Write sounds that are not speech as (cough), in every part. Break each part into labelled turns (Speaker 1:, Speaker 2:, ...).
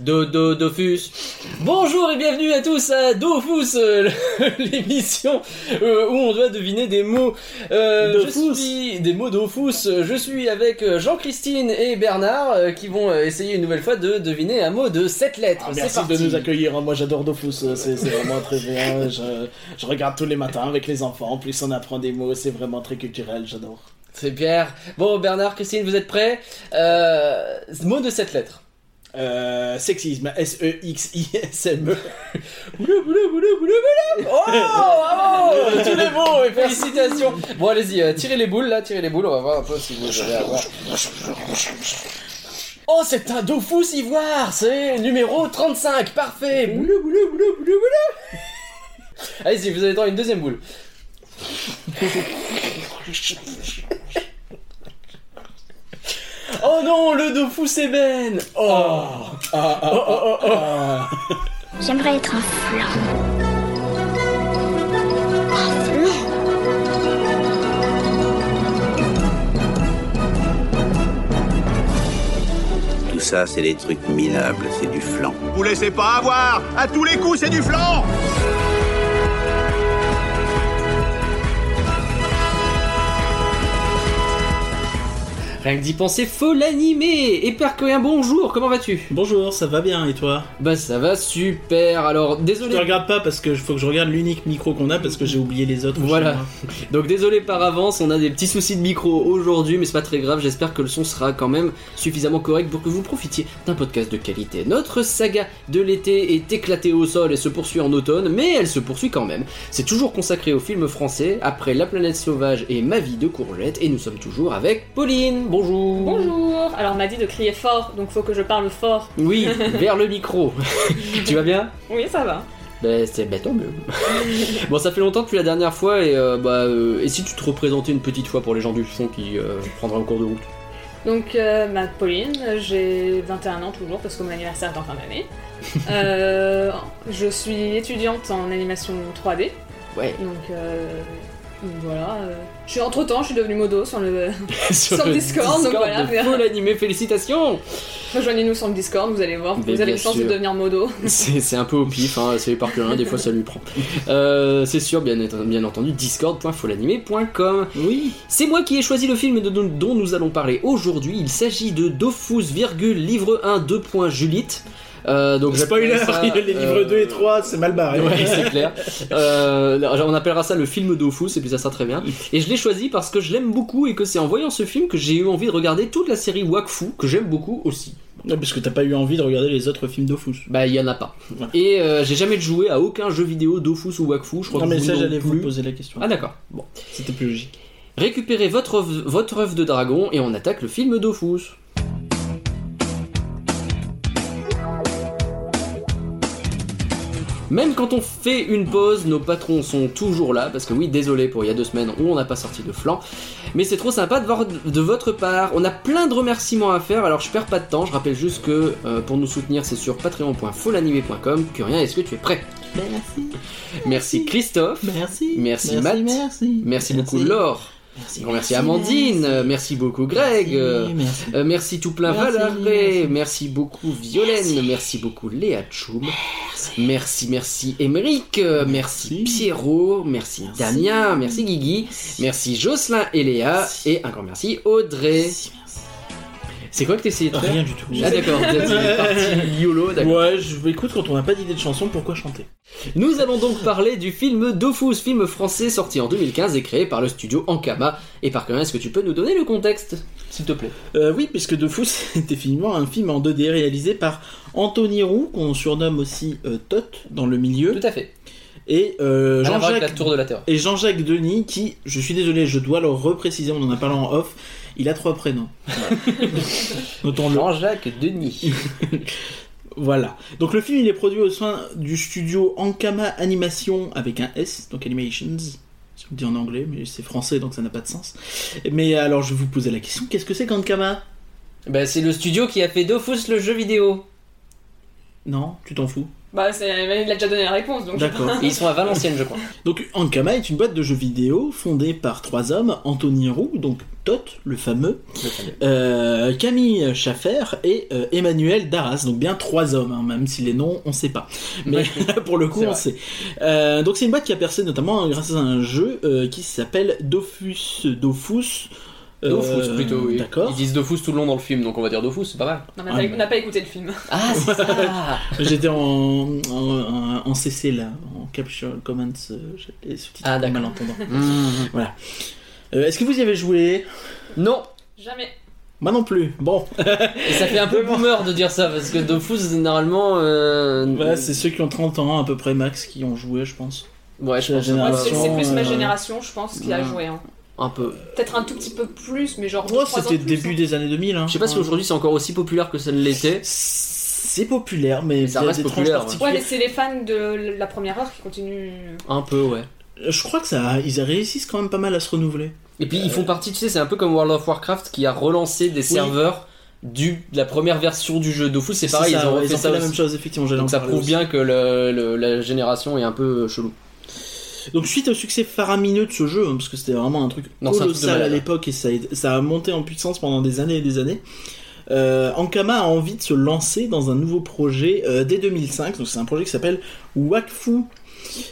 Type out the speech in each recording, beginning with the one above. Speaker 1: Dodo Dofus. Bonjour et bienvenue à tous à Dofus, euh, l'émission euh, où on doit deviner des mots. Euh, je
Speaker 2: Dofus.
Speaker 1: suis des mots Dofus. Je suis avec euh, Jean-Christine et Bernard euh, qui vont euh, essayer une nouvelle fois de deviner un mot de 7 lettres.
Speaker 2: Ah,
Speaker 1: C'est
Speaker 2: merci
Speaker 1: parti.
Speaker 2: de nous accueillir, hein. moi j'adore Dofus, euh, c'est c'est vraiment très
Speaker 3: (laughs)
Speaker 2: bien. Je, je regarde tous les matins avec les enfants, en plus on apprend des mots, c'est vraiment très culturel, j'adore.
Speaker 1: C'est Pierre. Bon, Bernard, Christine, vous êtes prêts euh, Mot de 7 lettres.
Speaker 2: Euh, sexisme, S-E-X-I-S-M-E.
Speaker 1: Boulou, boulou, boulou, boulou, boulou. Oh, bravo Tous les mots et félicitations Bon, allez-y, euh, tirez les boules, là, tirez les boules, on va voir un peu si vous allez avoir... Oh, c'est un Dofus Ivoire C'est numéro 35, parfait Boulou, boulou, boulou, boulou, boulou Allez-y, vous avez droit à une deuxième boule. Oh non, le Dofus ébène Oh
Speaker 2: Ah, ah, ah,
Speaker 4: J'aimerais être un flan. Un flan
Speaker 5: Tout ça, c'est des trucs minables, c'est du flan.
Speaker 6: Vous laissez pas avoir À tous les coups, c'est du flanc
Speaker 1: Rien que d'y penser, faut l'animer Et Père Cohen, bonjour, comment vas-tu
Speaker 3: Bonjour, ça va bien et toi
Speaker 1: Bah ça va super, alors
Speaker 3: Je te
Speaker 1: désolé.
Speaker 3: regarde pas parce que faut que je regarde l'unique micro qu'on a parce que j'ai oublié les autres.
Speaker 1: Voilà.
Speaker 3: chez moi.
Speaker 1: Donc désolé par avance, on a des petits soucis de micro aujourd'hui, mais c'est pas très grave, j'espère que le son sera quand même suffisamment correct pour que vous profitiez d'un podcast de qualité. Notre saga de l'été est éclatée au sol et se poursuit en automne, mais elle se poursuit quand même. C'est toujours consacré au film français, après La planète sauvage et Ma vie de courgette, et nous sommes toujours avec Pauline, bonjour
Speaker 7: Bonjour Alors on m'a dit de crier fort, donc faut que je parle fort.
Speaker 1: Oui, vers le micro. (laughs) tu vas bien
Speaker 7: Oui, ça va.
Speaker 1: Ben, c'est ben, tant mieux. (laughs) bon, ça fait longtemps depuis la dernière fois, et, euh, bah, euh, et si tu te représentais une petite fois pour les gens du fond qui euh, prendraient un cours de route
Speaker 7: Donc, euh, bah, Pauline, j'ai 21 ans toujours, parce que mon anniversaire est en fin d'année.
Speaker 6: (laughs)
Speaker 7: Euh, je suis étudiante en animation 3D,
Speaker 1: Ouais,
Speaker 7: donc euh, donc voilà. euh. Je suis entre-temps, je suis devenue modo sur le... (laughs)
Speaker 1: sur,
Speaker 7: le Discord, donc voilà,
Speaker 1: de
Speaker 7: mais-
Speaker 1: Faut l'animer, félicitations
Speaker 7: Rejoignez-nous sur le Discord, vous allez voir,
Speaker 1: Mais
Speaker 7: vous avez
Speaker 1: bien
Speaker 7: une chance
Speaker 1: sûr.
Speaker 7: de devenir modo.
Speaker 1: (laughs) C'est c'est un peu au pif, hein, c'est par que l'un, des fois ça lui prend. Euh, c'est sûr, bien, être- bien entendu, discord.folanimé.com.
Speaker 3: Oui.
Speaker 1: C'est moi qui ai choisi le film de- dont nous allons parler aujourd'hui. Il s'agit de Dofus, virgule, livre 1, 2. point, Juliette. Euh, donc
Speaker 3: Spoiler, (laughs)
Speaker 1: j'appelle ça,
Speaker 3: les livres
Speaker 1: euh,
Speaker 3: 2 et 3, c'est mal barré.
Speaker 1: Ouais, c'est clair. Euh, alors, on appellera ça le film Dofus, et puis ça sera très bien. Et je l'ai choisi parce que je l'aime beaucoup et que c'est en voyant ce film que j'ai eu envie de regarder toute la série Wakfu, que j'aime beaucoup aussi.
Speaker 3: (laughs) Non, parce que t'as pas eu envie de regarder les autres films Dofus.
Speaker 1: Bah, il y en a pas.
Speaker 3: Voilà.
Speaker 1: Et euh, j'ai jamais joué à aucun jeu vidéo Dofus ou Wakfu, je crois
Speaker 3: Non,
Speaker 1: que
Speaker 3: mais
Speaker 1: vous
Speaker 3: ça,
Speaker 1: non
Speaker 3: j'allais vous
Speaker 1: plus.
Speaker 3: poser la question.
Speaker 1: Ah, d'accord. Bon.
Speaker 3: C'était plus logique.
Speaker 1: Récupérez votre œuf- votre œuf de dragon et on attaque le film Dofus. Même quand on fait une pause, nos patrons sont toujours là, parce que oui, désolé pour il y a deux semaines où on n'a pas sorti de flanc, mais c'est trop sympa de, voir de votre part. On a plein de remerciements à faire, alors je perds pas de temps, je rappelle juste que euh, pour nous soutenir, c'est sur patreon.folanimé.com. Curien, est-ce que tu es prêt
Speaker 3: Merci.
Speaker 1: Merci Christophe,
Speaker 3: Merci.
Speaker 1: Merci,
Speaker 3: Merci,
Speaker 1: Matt.
Speaker 3: Merci.
Speaker 1: merci beaucoup Laure,
Speaker 3: Merci,
Speaker 1: Grand merci Amandine, euh, merci, beaucoup Greg, euh,
Speaker 3: merci.
Speaker 1: euh, merci tout plein
Speaker 3: Merci,
Speaker 1: Valère, merci.
Speaker 3: merci.
Speaker 1: beaucoup Violaine, merci, beaucoup Léa Tchoum, merci, merci, Émeric, euh, merci,
Speaker 3: Merci.
Speaker 1: Pierrot, merci,
Speaker 3: Merci.
Speaker 1: Damien, merci Guigui, merci Jocelyn et Léa,
Speaker 3: Merci.
Speaker 1: et un grand merci Audrey.
Speaker 3: Merci, merci.
Speaker 1: C'est quoi que t'essayais de faire
Speaker 3: Rien du tout.
Speaker 1: Ah d'accord, (laughs) t'es parti YOLO, d'accord.
Speaker 3: Ouais, je... écoute, quand on n'a pas d'idée de chanson, pourquoi chanter
Speaker 1: Nous allons donc parler du film Dofus, film français sorti en 2015 et créé par le studio Ankama. Et par contre, est-ce que tu peux nous donner le contexte, s'il te plaît
Speaker 3: Euh, oui, puisque (laughs) Dofus est finalement un film en 2D réalisé par Anthony Roux, qu'on surnomme aussi euh, Tot dans le milieu,
Speaker 1: Tout à fait.
Speaker 3: et euh,
Speaker 1: Rien à voir avec la
Speaker 3: Jean-Jacques
Speaker 1: tour de la Terre.
Speaker 3: et Jean-Jacques Denis, qui, je suis désolé, je dois le repréciser, on en a parlé en off, il a trois prénoms. Notons-le.
Speaker 1: Jean-Jacques
Speaker 3: (laughs)
Speaker 1: Denis.
Speaker 3: Voilà. Donc le film, il est produit au sein du studio Ankama Animation avec un S, donc Animations. Si on le dit en anglais, mais c'est français, donc ça n'a pas de sens. Mais alors, je vais vous poser la question qu'est-ce que c'est qu'Ankama
Speaker 1: Bah, c'est le studio qui a fait Dofus le jeu vidéo.
Speaker 3: Non, tu t'en fous.
Speaker 7: Bah, c'est- il a déjà donné la réponse, donc. je-
Speaker 3: D'accord.
Speaker 1: Ils sont à Valenciennes, je crois.
Speaker 3: Donc Ankama est une boîte de jeux vidéo fondée par trois hommes, Anthony Roux, donc Tot, le fameux, euh, Camille Schaffer et euh, Emmanuel Darras. Donc bien trois hommes, hein, même si les noms on sait pas. Mais là, (laughs) pour le coup
Speaker 1: C'est
Speaker 3: on
Speaker 1: vrai.
Speaker 3: sait. Euh, donc c'est une boîte qui a percé notamment euh, grâce à un jeu euh, qui s'appelle Dofus. Dofus.
Speaker 1: (laughs)
Speaker 3: euh,
Speaker 1: Dofus plutôt, oui.
Speaker 3: D'accord.
Speaker 1: Ils disent Dofus tout le long dans le film, donc on va dire Dofus, c'est pas mal.
Speaker 7: Non, mais on n'a pas- on n'a pas écouté le film. (laughs)
Speaker 1: Ah, (laughs) c'est ça
Speaker 3: J'étais en, en, en- en CC là, en Capture Commons, euh, j'avais sous-titré
Speaker 1: Ah,
Speaker 3: pour
Speaker 1: d'accord.
Speaker 3: malentendant. Euh, Est-ce que vous y avez joué
Speaker 1: Hmm. Non
Speaker 7: Jamais.
Speaker 3: Moi non plus. Bon,
Speaker 1: Et ça fait un peu boomer de dire ça, parce que Dofus, généralement. euh,
Speaker 3: Bah, c'est ceux qui ont 30 ans à peu près max qui ont joué, je pense.
Speaker 1: Ouais, je
Speaker 3: la
Speaker 1: pense
Speaker 7: Moi,
Speaker 6: Ah,
Speaker 1: un
Speaker 3: génération.
Speaker 1: peu-
Speaker 7: c'est c'est plus
Speaker 3: euh,
Speaker 7: ma génération, je pense, qui a
Speaker 1: ouais.
Speaker 7: joué. hein.
Speaker 1: un peu.
Speaker 7: Peut-être un tout petit peu plus, mais genre. deux,
Speaker 3: Moi,
Speaker 7: trois ans
Speaker 3: Oh, c'était
Speaker 7: plus,
Speaker 3: début
Speaker 7: hein.
Speaker 3: des années 2000. Hein.
Speaker 1: Je sais pas si aujourd'hui c'est encore aussi populaire que ça ne l'était.
Speaker 3: C'est populaire, mais
Speaker 1: Ça
Speaker 3: il y a
Speaker 1: reste
Speaker 3: des tranches
Speaker 1: populaire, ouais.
Speaker 7: Ouais,
Speaker 3: particulières.
Speaker 7: mais c'est les fans de la première heure qui continuent.
Speaker 1: Un peu, ouais.
Speaker 3: Euh, Je crois que ça, ils réussissent quand même pas mal à se renouveler.
Speaker 1: Et puis ils font partie, tu sais, c'est un peu comme World of Warcraft qui a relancé des serveurs du, de la première version du jeu. Dofus, c'est pareil,
Speaker 3: ça,
Speaker 1: ils ont
Speaker 3: ouais,
Speaker 1: refait ça
Speaker 3: fait la
Speaker 1: aussi.
Speaker 3: même chose, effectivement. j'allais
Speaker 1: Donc
Speaker 3: en
Speaker 1: ça
Speaker 3: parler
Speaker 1: prouve
Speaker 3: aussi.
Speaker 1: bien que le- le- la génération est un peu chelou.
Speaker 3: Donc suite au succès faramineux de ce jeu, hein, parce que c'était vraiment un truc
Speaker 1: Non, c'est un truc de
Speaker 3: colossal à
Speaker 1: malade.
Speaker 3: l'époque et ça a, ça a monté en puissance pendant des années et des années, euh, Ankama a envie de se lancer dans un nouveau projet euh, dès 2005. Donc c'est un projet qui s'appelle Wakfu.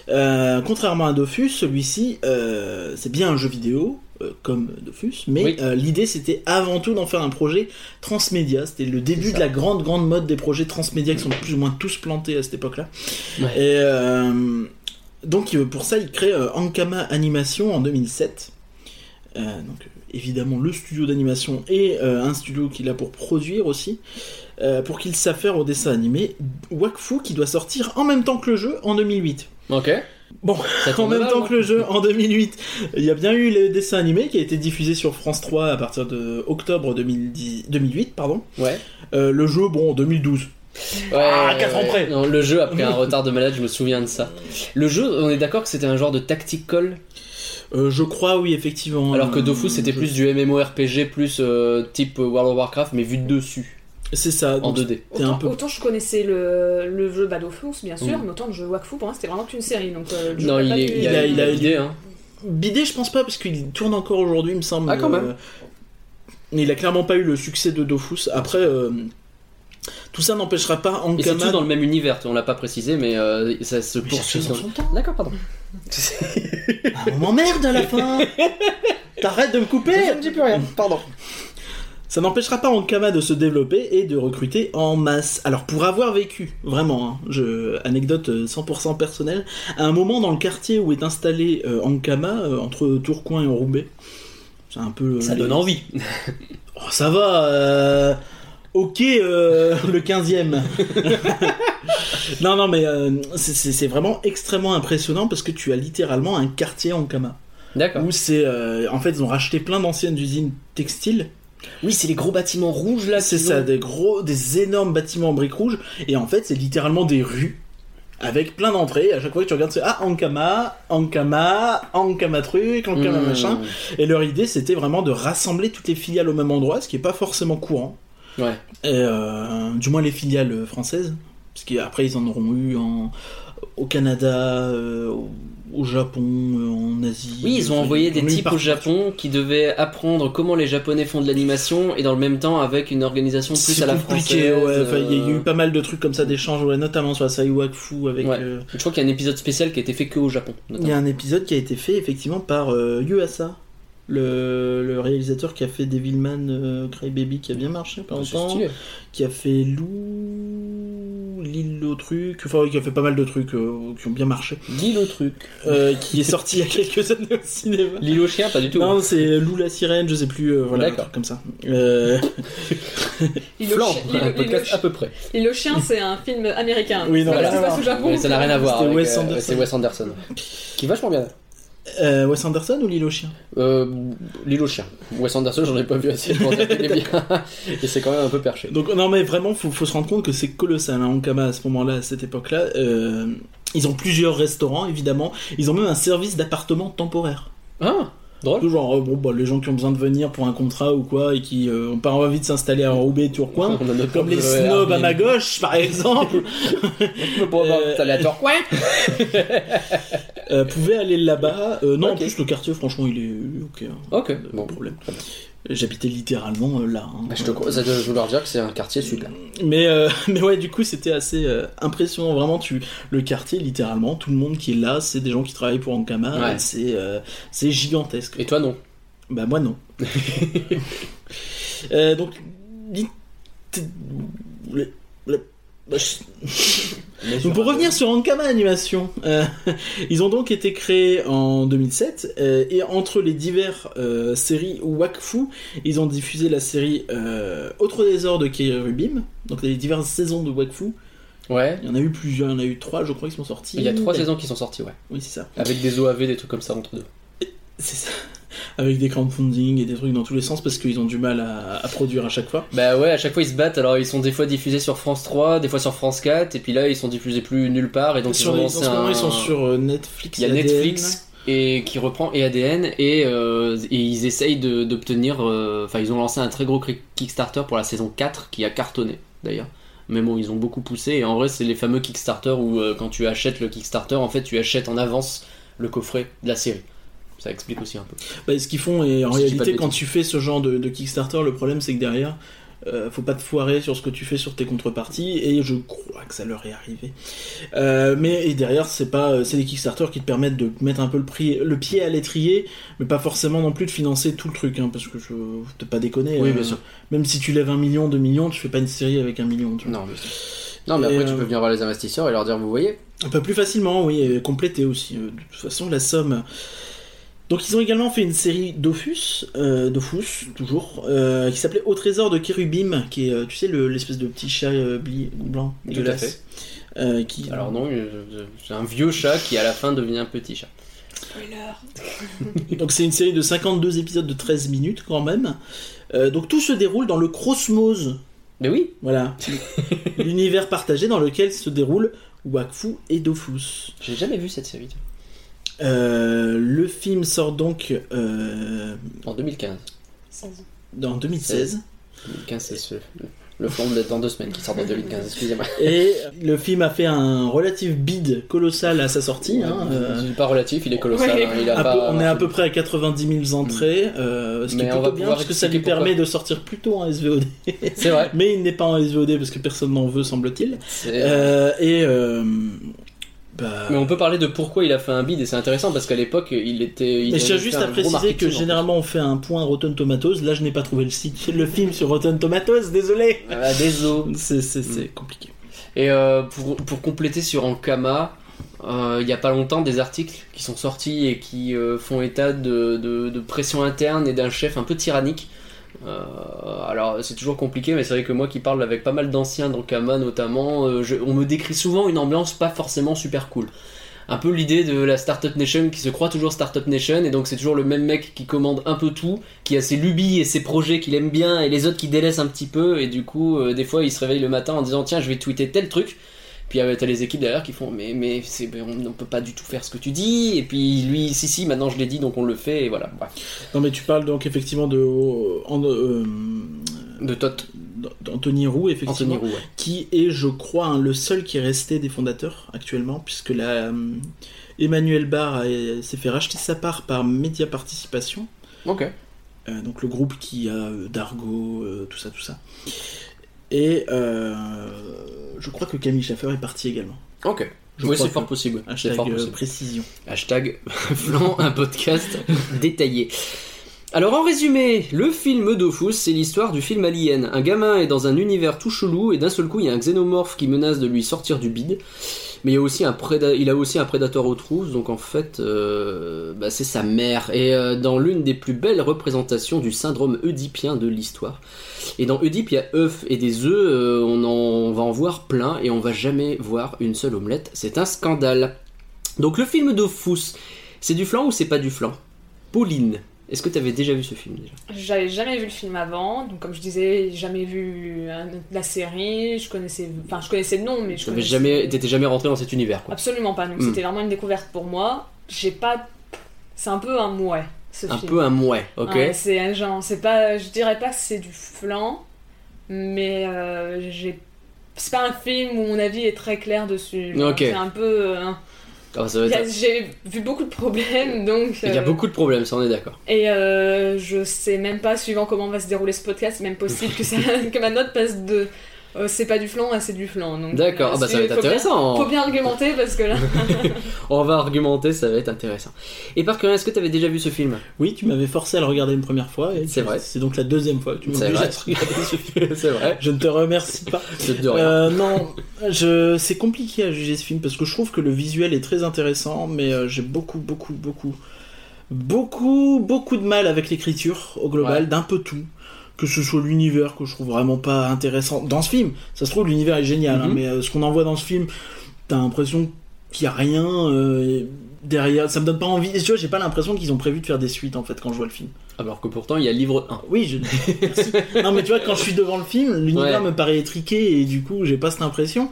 Speaker 3: Euh, contrairement à Dofus, celui-ci euh, c'est bien un jeu vidéo. euh, comme Dofus, mais
Speaker 1: Oui.
Speaker 3: euh, l'idée c'était avant tout d'en faire un projet transmédia. C'était le début de la grande grande mode des projets transmédia qui sont plus ou moins tous plantés à cette époque-là.
Speaker 1: Ouais.
Speaker 3: Et euh, donc euh, pour ça, il crée euh, Ankama Animation en 2007. Euh, donc euh, évidemment le studio d'animation et euh, un studio qu'il a pour produire aussi, euh, pour qu'il s'affaire au dessin animé Wakfu qui doit sortir en même temps que le jeu en 2008.
Speaker 1: Ok.
Speaker 3: Bon,
Speaker 1: Ça
Speaker 3: (laughs) En
Speaker 1: tourne
Speaker 3: même
Speaker 1: mal,
Speaker 3: temps
Speaker 1: hein.
Speaker 3: que le jeu en 2008, il y a bien eu le dessin animé qui a été diffusé sur France 3 à partir de octobre 2010 2008. Pardon.
Speaker 1: Ouais.
Speaker 3: Euh, le jeu, bon, en 2012.
Speaker 1: Ouais,
Speaker 2: quatre
Speaker 1: ouais.
Speaker 2: ans près.
Speaker 1: Non, le jeu a pris un retard de malade, je me souviens de ça. Le jeu, on est d'accord que c'était un genre de tactical,
Speaker 3: Euh, je crois, oui, effectivement.
Speaker 1: alors que
Speaker 3: Euh,
Speaker 1: Dofus c'était
Speaker 3: je-
Speaker 1: plus du MMORPG, plus euh, type World of Warcraft, mais vu de dessus,
Speaker 3: C'est ça.
Speaker 1: en
Speaker 3: donc
Speaker 1: 2D.
Speaker 3: T'es un
Speaker 7: Autant,
Speaker 3: peu-
Speaker 7: autant je connaissais le, le jeu Bad of Fools, bien sûr,
Speaker 1: Mm.
Speaker 7: mais autant le jeu Wakfu, pour moi, c'était vraiment qu'une série. Donc, euh, le jeu
Speaker 1: Non,
Speaker 7: n'a
Speaker 1: il,
Speaker 7: pas
Speaker 1: est,
Speaker 7: dû-
Speaker 1: il a,
Speaker 3: il a-
Speaker 1: l'idée, hein.
Speaker 3: Bidé, je pense pas, parce qu'il tourne encore aujourd'hui, il me semble.
Speaker 1: Ah, quand même.
Speaker 3: Euh, Il a clairement pas eu le succès de Dofus. Après, euh, tout ça n'empêchera
Speaker 1: Et
Speaker 3: pas
Speaker 1: c'est tout
Speaker 3: Ankama.
Speaker 1: dans le même univers, on l'a pas précisé, mais euh, ça se
Speaker 3: Mais chacun
Speaker 1: poursuit.
Speaker 3: dans
Speaker 1: dans-
Speaker 3: son temps.
Speaker 1: D'accord,
Speaker 3: (laughs)
Speaker 1: pardon.
Speaker 3: Ah, on m'emmerde à la
Speaker 1: (laughs)
Speaker 3: fin T'arrêtes de me couper
Speaker 2: Je ne dis plus rien, pardon.
Speaker 3: Ça n'empêchera pas Ankama de se développer et de recruter en masse. Alors pour avoir vécu, vraiment, hein, je, anecdote euh, 100% personnelle, à un moment dans le quartier où est installé euh, Ankama, euh, entre Tourcoing et Roubaix, c'est un peu... euh,
Speaker 1: Ça
Speaker 3: les-
Speaker 1: donne envie.
Speaker 3: Oh, ça va. euh, Ok, euh, (laughs) le
Speaker 1: (laughs)
Speaker 3: 15e. non, non, mais euh, c'est- c'est c'est vraiment extrêmement impressionnant parce que tu as littéralement un quartier en Kama.
Speaker 1: D'accord.
Speaker 3: Où c'est. euh, en fait, ils ont racheté plein d'anciennes usines textiles.
Speaker 1: Oui, c'est les gros bâtiments rouges là.
Speaker 3: C'est
Speaker 1: qu'ils
Speaker 3: ça,
Speaker 1: ont.
Speaker 3: des gros, des énormes bâtiments en briques rouges. Et en fait, c'est littéralement des rues. Avec plein d'entrées, à chaque fois que tu regardes, c'est Ah, Ankama, Ankama, Ankama truc, Ankama
Speaker 1: Mmh.
Speaker 3: machin. Et leur idée, c'était vraiment de rassembler toutes les filiales au même endroit, ce qui est pas forcément courant.
Speaker 1: Ouais.
Speaker 3: Et, euh, du moins les filiales françaises, parce qu'après ils en auront eu en, au Canada, euh, au- au Japon, euh, en Asie.
Speaker 1: Oui, ils ont
Speaker 3: Enfin,
Speaker 1: envoyé
Speaker 3: en
Speaker 1: des
Speaker 3: ont eu
Speaker 1: types au
Speaker 3: partout.
Speaker 1: Japon qui devaient apprendre comment les Japonais font de l'animation et dans le même temps avec une organisation plus
Speaker 3: C'est
Speaker 1: à la
Speaker 3: compliqué,
Speaker 1: française.
Speaker 3: ouais, enfin, il y a
Speaker 1: euh,
Speaker 3: eu pas mal de trucs comme ça d'échanges, ouais, notamment sur la Saiwaku avec.
Speaker 1: Ouais.
Speaker 3: euh,
Speaker 1: Je crois qu'il y a un épisode spécial qui a été fait que au Japon.
Speaker 3: Il
Speaker 1: notamment.
Speaker 3: y a un épisode qui a été fait effectivement par euh, Yuasa, le, le réalisateur qui a fait Devilman euh, Crybaby qui a bien marché pas
Speaker 1: C'est
Speaker 3: longtemps.
Speaker 1: stylé.
Speaker 3: qui a fait Lou, l'île au truc, enfin oui, qui a fait pas mal de trucs euh, qui ont bien marché,
Speaker 1: Dis le truc.
Speaker 3: euh, qui est sorti il y a quelques années au cinéma.
Speaker 1: L'île aux chiens, pas du tout.
Speaker 3: Non, c'est Lou la sirène, je sais plus, euh, voilà,
Speaker 1: D'accord.
Speaker 3: un truc comme ça. Euh,
Speaker 7: Il le
Speaker 1: Flan,
Speaker 7: chi- il
Speaker 1: un
Speaker 7: le- il
Speaker 1: podcast à
Speaker 7: le-
Speaker 1: peu près.
Speaker 7: il le chien, c'est un film américain.
Speaker 3: Oui, non,
Speaker 7: C'est
Speaker 1: voilà.
Speaker 7: pas ce qui se passe au Japon.
Speaker 1: Ouais, ça n'a rien à voir.
Speaker 3: C'était
Speaker 1: avec,
Speaker 3: Wes
Speaker 1: euh,
Speaker 3: Anderson.
Speaker 1: C'est Wes Anderson. Qui est vachement bien.
Speaker 3: euh, Wes Anderson ou l'île au chien
Speaker 1: Euh, L'île aux chiens. Wes Anderson, j'en ai pas vu assez pour dire qu'il est
Speaker 3: (laughs)
Speaker 1: bien. Et c'est quand même un peu perché.
Speaker 3: Donc non mais vraiment, faut, faut se rendre compte que c'est colossal, hein, Ankama à ce moment-là, à cette époque-là. Euh, ils ont plusieurs restaurants, évidemment. Ils ont même un service d'appartement temporaire.
Speaker 1: Ah Drôle.
Speaker 3: Tout genre, euh, bon, bah, les gens qui ont besoin de venir pour un contrat ou quoi et qui euh, ont pas envie de s'installer à Roubaix, Tourcoing,
Speaker 1: On a notre
Speaker 3: comme les
Speaker 1: propre
Speaker 3: snobs à
Speaker 1: Airbnb.
Speaker 3: ma gauche
Speaker 1: (laughs)
Speaker 3: par exemple,
Speaker 1: Le pauvre,
Speaker 3: Euh,
Speaker 1: t'as la tort.
Speaker 3: euh, pouvaient aller là-bas. Euh, non,
Speaker 1: Ok.
Speaker 3: en plus, le quartier, franchement, il est ok. hein,
Speaker 1: Ok,
Speaker 3: pas
Speaker 1: bon.
Speaker 3: de problème. J'habitais littéralement euh, là. hein.
Speaker 1: Bah, je te crois, ça doit vouloir dire que c'est un quartier super.
Speaker 3: Mais, euh, (laughs) mais ouais, du coup, c'était assez euh, impressionnant. Vraiment, tu le quartier, littéralement, tout le monde qui est là, c'est des gens qui travaillent pour Ankama.
Speaker 1: Ouais.
Speaker 3: C'est euh, c'est gigantesque.
Speaker 1: Et toi, non
Speaker 3: Bah,
Speaker 1: (laughs)
Speaker 3: moi, non. Euh, donc, lit- le- le- donc, Bah, pour revenir sur Ankama Animation, euh, (laughs) ils ont donc été créés en 2007 euh, et entre les divers euh, séries Wakfu, ils ont diffusé la série euh, Autre désordre de Kei Rubim, donc les diverses saisons de Wakfu.
Speaker 1: Ouais.
Speaker 3: Il y en a eu plusieurs, il y en a eu trois, je crois, qui sont sortis.
Speaker 1: Il y a trois saisons qui sont sorties, ouais.
Speaker 3: Oui, c'est ça.
Speaker 1: Avec des OAV, des trucs comme ça entre deux.
Speaker 3: C'est ça. (laughs) Avec des crowdfunding et des trucs dans tous les sens parce qu'ils ont du mal à, à produire à chaque fois.
Speaker 1: Bah ouais, à chaque fois ils se battent, alors ils sont des fois diffusés sur France 3, des fois sur France 4, et puis là ils sont diffusés plus nulle part, et donc ils
Speaker 3: Sur
Speaker 1: ont
Speaker 3: les- en
Speaker 1: lancé
Speaker 3: ce moment,
Speaker 1: un-
Speaker 3: ils sont sur euh, Netflix.
Speaker 1: Il y a
Speaker 3: et ADN.
Speaker 1: Netflix et qui reprend et ADN et, euh, et ils essayent de- d'obtenir. euh, Enfin, ils ont lancé un très gros cri- Kickstarter pour la saison 4 qui a cartonné d'ailleurs. Mais bon, ils ont beaucoup poussé et en vrai, c'est les fameux Kickstarter où euh, quand tu achètes le Kickstarter, en fait, tu achètes en avance le coffret de la série. Ça explique aussi un peu.
Speaker 3: Bah, ce qu'ils font, et en
Speaker 1: Si je dis pas
Speaker 3: réalité,
Speaker 1: de
Speaker 3: quand tu fais ce genre de, de Kickstarter, le problème c'est que derrière, euh, faut pas te foirer sur ce que tu fais sur tes contreparties, et je crois que ça leur est arrivé. Euh, mais et derrière, c'est pas, euh, c'est des Kickstarter qui te permettent de mettre un peu le, prix, le pied à l'étrier, mais pas forcément non plus de financer tout le truc, hein, parce que je faut te pas déconner.
Speaker 1: Oui,
Speaker 3: euh,
Speaker 1: bien sûr.
Speaker 3: Même si tu lèves un million, deux millions, tu fais pas une série avec un million. Tu vois.
Speaker 1: Non, mais, non, mais
Speaker 3: Et,
Speaker 1: après, tu
Speaker 3: euh,
Speaker 1: peux venir voir les investisseurs et leur dire Vous voyez
Speaker 3: Un peu plus facilement, oui, et compléter aussi. Euh, De toute façon, la somme. Donc, ils ont également fait une série Dofus, euh, Dofus, toujours, euh, qui s'appelait Au trésor de Kérubim, qui est, euh, tu sais, le- l'espèce de petit chat euh, bli- blanc,
Speaker 1: Tout à
Speaker 3: dégueulasse. Euh, qui...
Speaker 1: Alors, non, euh, c'est un vieux chat qui à la fin devient un petit chat.
Speaker 3: (laughs) Donc, c'est une série de 52 épisodes de 13 minutes, quand même. Euh, donc, tout se déroule dans le Crosmose,
Speaker 1: Mais oui (laughs)
Speaker 3: voilà, l'univers partagé dans lequel se déroulent Wakfu et Dofus.
Speaker 1: J'ai jamais vu cette série. tiens.
Speaker 3: Euh, le film sort donc euh,
Speaker 1: En 2015.
Speaker 3: en 2016.
Speaker 1: 2015, c'est ce- le flanc de dans deux semaines qui sort en 2015, excusez-moi.
Speaker 3: Et le film a fait un relatif bid colossal à sa sortie. hein, euh,
Speaker 1: Il est pas relatif, il est colossal.
Speaker 7: Ouais, il est-
Speaker 1: hein, il a
Speaker 3: à
Speaker 1: pas-
Speaker 3: peu- on est à peu près à 90 000 entrées, euh, ce qui
Speaker 1: Mm. Mais
Speaker 3: est
Speaker 1: on
Speaker 3: plutôt
Speaker 1: va
Speaker 3: bien
Speaker 1: pouvoir
Speaker 3: parce que ça lui
Speaker 1: expliquer pourquoi.
Speaker 3: permet de sortir plutôt en SVOD.
Speaker 1: C'est vrai.
Speaker 3: (laughs) Mais il n'est pas en SVOD parce que personne n'en veut, semble-t-il.
Speaker 1: c'est-
Speaker 3: Euh, et euh, bah,
Speaker 1: Mais on peut parler de pourquoi il a fait un bid et c'est intéressant parce qu'à l'époque il était. il
Speaker 3: Mais je tiens
Speaker 1: avait fait
Speaker 3: juste
Speaker 1: un
Speaker 3: à
Speaker 1: gros
Speaker 3: préciser
Speaker 1: marketing,
Speaker 3: que
Speaker 1: en fait.
Speaker 3: généralement on fait un point Rotten Tomatoes. Là, je n'ai pas trouvé le site, (laughs) le film sur Rotten Tomatoes. Désolé.
Speaker 1: Ah, désolé.
Speaker 3: C'est c'est- c'est
Speaker 1: Mm.
Speaker 3: compliqué.
Speaker 1: Et euh, pour, pour compléter sur Ankama, euh, il y a pas longtemps des articles qui sont sortis et qui euh, font état de, de- de pression interne et d'un chef un peu tyrannique. Euh, alors c'est toujours compliqué, mais c'est vrai que moi qui parle avec pas mal d'anciens d'Ankama notamment, euh, je- on me décrit souvent une ambiance pas forcément super cool. Un peu l'idée de la Startup Nation qui se croit toujours Startup Nation et donc c'est toujours le même mec qui commande un peu tout, qui a ses lubies et ses projets qu'il aime bien et les autres qui délaissent un petit peu et du coup euh, des fois il se réveille le matin en disant tiens je vais tweeter tel truc puis euh, t'as les équipes derrière qui font mais mais c'est mais on ne peut pas du tout faire ce que tu dis et puis lui si si maintenant je l'ai dit donc on le fait et voilà bref.
Speaker 3: Non, mais tu parles donc effectivement de en- euh,
Speaker 1: de Tot
Speaker 3: Anthony Roux,
Speaker 1: Anthony
Speaker 3: effectivement,
Speaker 1: Roux ouais.
Speaker 3: qui est, je crois, hein, le seul qui est resté des fondateurs actuellement, puisque la, euh, Emmanuel Barr a- s'est fait racheter sa part par Media Participation,
Speaker 1: ok
Speaker 3: euh, donc le groupe qui a euh, Dargo, euh, tout ça, tout ça. Et euh, je crois que Camille Schaffer est parti également.
Speaker 1: ok
Speaker 3: Je
Speaker 1: oui
Speaker 3: crois
Speaker 1: c'est fort
Speaker 3: que-
Speaker 1: possible c'est
Speaker 3: Hashtag
Speaker 1: fort
Speaker 3: euh,
Speaker 1: possible
Speaker 3: précision.
Speaker 1: hashtag (laughs) flan un podcast détaillé alors en résumé, le film Dofus, c'est l'histoire du film Alien. Un gamin est dans un univers tout chelou et d'un seul coup, il y a un xénomorphe qui menace de lui sortir du bide. Mais il, y a aussi un préda- il a aussi un prédateur aux trousses, donc en fait, euh, bah, c'est sa mère. Et euh, dans l'une des plus belles représentations du syndrome oedipien de l'histoire. Et dans Oedipe, il y a œufs et des œufs, euh, on, en- on va en voir plein et on va jamais voir une seule omelette. C'est un scandale. Donc le film Dofus, c'est du flan ou c'est pas du flan Pauline, est-ce que tu avais déjà vu ce film déjà
Speaker 7: (laughs) J'avais jamais vu le film avant, donc comme je disais, jamais vu hein, la série, je connaissais, enfin je connaissais le nom, mais je
Speaker 1: T'avais
Speaker 7: connaissais...
Speaker 1: jamais, t'étais jamais rentré dans cet univers quoi.
Speaker 7: Absolument pas, donc
Speaker 1: Mm.
Speaker 7: c'était vraiment une découverte pour moi. J'ai pas... C'est un peu un mouais. ce
Speaker 1: Un
Speaker 7: film.
Speaker 1: peu un mouet, ok
Speaker 7: Ouais, c'est un genre, c'est pas, je dirais pas que c'est du flan, mais euh, j'ai, c'est pas un film où mon avis est très clair dessus.
Speaker 1: Ok.
Speaker 7: C'est un peu, euh,
Speaker 1: Ah, ça va
Speaker 7: il y
Speaker 1: être-
Speaker 7: a- j'ai vu beaucoup de problèmes, (laughs) donc.
Speaker 1: Il y a
Speaker 7: euh,
Speaker 1: beaucoup de problèmes, ça on est d'accord.
Speaker 7: Et euh, je sais même pas, suivant comment va se dérouler ce podcast, c'est même possible
Speaker 1: (laughs)
Speaker 7: que, ça, que ma note passe de euh, c'est pas du flan à c'est du flan. Donc,
Speaker 1: D'accord,
Speaker 7: euh,
Speaker 1: ah bah ça
Speaker 7: c'est-
Speaker 1: va être
Speaker 7: faut bien-
Speaker 1: intéressant.
Speaker 7: Faut bien argumenter parce
Speaker 1: (laughs)
Speaker 7: que là.
Speaker 1: On va argumenter, ça va être intéressant. Et par curiosité, est-ce que t'avais déjà vu ce
Speaker 7: (laughs)
Speaker 1: film
Speaker 3: Oui, tu m'avais forcé à le regarder une première fois. et
Speaker 1: C'est vrai.
Speaker 3: C'est donc la deuxième fois que tu
Speaker 1: C'est
Speaker 3: m'as déjà
Speaker 1: vrai.
Speaker 3: regardé ce film.
Speaker 1: C'est vrai.
Speaker 3: Je ne te remercie pas.
Speaker 1: C'est de rien.
Speaker 3: Euh, non, je... c'est compliqué à juger ce film parce que je trouve que le visuel est très intéressant, mais euh, j'ai beaucoup, beaucoup, beaucoup, beaucoup, beaucoup de mal avec l'écriture au global, d'un peu tout. Que ce soit l'univers que je trouve vraiment pas intéressant dans ce film. Ça se trouve, l'univers est génial, hein,
Speaker 1: Mhm.
Speaker 3: mais euh, ce qu'on en voit dans ce film, t'as l'impression qu'il y a rien euh, derrière. Ça me donne pas envie. Tu vois, j'ai pas l'impression qu'ils ont prévu de faire des suites en fait quand je vois le film.
Speaker 1: Alors que pourtant, il y a le livre 1.
Speaker 3: Oui, je. Merci. non, mais tu vois, quand je suis devant le film, l'univers
Speaker 1: Ouais.
Speaker 3: me paraît étriqué et du coup, j'ai pas cette impression.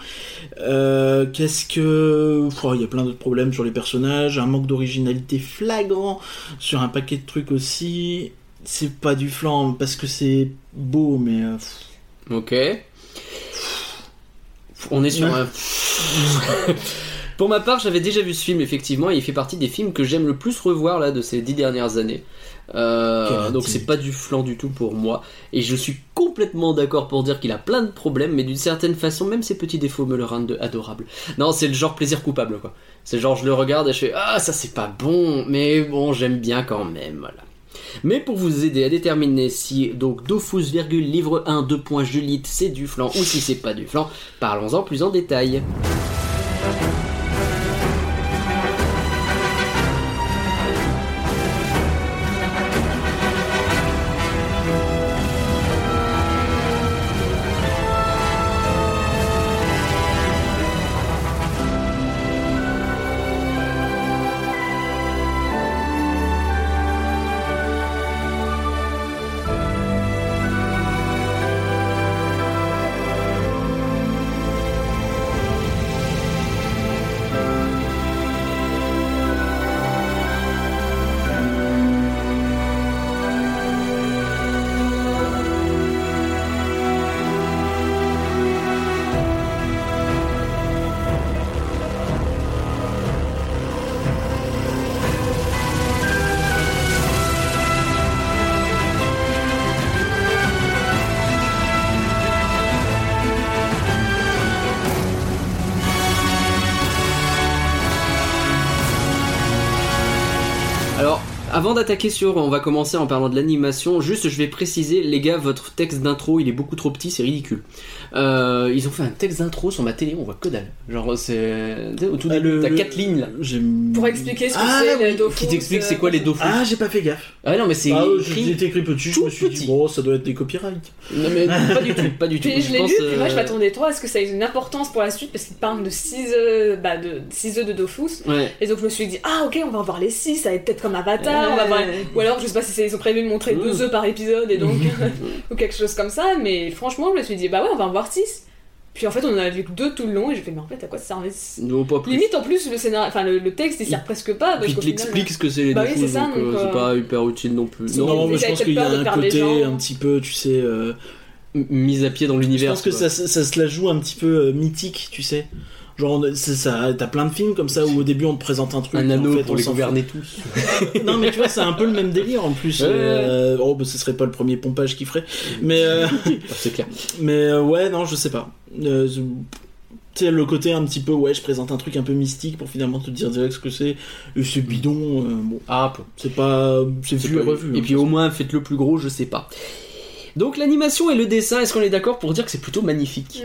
Speaker 3: Euh, Qu'est-ce que. Pff, oh, Il y a plein d'autres problèmes sur les personnages, un manque d'originalité flagrant sur un paquet de trucs aussi. C'est pas du flan parce que c'est beau, mais. euh, pff.
Speaker 1: Ok. On est sur un. (laughs) Pour ma part, j'avais déjà vu ce film effectivement, et il fait partie des films que j'aime le plus revoir là de ces dix dernières années. Euh,
Speaker 3: Quelle
Speaker 1: donc c'est
Speaker 3: intimité.
Speaker 1: pas du flan du tout pour moi, et je suis complètement d'accord pour dire qu'il a plein de problèmes, mais d'une certaine façon, même ses petits défauts me le rendent de- adorable. Non, c'est le genre plaisir coupable quoi. C'est genre je le regarde et je fais ah ça c'est pas bon, mais bon j'aime bien quand même. Voilà. Mais pour vous aider à déterminer si donc Dofus, virgule, livre 1, 2 points, Juliette, c'est du flan ou si c'est pas du flan, parlons-en plus en détail. Alors, avant d'attaquer sur, on va commencer en parlant de l'animation, juste je vais préciser, les gars, votre texte d'intro, il est beaucoup trop petit, c'est ridicule. Euh, ils ont fait un texte d'intro sur ma télé, on voit que dalle. Genre, c'est... tu sais, Au tout
Speaker 3: Ah,
Speaker 1: début,
Speaker 3: le-
Speaker 1: t'as
Speaker 3: le-
Speaker 1: 4 lignes là.
Speaker 3: J'aime-
Speaker 7: Pour expliquer ce que
Speaker 3: Ah,
Speaker 7: c'est
Speaker 3: oui,
Speaker 7: les dofus, euh, bah,
Speaker 1: Qui t'explique c'est quoi les dofus
Speaker 3: Ah, j'ai pas fait gaffe.
Speaker 1: Ah non, mais c'est
Speaker 3: Ah, j'ai
Speaker 1: écrit...
Speaker 3: été écrit petit, je
Speaker 1: tout
Speaker 3: me suis
Speaker 1: petit.
Speaker 3: dit, bon, ça doit être des copyrights.
Speaker 1: Non mais pas du tout, pas du tout.
Speaker 7: Puis (laughs) je l'ai
Speaker 1: pense,
Speaker 7: lu, puis moi je
Speaker 1: euh,
Speaker 7: m'attendais trop à ce que ça ait une importance pour la suite parce qu'il parle de 6 œufs bah, de, six œufs de Dofus.
Speaker 1: Ouais.
Speaker 7: Et donc je me suis dit, ah ok, on va en voir les 6, ça va être peut-être comme Avatar, on va voir. Ou alors je sais pas si c'est- ils ont prévu de montrer
Speaker 1: Mm.
Speaker 7: 2 œufs par épisode et donc. (laughs) ou quelque chose comme ça, mais franchement je me suis dit, bah ouais, on va en voir 6. Puis en fait on en a vu que 2 tout le long et j'ai fait, mais en fait à quoi ça servait
Speaker 1: Non, pas plus.
Speaker 7: Limite en plus le scénario, enfin le, le texte il sert presque pas parce
Speaker 1: Puis
Speaker 7: qu'au
Speaker 1: il
Speaker 7: final,
Speaker 1: explique ce que c'est les
Speaker 7: Bah
Speaker 1: deux
Speaker 7: oui,
Speaker 1: choses,
Speaker 7: c'est ça,
Speaker 1: donc euh,
Speaker 7: donc,
Speaker 1: c'est
Speaker 7: euh,
Speaker 1: pas hyper utile non plus.
Speaker 7: c'est
Speaker 1: Non,
Speaker 7: Ils
Speaker 3: Non,
Speaker 7: avaient
Speaker 3: mais je pense
Speaker 7: peut-être
Speaker 3: qu'il y a
Speaker 7: peur de
Speaker 3: un
Speaker 7: perdre les
Speaker 3: côté
Speaker 7: gens. hein.
Speaker 3: un petit peu, tu sais. euh,
Speaker 1: m- mise à pied dans
Speaker 3: Je
Speaker 1: l'univers.
Speaker 3: pense que
Speaker 1: quoi.
Speaker 3: ça, ça, ça se la joue un petit peu euh, mythique, tu sais. Genre, on- c'est ça, t'as plein de films comme ça où au début on te présente un truc.
Speaker 1: Un
Speaker 3: et en
Speaker 1: anneau
Speaker 3: fait, on
Speaker 1: pour les
Speaker 3: s'en fout.
Speaker 1: gouverner tous.
Speaker 3: Non, mais tu vois, c'est un peu le même délire en plus.
Speaker 1: Ouais, ouais, ouais.
Speaker 3: Euh, oh, bah ce serait pas le premier pompage qu'il ferait. Mais, euh,
Speaker 1: Ah, c'est clair.
Speaker 3: mais euh, ouais, non, je sais pas. Euh, je- tu sais, le côté un petit peu, ouais, je présente un truc un peu mystique pour finalement te dire direct ce que c'est. Et c'est bidon, euh, bon,
Speaker 1: Ah, peu.
Speaker 3: c'est pas. C'est
Speaker 1: Mm. C'est
Speaker 3: vu et
Speaker 1: pas-
Speaker 3: revu.
Speaker 1: Et
Speaker 3: hein.
Speaker 1: puis au moins, faites-le plus gros, je sais pas. Donc l'animation et le dessin, est-ce qu'on est d'accord pour dire que c'est plutôt magnifique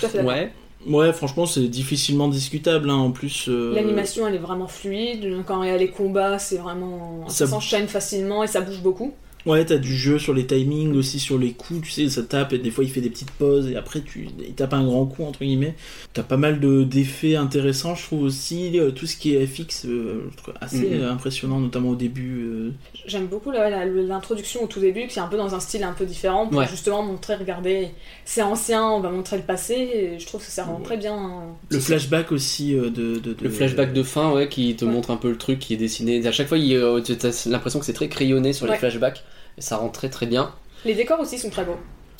Speaker 7: tout à fait d'accord.
Speaker 1: Ouais.
Speaker 3: Ouais, franchement, c'est difficilement discutable hein, en plus. euh,
Speaker 7: L'animation elle est vraiment fluide, quand il y a les combats c'est vraiment. Ça
Speaker 3: Ça-
Speaker 7: s'enchaîne facilement et ça bouge beaucoup.
Speaker 3: Ouais, t'as du jeu sur les timings, aussi sur les coups, tu sais, ça tape et des fois il fait des petites pauses et après tu, il tape un grand coup, entre guillemets. T'as pas mal de- d'effets intéressants, je trouve aussi. euh, tout ce qui est FX, euh, je trouve assez
Speaker 1: Mhm.
Speaker 3: euh, impressionnant, notamment au début. euh.
Speaker 7: J'aime beaucoup la- la- l'introduction au tout début, qui est un peu dans un style un peu différent pour
Speaker 1: Ouais.
Speaker 7: justement montrer, regardez, c'est ancien, on va montrer le passé, et je trouve que ça rend
Speaker 3: Ouais.
Speaker 7: très bien. hein.
Speaker 3: Le flashback aussi euh, de, de- de-
Speaker 1: Le flashback de fin, ouais, qui te
Speaker 7: Ouais.
Speaker 1: montre un peu le truc qui est dessiné. À chaque fois, il, euh, t'as l'impression que c'est très crayonné sur les
Speaker 7: Ouais.
Speaker 1: flashbacks. Et ça rend très très bien.
Speaker 7: Les décors aussi sont très beaux.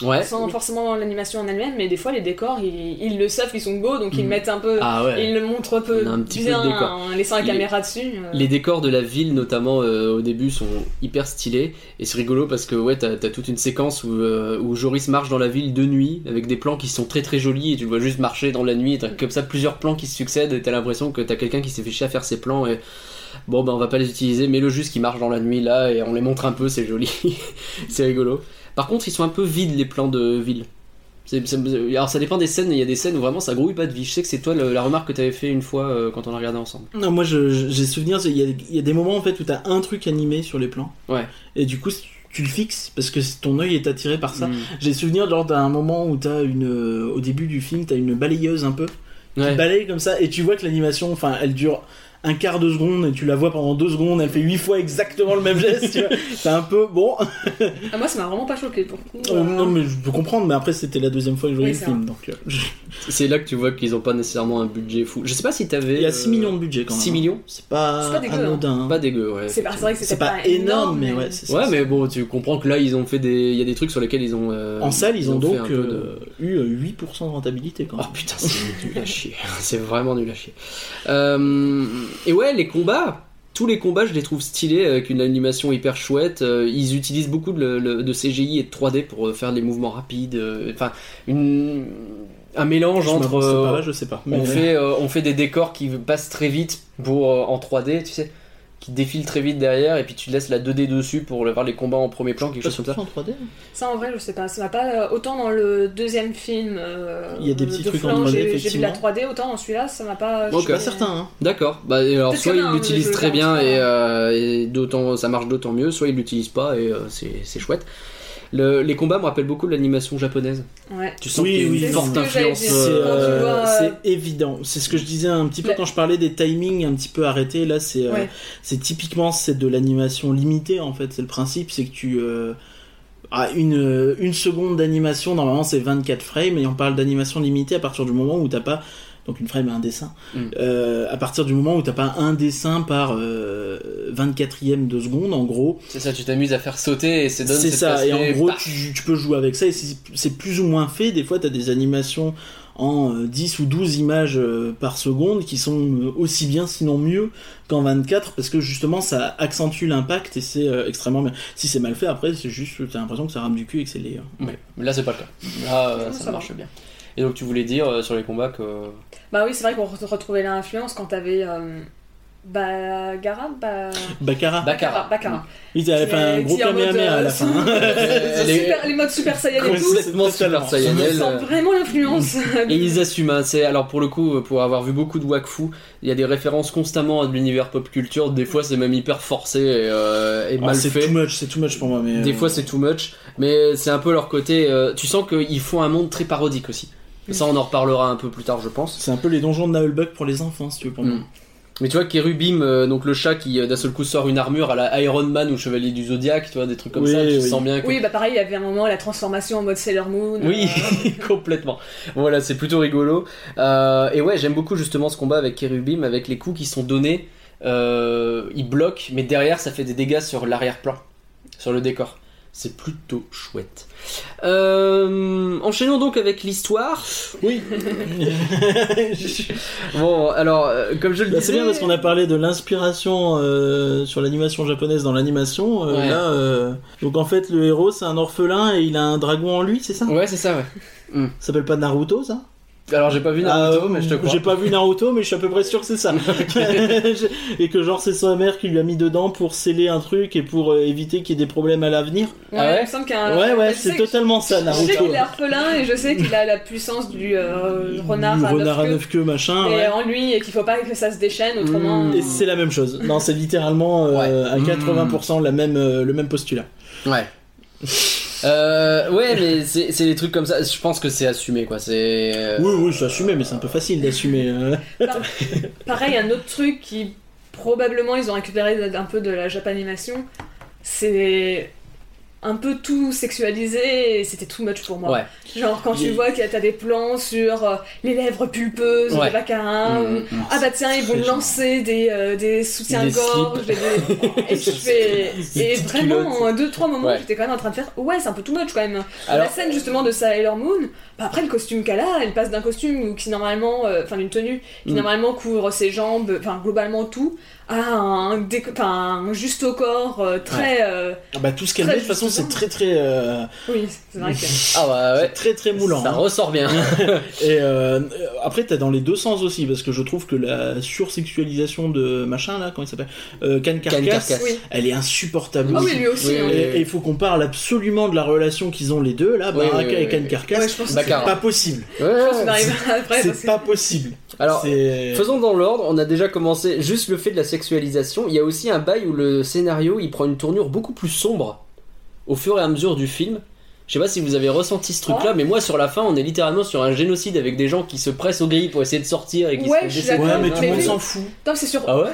Speaker 1: Ouais.
Speaker 7: Sans forcément l'animation en elle-même, mais des fois les décors, ils, ils le savent qu'ils sont beaux, donc ils
Speaker 3: Mm.
Speaker 7: mettent un peu.
Speaker 1: Ah ouais.
Speaker 7: Ils le montrent un peu
Speaker 1: On a un petit peu
Speaker 7: bien,
Speaker 1: de décor.
Speaker 7: en laissant la
Speaker 1: Les-
Speaker 7: caméra dessus. euh.
Speaker 1: Les décors de la ville, notamment euh, au début, sont hyper stylés. Et c'est rigolo parce que ouais, t'as t'as toute une séquence où, euh, où Joris marche dans la ville de nuit avec des plans qui sont très très jolis. Et tu le vois juste marcher dans la nuit. Et t'as comme ça plusieurs plans qui se succèdent. Et t'as l'impression que t'as quelqu'un qui s'est fait chier à faire ses plans. Et bon, ben on va pas les utiliser. Mais le juste qui marche dans la nuit là et on les montre un peu, c'est joli. (laughs) c'est rigolo. Par contre, ils sont un peu vides les plans de ville. C'est- c'est- alors ça dépend des scènes, il y a des scènes où vraiment ça grouille pas de vie. Je sais que c'est toi le- la remarque que t'avais fait une fois euh, quand on a regardé ensemble.
Speaker 3: Non, moi je- je- j'ai souvenir, c'est- il y, a- il y a des moments en fait où t'as un truc animé sur les plans.
Speaker 1: Ouais.
Speaker 3: Et du coup, tu le fixes parce que ton œil est attiré par
Speaker 1: Mm.
Speaker 3: ça. J'ai souvenir genre d'un moment où t'as une euh, au début du film t'as une balayeuse un peu qui
Speaker 1: Ouais.
Speaker 3: balaye comme ça et tu vois que l'animation enfin elle dure un quart de seconde et tu la vois pendant deux secondes elle fait huit fois exactement le même geste
Speaker 1: (laughs)
Speaker 3: tu vois c'est un peu bon
Speaker 7: Ah, moi, ça m'a vraiment pas choqué pour le coup.
Speaker 3: Euh,
Speaker 7: euh,
Speaker 3: non mais je peux comprendre mais après c'était la deuxième fois que je voyais
Speaker 7: Oui,
Speaker 3: le
Speaker 7: c'est
Speaker 3: film donc euh, je-
Speaker 1: C'est là que tu vois qu'ils ont pas nécessairement un budget fou. Je sais pas si t'avais.
Speaker 3: il y
Speaker 1: euh,
Speaker 3: a 6 millions de budget quand même
Speaker 1: 6 millions
Speaker 3: c'est pas,
Speaker 7: C'est pas dégueu,
Speaker 3: anodin hein.
Speaker 1: Pas dégueu, ouais.
Speaker 7: Euh, C'est pas- c'est vrai que
Speaker 3: c'est
Speaker 7: c'était
Speaker 3: pas, énorme mais ouais c'est ça.
Speaker 1: Ouais, mais bon, tu comprends que là, ils ont fait des. Il y a des trucs sur lesquels ils ont. euh,
Speaker 3: en salle ils ont,
Speaker 1: fait
Speaker 3: donc
Speaker 1: un peu de-
Speaker 3: euh, eu euh, 8% de rentabilité quand
Speaker 1: Oh
Speaker 3: même
Speaker 1: putain, c'est (laughs) nul à chier. C'est vraiment nul à chier. Euh, Et ouais, les combats. Tous les combats, je les trouve stylés avec une animation hyper chouette. Euh, Ils utilisent beaucoup de, le- de CGI et de 3D pour euh, faire les mouvements rapides. Euh, Enfin, une... un mélange
Speaker 3: Je
Speaker 1: entre.
Speaker 3: m'avance
Speaker 1: euh,
Speaker 3: pas là je sais pas
Speaker 1: On
Speaker 3: Mais-
Speaker 1: fait, euh, on fait des décors qui passent très vite pour, euh, en 3D, tu sais, qui défilent très vite derrière, et puis tu laisses la 2D dessus pour voir les combats en premier plan, quelque chose comme ça.
Speaker 3: en 3D
Speaker 7: Ça en vrai, je sais pas. Ça m'a pas. euh, Autant dans le deuxième film. euh,
Speaker 3: Il y a des
Speaker 7: de
Speaker 3: petits trucs en
Speaker 7: Flan,
Speaker 3: 3D,
Speaker 7: j'ai- J'ai vu de la
Speaker 3: effectivement.
Speaker 7: 3D, autant dans celui-là, ça m'a pas.
Speaker 1: Ok.
Speaker 3: je suis pas certain hein.
Speaker 1: D'accord. Bah, et alors,
Speaker 7: Peut-être
Speaker 1: soit
Speaker 7: qu'il y en a
Speaker 1: ils
Speaker 7: un, mais je
Speaker 1: l'utilisent
Speaker 7: le
Speaker 1: très bien
Speaker 7: garantis
Speaker 1: et,
Speaker 7: pas.
Speaker 1: euh, et d'autant ça marche d'autant mieux, soit ils l'utilisent pas et euh, c'est c'est chouette. Le- les combats me rappellent beaucoup de l'animation japonaise.
Speaker 7: Ouais.
Speaker 1: Tu sens
Speaker 3: Oui,
Speaker 1: qu'il y a
Speaker 3: oui,
Speaker 1: une
Speaker 3: c'est
Speaker 1: forte
Speaker 7: ce que j'allais
Speaker 1: influence.
Speaker 7: dire.
Speaker 3: C'est
Speaker 1: euh,
Speaker 7: Quand tu vois,
Speaker 3: euh,
Speaker 7: euh,
Speaker 3: c'est évident. C'est ce que je disais un petit peu
Speaker 7: la-
Speaker 3: quand je parlais des timings un petit peu arrêtés. Là, c'est euh,
Speaker 7: Ouais.
Speaker 3: c'est typiquement c'est de l'animation limitée en fait. C'est le principe, c'est que tu euh, as une euh, une seconde d'animation. Normalement, c'est 24 frames et on parle d'animation limitée à partir du moment où t'as pas donc une frame et un dessin.
Speaker 1: Mm.
Speaker 3: Euh, à partir du moment où t'as pas un dessin par euh, 24e de seconde, en gros,
Speaker 1: C'est ça, tu t'amuses à faire sauter et c'est donne
Speaker 3: c'est
Speaker 1: cette bah,
Speaker 3: ça, et en
Speaker 1: aspect-
Speaker 3: gros,
Speaker 1: paf.
Speaker 3: tu, tu peux jouer avec ça, et c'est c'est plus ou moins fait. Des fois, tu as des animations en euh, 10 ou 12 images euh, par seconde qui sont euh, aussi bien, sinon mieux, qu'en 24, parce que justement, ça accentue l'impact et c'est euh, extrêmement bien. Si c'est mal fait, après, c'est juste, que t'as l'impression que ça rame du cul et que c'est les. euh,
Speaker 1: Ouais. Mais là, c'est pas le cas. Là, euh,
Speaker 7: Non,
Speaker 1: ça,
Speaker 7: ça va.
Speaker 1: marche bien. Et donc, tu voulais dire euh, sur les combats que.
Speaker 7: (laughs)
Speaker 1: (laughs)
Speaker 7: Bah oui, c'est vrai qu'on re- retrouvait l'influence quand t'avais. Euh... Bagara bah...
Speaker 3: Baccarat.
Speaker 1: Baccarat.
Speaker 7: Baccarat.
Speaker 3: Oui, t'avais fait un
Speaker 7: J'ai
Speaker 3: gros
Speaker 7: dit en mode,
Speaker 3: Kamehameha à la
Speaker 7: euh,
Speaker 3: fin. hein.
Speaker 1: Euh,
Speaker 7: Les...
Speaker 1: les-
Speaker 7: Super, les modes Super Saiyan et tout.
Speaker 1: complètement
Speaker 3: Totalement.
Speaker 1: Super Saiyan.
Speaker 7: On
Speaker 1: elle,
Speaker 7: sent
Speaker 1: euh,
Speaker 7: vraiment l'influence.
Speaker 1: (laughs) Et ils assument, hein, c'est alors pour le coup, pour avoir vu beaucoup de Wakfu, il y a des références constamment à de l'univers pop culture, des fois c'est même hyper forcé et, euh, et
Speaker 3: Ah,
Speaker 1: mal
Speaker 3: c'est
Speaker 1: fait.
Speaker 3: too much, c'est too much pour moi. Mais
Speaker 1: Des
Speaker 3: euh,
Speaker 1: fois c'est too much, mais c'est un peu leur côté. euh, tu sens qu'ils font un monde très parodique aussi. Ça, on en reparlera un peu plus tard, je pense.
Speaker 3: c'est un peu les donjons de Naulbuck pour les enfants, si tu veux, pour
Speaker 1: Mm.
Speaker 3: moi.
Speaker 1: Mais tu vois, Kerubim, euh, donc le chat qui euh, d'un seul coup sort une armure à la Iron Man ou Chevalier du Zodiaque, tu vois, des trucs comme
Speaker 3: Oui,
Speaker 1: ça, tu
Speaker 3: oui.
Speaker 1: sens bien que
Speaker 7: Oui, bah pareil, il y avait un moment la transformation en mode Sailor Moon.
Speaker 1: Oui, (laughs)
Speaker 7: euh,
Speaker 1: complètement. Voilà, c'est plutôt rigolo. Euh, et ouais, j'aime beaucoup justement ce combat avec Kerubim, avec les coups qui sont donnés. Euh, il bloque, mais derrière, ça fait des dégâts sur l'arrière-plan, sur le décor. C'est plutôt chouette. Euh, enchaînons donc avec l'histoire.
Speaker 3: Oui.
Speaker 1: (laughs) Bon, alors, euh, comme je le
Speaker 3: Bah,
Speaker 1: disais...
Speaker 3: c'est bien parce qu'on a parlé de l'inspiration euh, sur l'animation japonaise dans l'animation. euh,
Speaker 1: Ouais.
Speaker 3: Là, euh, donc en fait, le héros c'est un orphelin et il a un dragon en lui, c'est ça
Speaker 1: Ouais, c'est ça, ouais.
Speaker 3: Ça s'appelle pas Naruto, ça
Speaker 1: Alors, j'ai pas vu Naruto,
Speaker 3: Ah,
Speaker 1: mais je te crois.
Speaker 3: J'ai pas vu Naruto, mais je suis à peu près sûr que
Speaker 1: (laughs)
Speaker 3: c'est ça. (laughs) et que genre c'est sa mère qui lui a mis dedans pour sceller un truc et pour euh, éviter qu'il y ait des problèmes à l'avenir.
Speaker 7: Ouais,
Speaker 1: Ah ouais
Speaker 7: il me semble qu'un.
Speaker 3: ouais, ouais,
Speaker 7: je
Speaker 3: c'est
Speaker 7: sais que-
Speaker 3: totalement ça,
Speaker 7: Je sais
Speaker 3: Naruto.
Speaker 7: qu'il est orphelin et je sais qu'il a la puissance du euh, renard,
Speaker 3: Du
Speaker 7: à neuf
Speaker 3: à
Speaker 7: queues.
Speaker 3: neuf queues, machin.
Speaker 7: Et
Speaker 3: ouais.
Speaker 7: en lui, et qu'il faut pas que ça se déchaîne, autrement.
Speaker 1: Mmh.
Speaker 3: Et c'est la même chose. Non, c'est littéralement euh,
Speaker 1: Ouais. Mmh.
Speaker 3: à 80% la même, euh, le même postulat.
Speaker 1: Ouais. Euh, ouais, mais c'est c'est des trucs comme ça. Je pense que c'est assumé, quoi. C'est. euh,
Speaker 3: Oui, oui, c'est assumé, mais c'est un peu facile d'assumer. euh.
Speaker 7: Pareil, un autre truc qui probablement ils ont récupéré un peu de la japanimation, c'est un peu tout sexualisé et c'était too much pour moi.
Speaker 1: Ouais.
Speaker 7: Genre quand tu
Speaker 3: Il-
Speaker 7: vois que t'as des plans sur euh, les lèvres pulpeuses
Speaker 1: Ouais.
Speaker 7: de Baccarin, ou
Speaker 1: Mm, mm.
Speaker 7: ah bah tiens ils vont
Speaker 3: Très
Speaker 7: lancer des, euh, des soutiens-gorge et, des...
Speaker 1: (laughs)
Speaker 7: et je fais- et
Speaker 3: petites
Speaker 7: vraiment
Speaker 3: culottes.
Speaker 7: en deux trois moments
Speaker 1: Ouais.
Speaker 7: j'étais quand même en train de faire ouais c'est un peu too much quand même
Speaker 1: Alors-
Speaker 7: la scène justement de Sailor Moon bah, après le costume qu'elle a elle passe d'un costume ou qui normalement euh, enfin d'une tenue qui
Speaker 3: Mm.
Speaker 7: normalement couvre ses jambes enfin globalement tout à un, dé- enfin, un juste au corps euh, très euh,
Speaker 3: Ah bah, tout ce qu'elle
Speaker 7: Très
Speaker 3: met, de toute façon, c'est
Speaker 7: justement.
Speaker 3: très très, euh,
Speaker 7: oui c'est
Speaker 3: (laughs)
Speaker 7: vrai que
Speaker 1: Ah bah ouais.
Speaker 3: très très moulant.
Speaker 1: Ça
Speaker 3: hein.
Speaker 1: ressort bien.
Speaker 3: Et euh, après, t'as dans les deux sens aussi, parce que je trouve que la sursexualisation de machin, là, comment il s'appelle euh, Can Carcass,
Speaker 1: Carcass.
Speaker 7: oui
Speaker 3: elle est insupportable.
Speaker 7: ah
Speaker 3: aussi.
Speaker 7: oui lui aussi
Speaker 1: Oui,
Speaker 7: hein.
Speaker 1: oui.
Speaker 3: Et et il faut qu'on parle absolument de la relation qu'ils ont les deux, là,
Speaker 1: Oui,
Speaker 3: Baraka
Speaker 1: oui, oui,
Speaker 3: et Can
Speaker 1: oui.
Speaker 3: Carcass.
Speaker 7: Ouais, je pense bah, que
Speaker 3: c'est
Speaker 1: Baccarat.
Speaker 3: pas possible.
Speaker 7: je pense qu'on arrive après parce
Speaker 3: C'est
Speaker 7: que
Speaker 3: pas possible.
Speaker 1: Alors,
Speaker 3: C'est- euh,
Speaker 1: Faisons dans l'ordre, on a déjà commencé juste le fait de la sexualisation. Il y a aussi un bail où le scénario il prend une tournure beaucoup plus sombre au fur et à mesure du film. Je sais pas si vous avez ressenti ce
Speaker 7: Oh.
Speaker 1: truc là, mais moi sur la fin on est littéralement sur un génocide avec des gens qui se pressent aux grilles pour essayer de sortir et qui
Speaker 7: Ouais,
Speaker 1: se font
Speaker 7: je suis
Speaker 1: découper.
Speaker 7: d'accord,
Speaker 3: Ouais, mais tout le
Speaker 7: Mais
Speaker 3: monde
Speaker 7: oui.
Speaker 3: s'en fout.
Speaker 7: Attends, c'est sur
Speaker 1: Ah ouais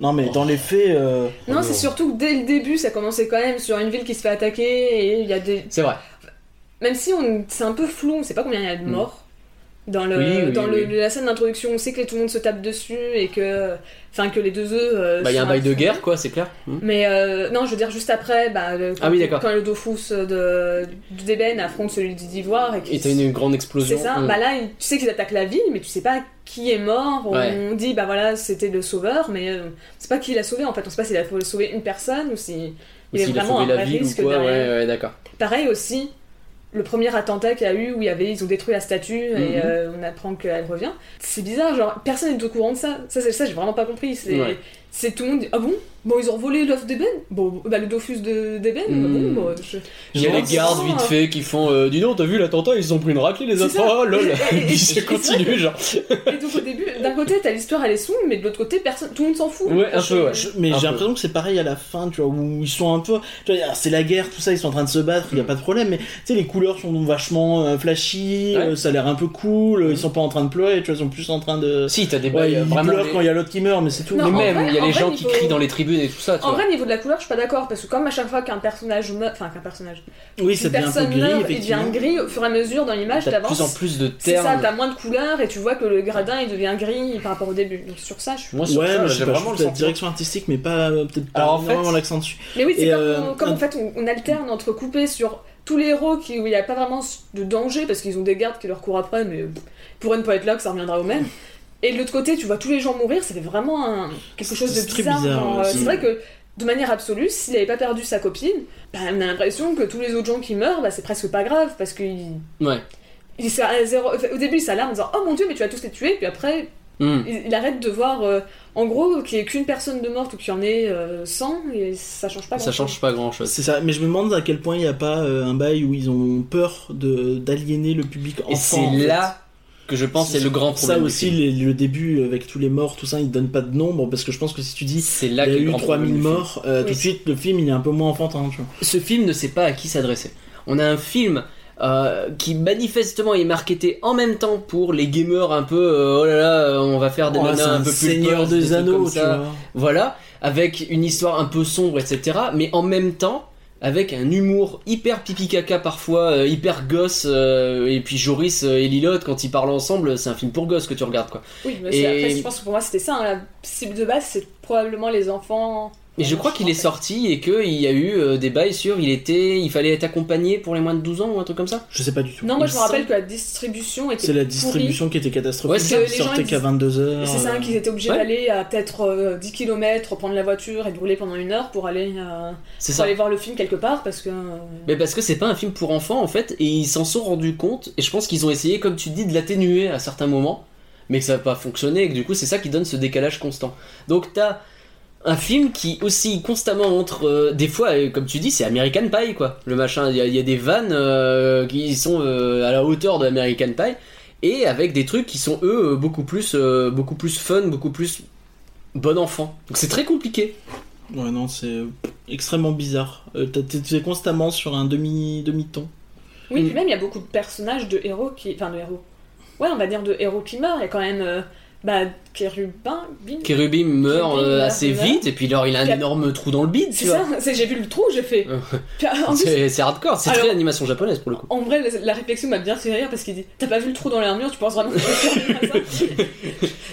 Speaker 3: Non, mais dans les faits. euh,
Speaker 7: Non, c'est surtout que dès le début, ça commençait quand même sur une ville qui se fait attaquer et il y a des.
Speaker 1: C'est vrai.
Speaker 7: Même si on, c'est un peu flou, on sait pas combien il y a de morts. Dans, le,
Speaker 1: Mm. Oui, oui,
Speaker 7: dans le-
Speaker 1: oui.
Speaker 7: la scène d'introduction, on sait que tout le monde se tape dessus et que. Enfin, que les deux œufs. euh,
Speaker 1: Bah il y a un
Speaker 7: sont-
Speaker 1: bail de guerre quoi, c'est clair. Hmm.
Speaker 7: Mais euh, non, je veux dire, juste après, bah, le- quand,
Speaker 1: Ah oui, d'accord.
Speaker 7: quand le Dofus euh, de, d'Ébène affronte celui d'Ivoire et
Speaker 1: Et
Speaker 7: qui.
Speaker 1: t'as une grande
Speaker 7: C'est
Speaker 1: explosion.
Speaker 7: ça,
Speaker 1: Hmm.
Speaker 7: bah là, ils- tu sais qu'ils attaquent la ville, mais tu sais pas qui est mort. On
Speaker 1: Ouais.
Speaker 7: dit, bah voilà, c'était le sauveur, mais euh, on sait pas qui l'a sauvé en fait. On sait pas s'il a sauvé une personne ou si.
Speaker 1: Ou
Speaker 7: il y a
Speaker 1: s'il a
Speaker 7: vraiment
Speaker 1: sauvé
Speaker 7: un
Speaker 1: la
Speaker 7: vrai
Speaker 1: ville ou
Speaker 7: risque
Speaker 1: quoi, ouais,
Speaker 7: derrière.
Speaker 1: ouais, d'accord.
Speaker 7: Pareil aussi, le premier attentat qu'il y a eu où il y avait, ils ont détruit la statue et
Speaker 1: Mhm.
Speaker 7: euh, on apprend qu'elle revient. C'est bizarre, genre personne n'est au courant de ça. Ça, c'est ça, j'ai vraiment pas compris. C'est
Speaker 1: Ouais.
Speaker 7: c'est tout le monde dit ah bon, bon ils ont volé l'œuf d'ébène, bon bah le Dofus de- d'ébène,
Speaker 1: Mhm.
Speaker 7: bon bon, je-
Speaker 1: Il y a
Speaker 7: Genre,
Speaker 1: les gardes
Speaker 7: c'est-
Speaker 1: vite fait qui font euh, Dis donc, t'as vu l'attentat, ils se sont pris une raclée les
Speaker 7: C'est
Speaker 1: autres.
Speaker 7: ça.
Speaker 1: Oh lol (laughs)
Speaker 7: Et- et-
Speaker 1: Et puis
Speaker 7: et-
Speaker 1: ça
Speaker 7: et-
Speaker 1: continue, genre.
Speaker 7: Et donc au début, d'un côté t'as l'histoire elle est sombre, mais de l'autre côté personne, tout le monde s'en fout.
Speaker 1: Ouais, un
Speaker 7: Je-
Speaker 1: peu, ouais.
Speaker 3: je- mais
Speaker 1: Un
Speaker 3: j'ai
Speaker 1: peu.
Speaker 3: l'impression que c'est pareil à la fin, tu vois, où ils sont un peu. tu vois, C'est la guerre, tout ça, ils sont en train de se battre,
Speaker 1: Mm.
Speaker 3: il n'y a pas de problème, mais tu sais, les couleurs sont vachement euh, flashy,
Speaker 1: Ouais. Mm.
Speaker 3: euh, ça a l'air un peu cool, ils sont pas en train de pleurer, tu vois, ils sont plus en train de.
Speaker 1: Si, t'as des
Speaker 3: Ouais,
Speaker 1: bails
Speaker 3: ils
Speaker 1: vraiment.
Speaker 3: pleurent
Speaker 1: des-
Speaker 3: quand il y a l'autre qui meurt, mais c'est tout.
Speaker 7: Non,
Speaker 1: Mais
Speaker 7: en
Speaker 1: même,
Speaker 7: vrai-
Speaker 1: il y a
Speaker 7: en
Speaker 1: les
Speaker 7: vrai,
Speaker 1: gens
Speaker 7: il
Speaker 1: qui
Speaker 7: faut-
Speaker 1: crient dans les tribunes et tout ça, tu
Speaker 7: En
Speaker 1: vois.
Speaker 7: vrai, niveau de la couleur, je suis pas d'accord parce que comme à chaque fois qu'un personnage meurt, enfin qu'un personnage,
Speaker 3: oui, ça
Speaker 7: une
Speaker 3: devient un
Speaker 7: personne
Speaker 3: peu gris,
Speaker 7: meurt, il devient
Speaker 3: effectivement.
Speaker 7: gris au fur et à mesure dans l'image,
Speaker 1: T'as de plus en
Speaker 7: t'avances.
Speaker 1: plus de
Speaker 7: C'est ça,
Speaker 1: termes.
Speaker 7: t'as moins de couleurs et tu vois que le gradin il devient gris par rapport au début. Donc sur ça, je suis.
Speaker 1: Moi, sur
Speaker 3: Ouais,
Speaker 1: ça,
Speaker 3: mais je
Speaker 1: j'ai
Speaker 3: sais pas, je
Speaker 1: vraiment
Speaker 3: trouve
Speaker 1: le
Speaker 3: que la
Speaker 1: sentiment.
Speaker 3: direction artistique, mais pas euh, peut-être pas
Speaker 1: Alors, en fait-
Speaker 3: énormément l'accent dessus.
Speaker 7: Mais oui, c'est
Speaker 3: Et,
Speaker 7: comme,
Speaker 3: euh,
Speaker 7: comme
Speaker 3: un-
Speaker 7: en fait on, on alterne entre couper sur tous les héros qui, où il n'y a pas vraiment de danger parce qu'ils ont des gardes qui leur courent après, mais pff, pour une poète là ça reviendra au même. Et de l'autre côté, tu vois tous les gens mourir, ça fait vraiment un- quelque chose
Speaker 3: C'est
Speaker 7: de
Speaker 3: très
Speaker 7: bizarre.
Speaker 3: bizarre,
Speaker 7: genre,
Speaker 3: ouais,
Speaker 7: euh,
Speaker 3: c'est-
Speaker 7: c'est vrai que de manière absolue, s'il n'avait pas perdu sa copine, bah, on a l'impression que tous les autres gens qui meurent, bah, c'est presque pas grave parce qu'il.
Speaker 1: Ouais.
Speaker 7: Il s'est à zéro- enfin, Au début, il s'alarme en disant Oh mon dieu, mais tu vas tous les tuer, puis après,
Speaker 1: Hmm.
Speaker 7: il, il arrête de voir, euh, en gros, qu'il n'y ait qu'une personne de morte ou qu'il y en ait euh, 100, et ça change pas
Speaker 1: Ça
Speaker 7: grand-chose.
Speaker 1: change pas grand chose.
Speaker 3: C'est ça, mais je me demande à quel point il n'y a pas euh, un bail où ils ont peur de- d'aliéner le public enfant.
Speaker 1: Et
Speaker 3: en
Speaker 1: c'est
Speaker 3: fait.
Speaker 1: là que je pense c'est le grand problème.
Speaker 3: Ça
Speaker 1: du
Speaker 3: aussi,
Speaker 1: film.
Speaker 3: les- le début avec tous les morts, tout ça, ils donnent pas de nombre parce que je pense que si tu dis
Speaker 1: C'est
Speaker 3: il y
Speaker 1: là
Speaker 3: a
Speaker 1: que le
Speaker 3: eu
Speaker 1: grand problème
Speaker 3: 3000
Speaker 1: du film.
Speaker 3: morts, euh,
Speaker 7: Oui.
Speaker 3: tout de suite le film il est un peu moins enfantin. Tu vois.
Speaker 1: Ce film ne sait pas à qui s'adresser. On a un film. euh, qui manifestement est marketé en même temps pour les gamers un peu euh, oh là là on va faire des
Speaker 3: Oh, c'est
Speaker 1: nanas un, peu plus
Speaker 3: Seigneur des Anneaux, tu vois.
Speaker 1: voilà avec une histoire un peu sombre etc mais en même temps avec un humour hyper pipi caca parfois euh, hyper gosse euh, et puis Joris euh, et Lilotte quand ils parlent ensemble c'est un film pour gosses que tu regardes quoi
Speaker 7: Oui, mais
Speaker 1: Et-
Speaker 7: c'est- après, je pense que pour moi c'était ça. hein, La cible de base, c'est probablement les enfants.
Speaker 1: Et je crois qu'il est sorti et qu'il y a eu euh, des bails sur il était, il fallait être accompagné pour les moins de 12 ans ou un truc comme ça.
Speaker 3: Je sais pas du tout.
Speaker 7: Non, moi
Speaker 1: Il
Speaker 7: je me rappelle que la distribution était.
Speaker 3: C'est la
Speaker 7: pourrie.
Speaker 3: distribution qui était
Speaker 1: Ouais,
Speaker 3: catastrophique,
Speaker 1: c'est
Speaker 7: que
Speaker 3: qui
Speaker 7: les gens,
Speaker 3: sortait
Speaker 7: ils
Speaker 3: qu'à euh.
Speaker 7: disent-
Speaker 3: 22h.
Speaker 7: C'est ça, hein, qu'ils étaient obligés
Speaker 1: Ouais.
Speaker 7: d'aller à peut-être euh, 10 km, prendre la voiture et de rouler pendant une heure pour aller, euh,
Speaker 1: C'est
Speaker 7: pour
Speaker 1: ça.
Speaker 7: aller voir le film quelque part parce que. euh,
Speaker 1: Mais parce que c'est pas un film pour enfants en fait et ils s'en sont rendus compte et je pense qu'ils ont essayé comme tu dis de l'atténuer à certains moments mais que ça n'a pas fonctionné et que du coup c'est ça qui donne ce décalage constant. Donc t'as un film qui oscille constamment entre euh, des fois euh, comme tu dis c'est American Pie quoi le machin il y, a- il y a des vannes euh, qui sont euh, à la hauteur de American Pie et avec des trucs qui sont eux euh, beaucoup plus euh, beaucoup plus fun beaucoup plus bon enfant donc c'est très compliqué
Speaker 3: Ouais, non, c'est euh, extrêmement bizarre. Euh, t'as- t'es t'es constamment sur un demi-ton. demi demi-ton.
Speaker 7: Oui,
Speaker 1: mm.
Speaker 7: puis même, il y a beaucoup de personnages de héros qui. Enfin, de héros. Ouais, on va dire de héros qui meurent. Il y a quand même. euh, bah, Kérubin. Bin-
Speaker 1: Kérubim meurt
Speaker 7: Kérubim
Speaker 1: euh,
Speaker 7: meurt,
Speaker 1: assez
Speaker 7: meurt.
Speaker 1: vite, et puis alors il a un
Speaker 7: Cap-
Speaker 1: énorme trou dans le bide, tu
Speaker 7: C'est
Speaker 1: vois.
Speaker 7: ça, c'est- j'ai vu le trou, j'ai fait. Puis, euh, en, plus,
Speaker 1: C'est c'est hardcore, c'est
Speaker 7: Alors-
Speaker 1: très animation japonaise pour le
Speaker 3: (laughs)
Speaker 1: coup.
Speaker 7: en vrai, la, la réflexion m'a bien fait rire parce qu'il dit T'as pas vu le trou dans l'armure, tu penses vraiment que Kérubin a ça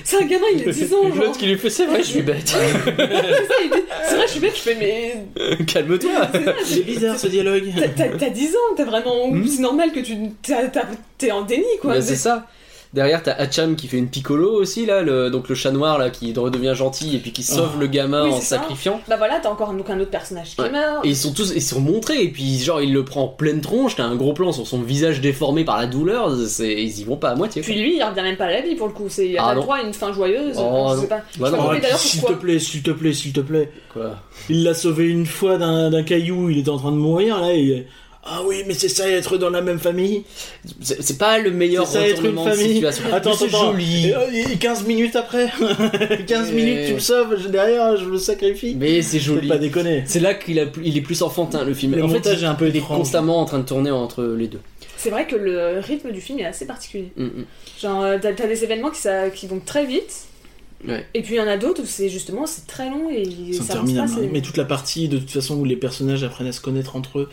Speaker 7: C'est un gamin, il a 10 ans,
Speaker 3: hein.
Speaker 7: genre.
Speaker 1: L'autre qui lui fait, c'est vrai, je suis bête.
Speaker 7: C'est ça, il dit, C'est vrai, je suis bête, je fais, mais.
Speaker 1: (laughs)
Speaker 3: (laughs)
Speaker 1: Calme-toi.
Speaker 3: C'est bizarre ce dialogue.
Speaker 7: T'as- T'as t'as 10 ans, t'as vraiment.
Speaker 1: Hmm.
Speaker 7: C'est normal que tu. t'as- t'as- T'es en déni, quoi.
Speaker 1: Bah, c'est ça. Derrière, t'as Hacham qui fait une piccolo aussi, là, le, donc le chat noir là, qui redevient gentil et puis qui sauve
Speaker 3: Oh.
Speaker 1: le gamin
Speaker 7: Oui,
Speaker 1: en
Speaker 7: c'est ça.
Speaker 1: sacrifiant.
Speaker 7: Bah voilà, t'as encore un, donc un autre personnage qui
Speaker 1: Ouais.
Speaker 7: meurt.
Speaker 1: Et ils sont tous ils sont montrés, et puis genre il le prend en pleine tronche, t'as un gros plan sur son visage déformé par la douleur, c'est- ils y vont pas à moitié.
Speaker 7: Puis
Speaker 1: quoi.
Speaker 7: lui, il revient même pas à la vie pour le coup. C'est, il a
Speaker 1: Ah
Speaker 7: pas le
Speaker 1: non.
Speaker 7: droit à une fin joyeuse.
Speaker 1: Oh,
Speaker 7: je
Speaker 1: non.
Speaker 7: sais pas.
Speaker 1: Bah
Speaker 7: je me
Speaker 1: non.
Speaker 7: rappelle
Speaker 3: Oh,
Speaker 7: d'ailleurs
Speaker 3: s'il te
Speaker 7: pourquoi.
Speaker 3: plaît, s'il te plaît, s'il te plaît.
Speaker 1: Quoi.
Speaker 3: Il l'a sauvé une fois d'un d'un caillou, il était en train de mourir là. Et... Ah oui, mais c'est ça être dans la même (laughs) famille.
Speaker 1: C'est c'est pas le meilleur
Speaker 3: C'est ça, être
Speaker 1: retournement
Speaker 3: une
Speaker 1: de
Speaker 3: famille.
Speaker 1: situation.
Speaker 3: Attends,
Speaker 1: Mais c'est
Speaker 3: attends,
Speaker 1: joli.
Speaker 3: Et, euh, et 15 minutes après, (laughs) 15
Speaker 1: Et-
Speaker 3: minutes, tu me sauves, je- derrière, je me sacrifie.
Speaker 1: Mais c'est
Speaker 3: Faut
Speaker 1: joli.
Speaker 3: pas déconner.
Speaker 1: C'est là qu'il a plus- il est plus enfantin le film.
Speaker 3: Le
Speaker 1: en fait,
Speaker 3: montage
Speaker 1: il,
Speaker 3: est un peu
Speaker 1: il est
Speaker 3: étrange.
Speaker 1: constamment en train de tourner entre les deux.
Speaker 7: C'est vrai que le rythme du film est assez particulier.
Speaker 1: Mm, mm.
Speaker 7: Genre, euh, t'as, t'as des événements qui, ça, qui vont très vite.
Speaker 1: Ouais.
Speaker 7: Et puis il y en a d'autres où c'est justement c'est très long et
Speaker 3: C'est
Speaker 7: ça avance pas.
Speaker 3: interminable. hein.
Speaker 7: c'est-
Speaker 3: Mais toute la partie, de toute façon, où les personnages apprennent à se connaître entre eux,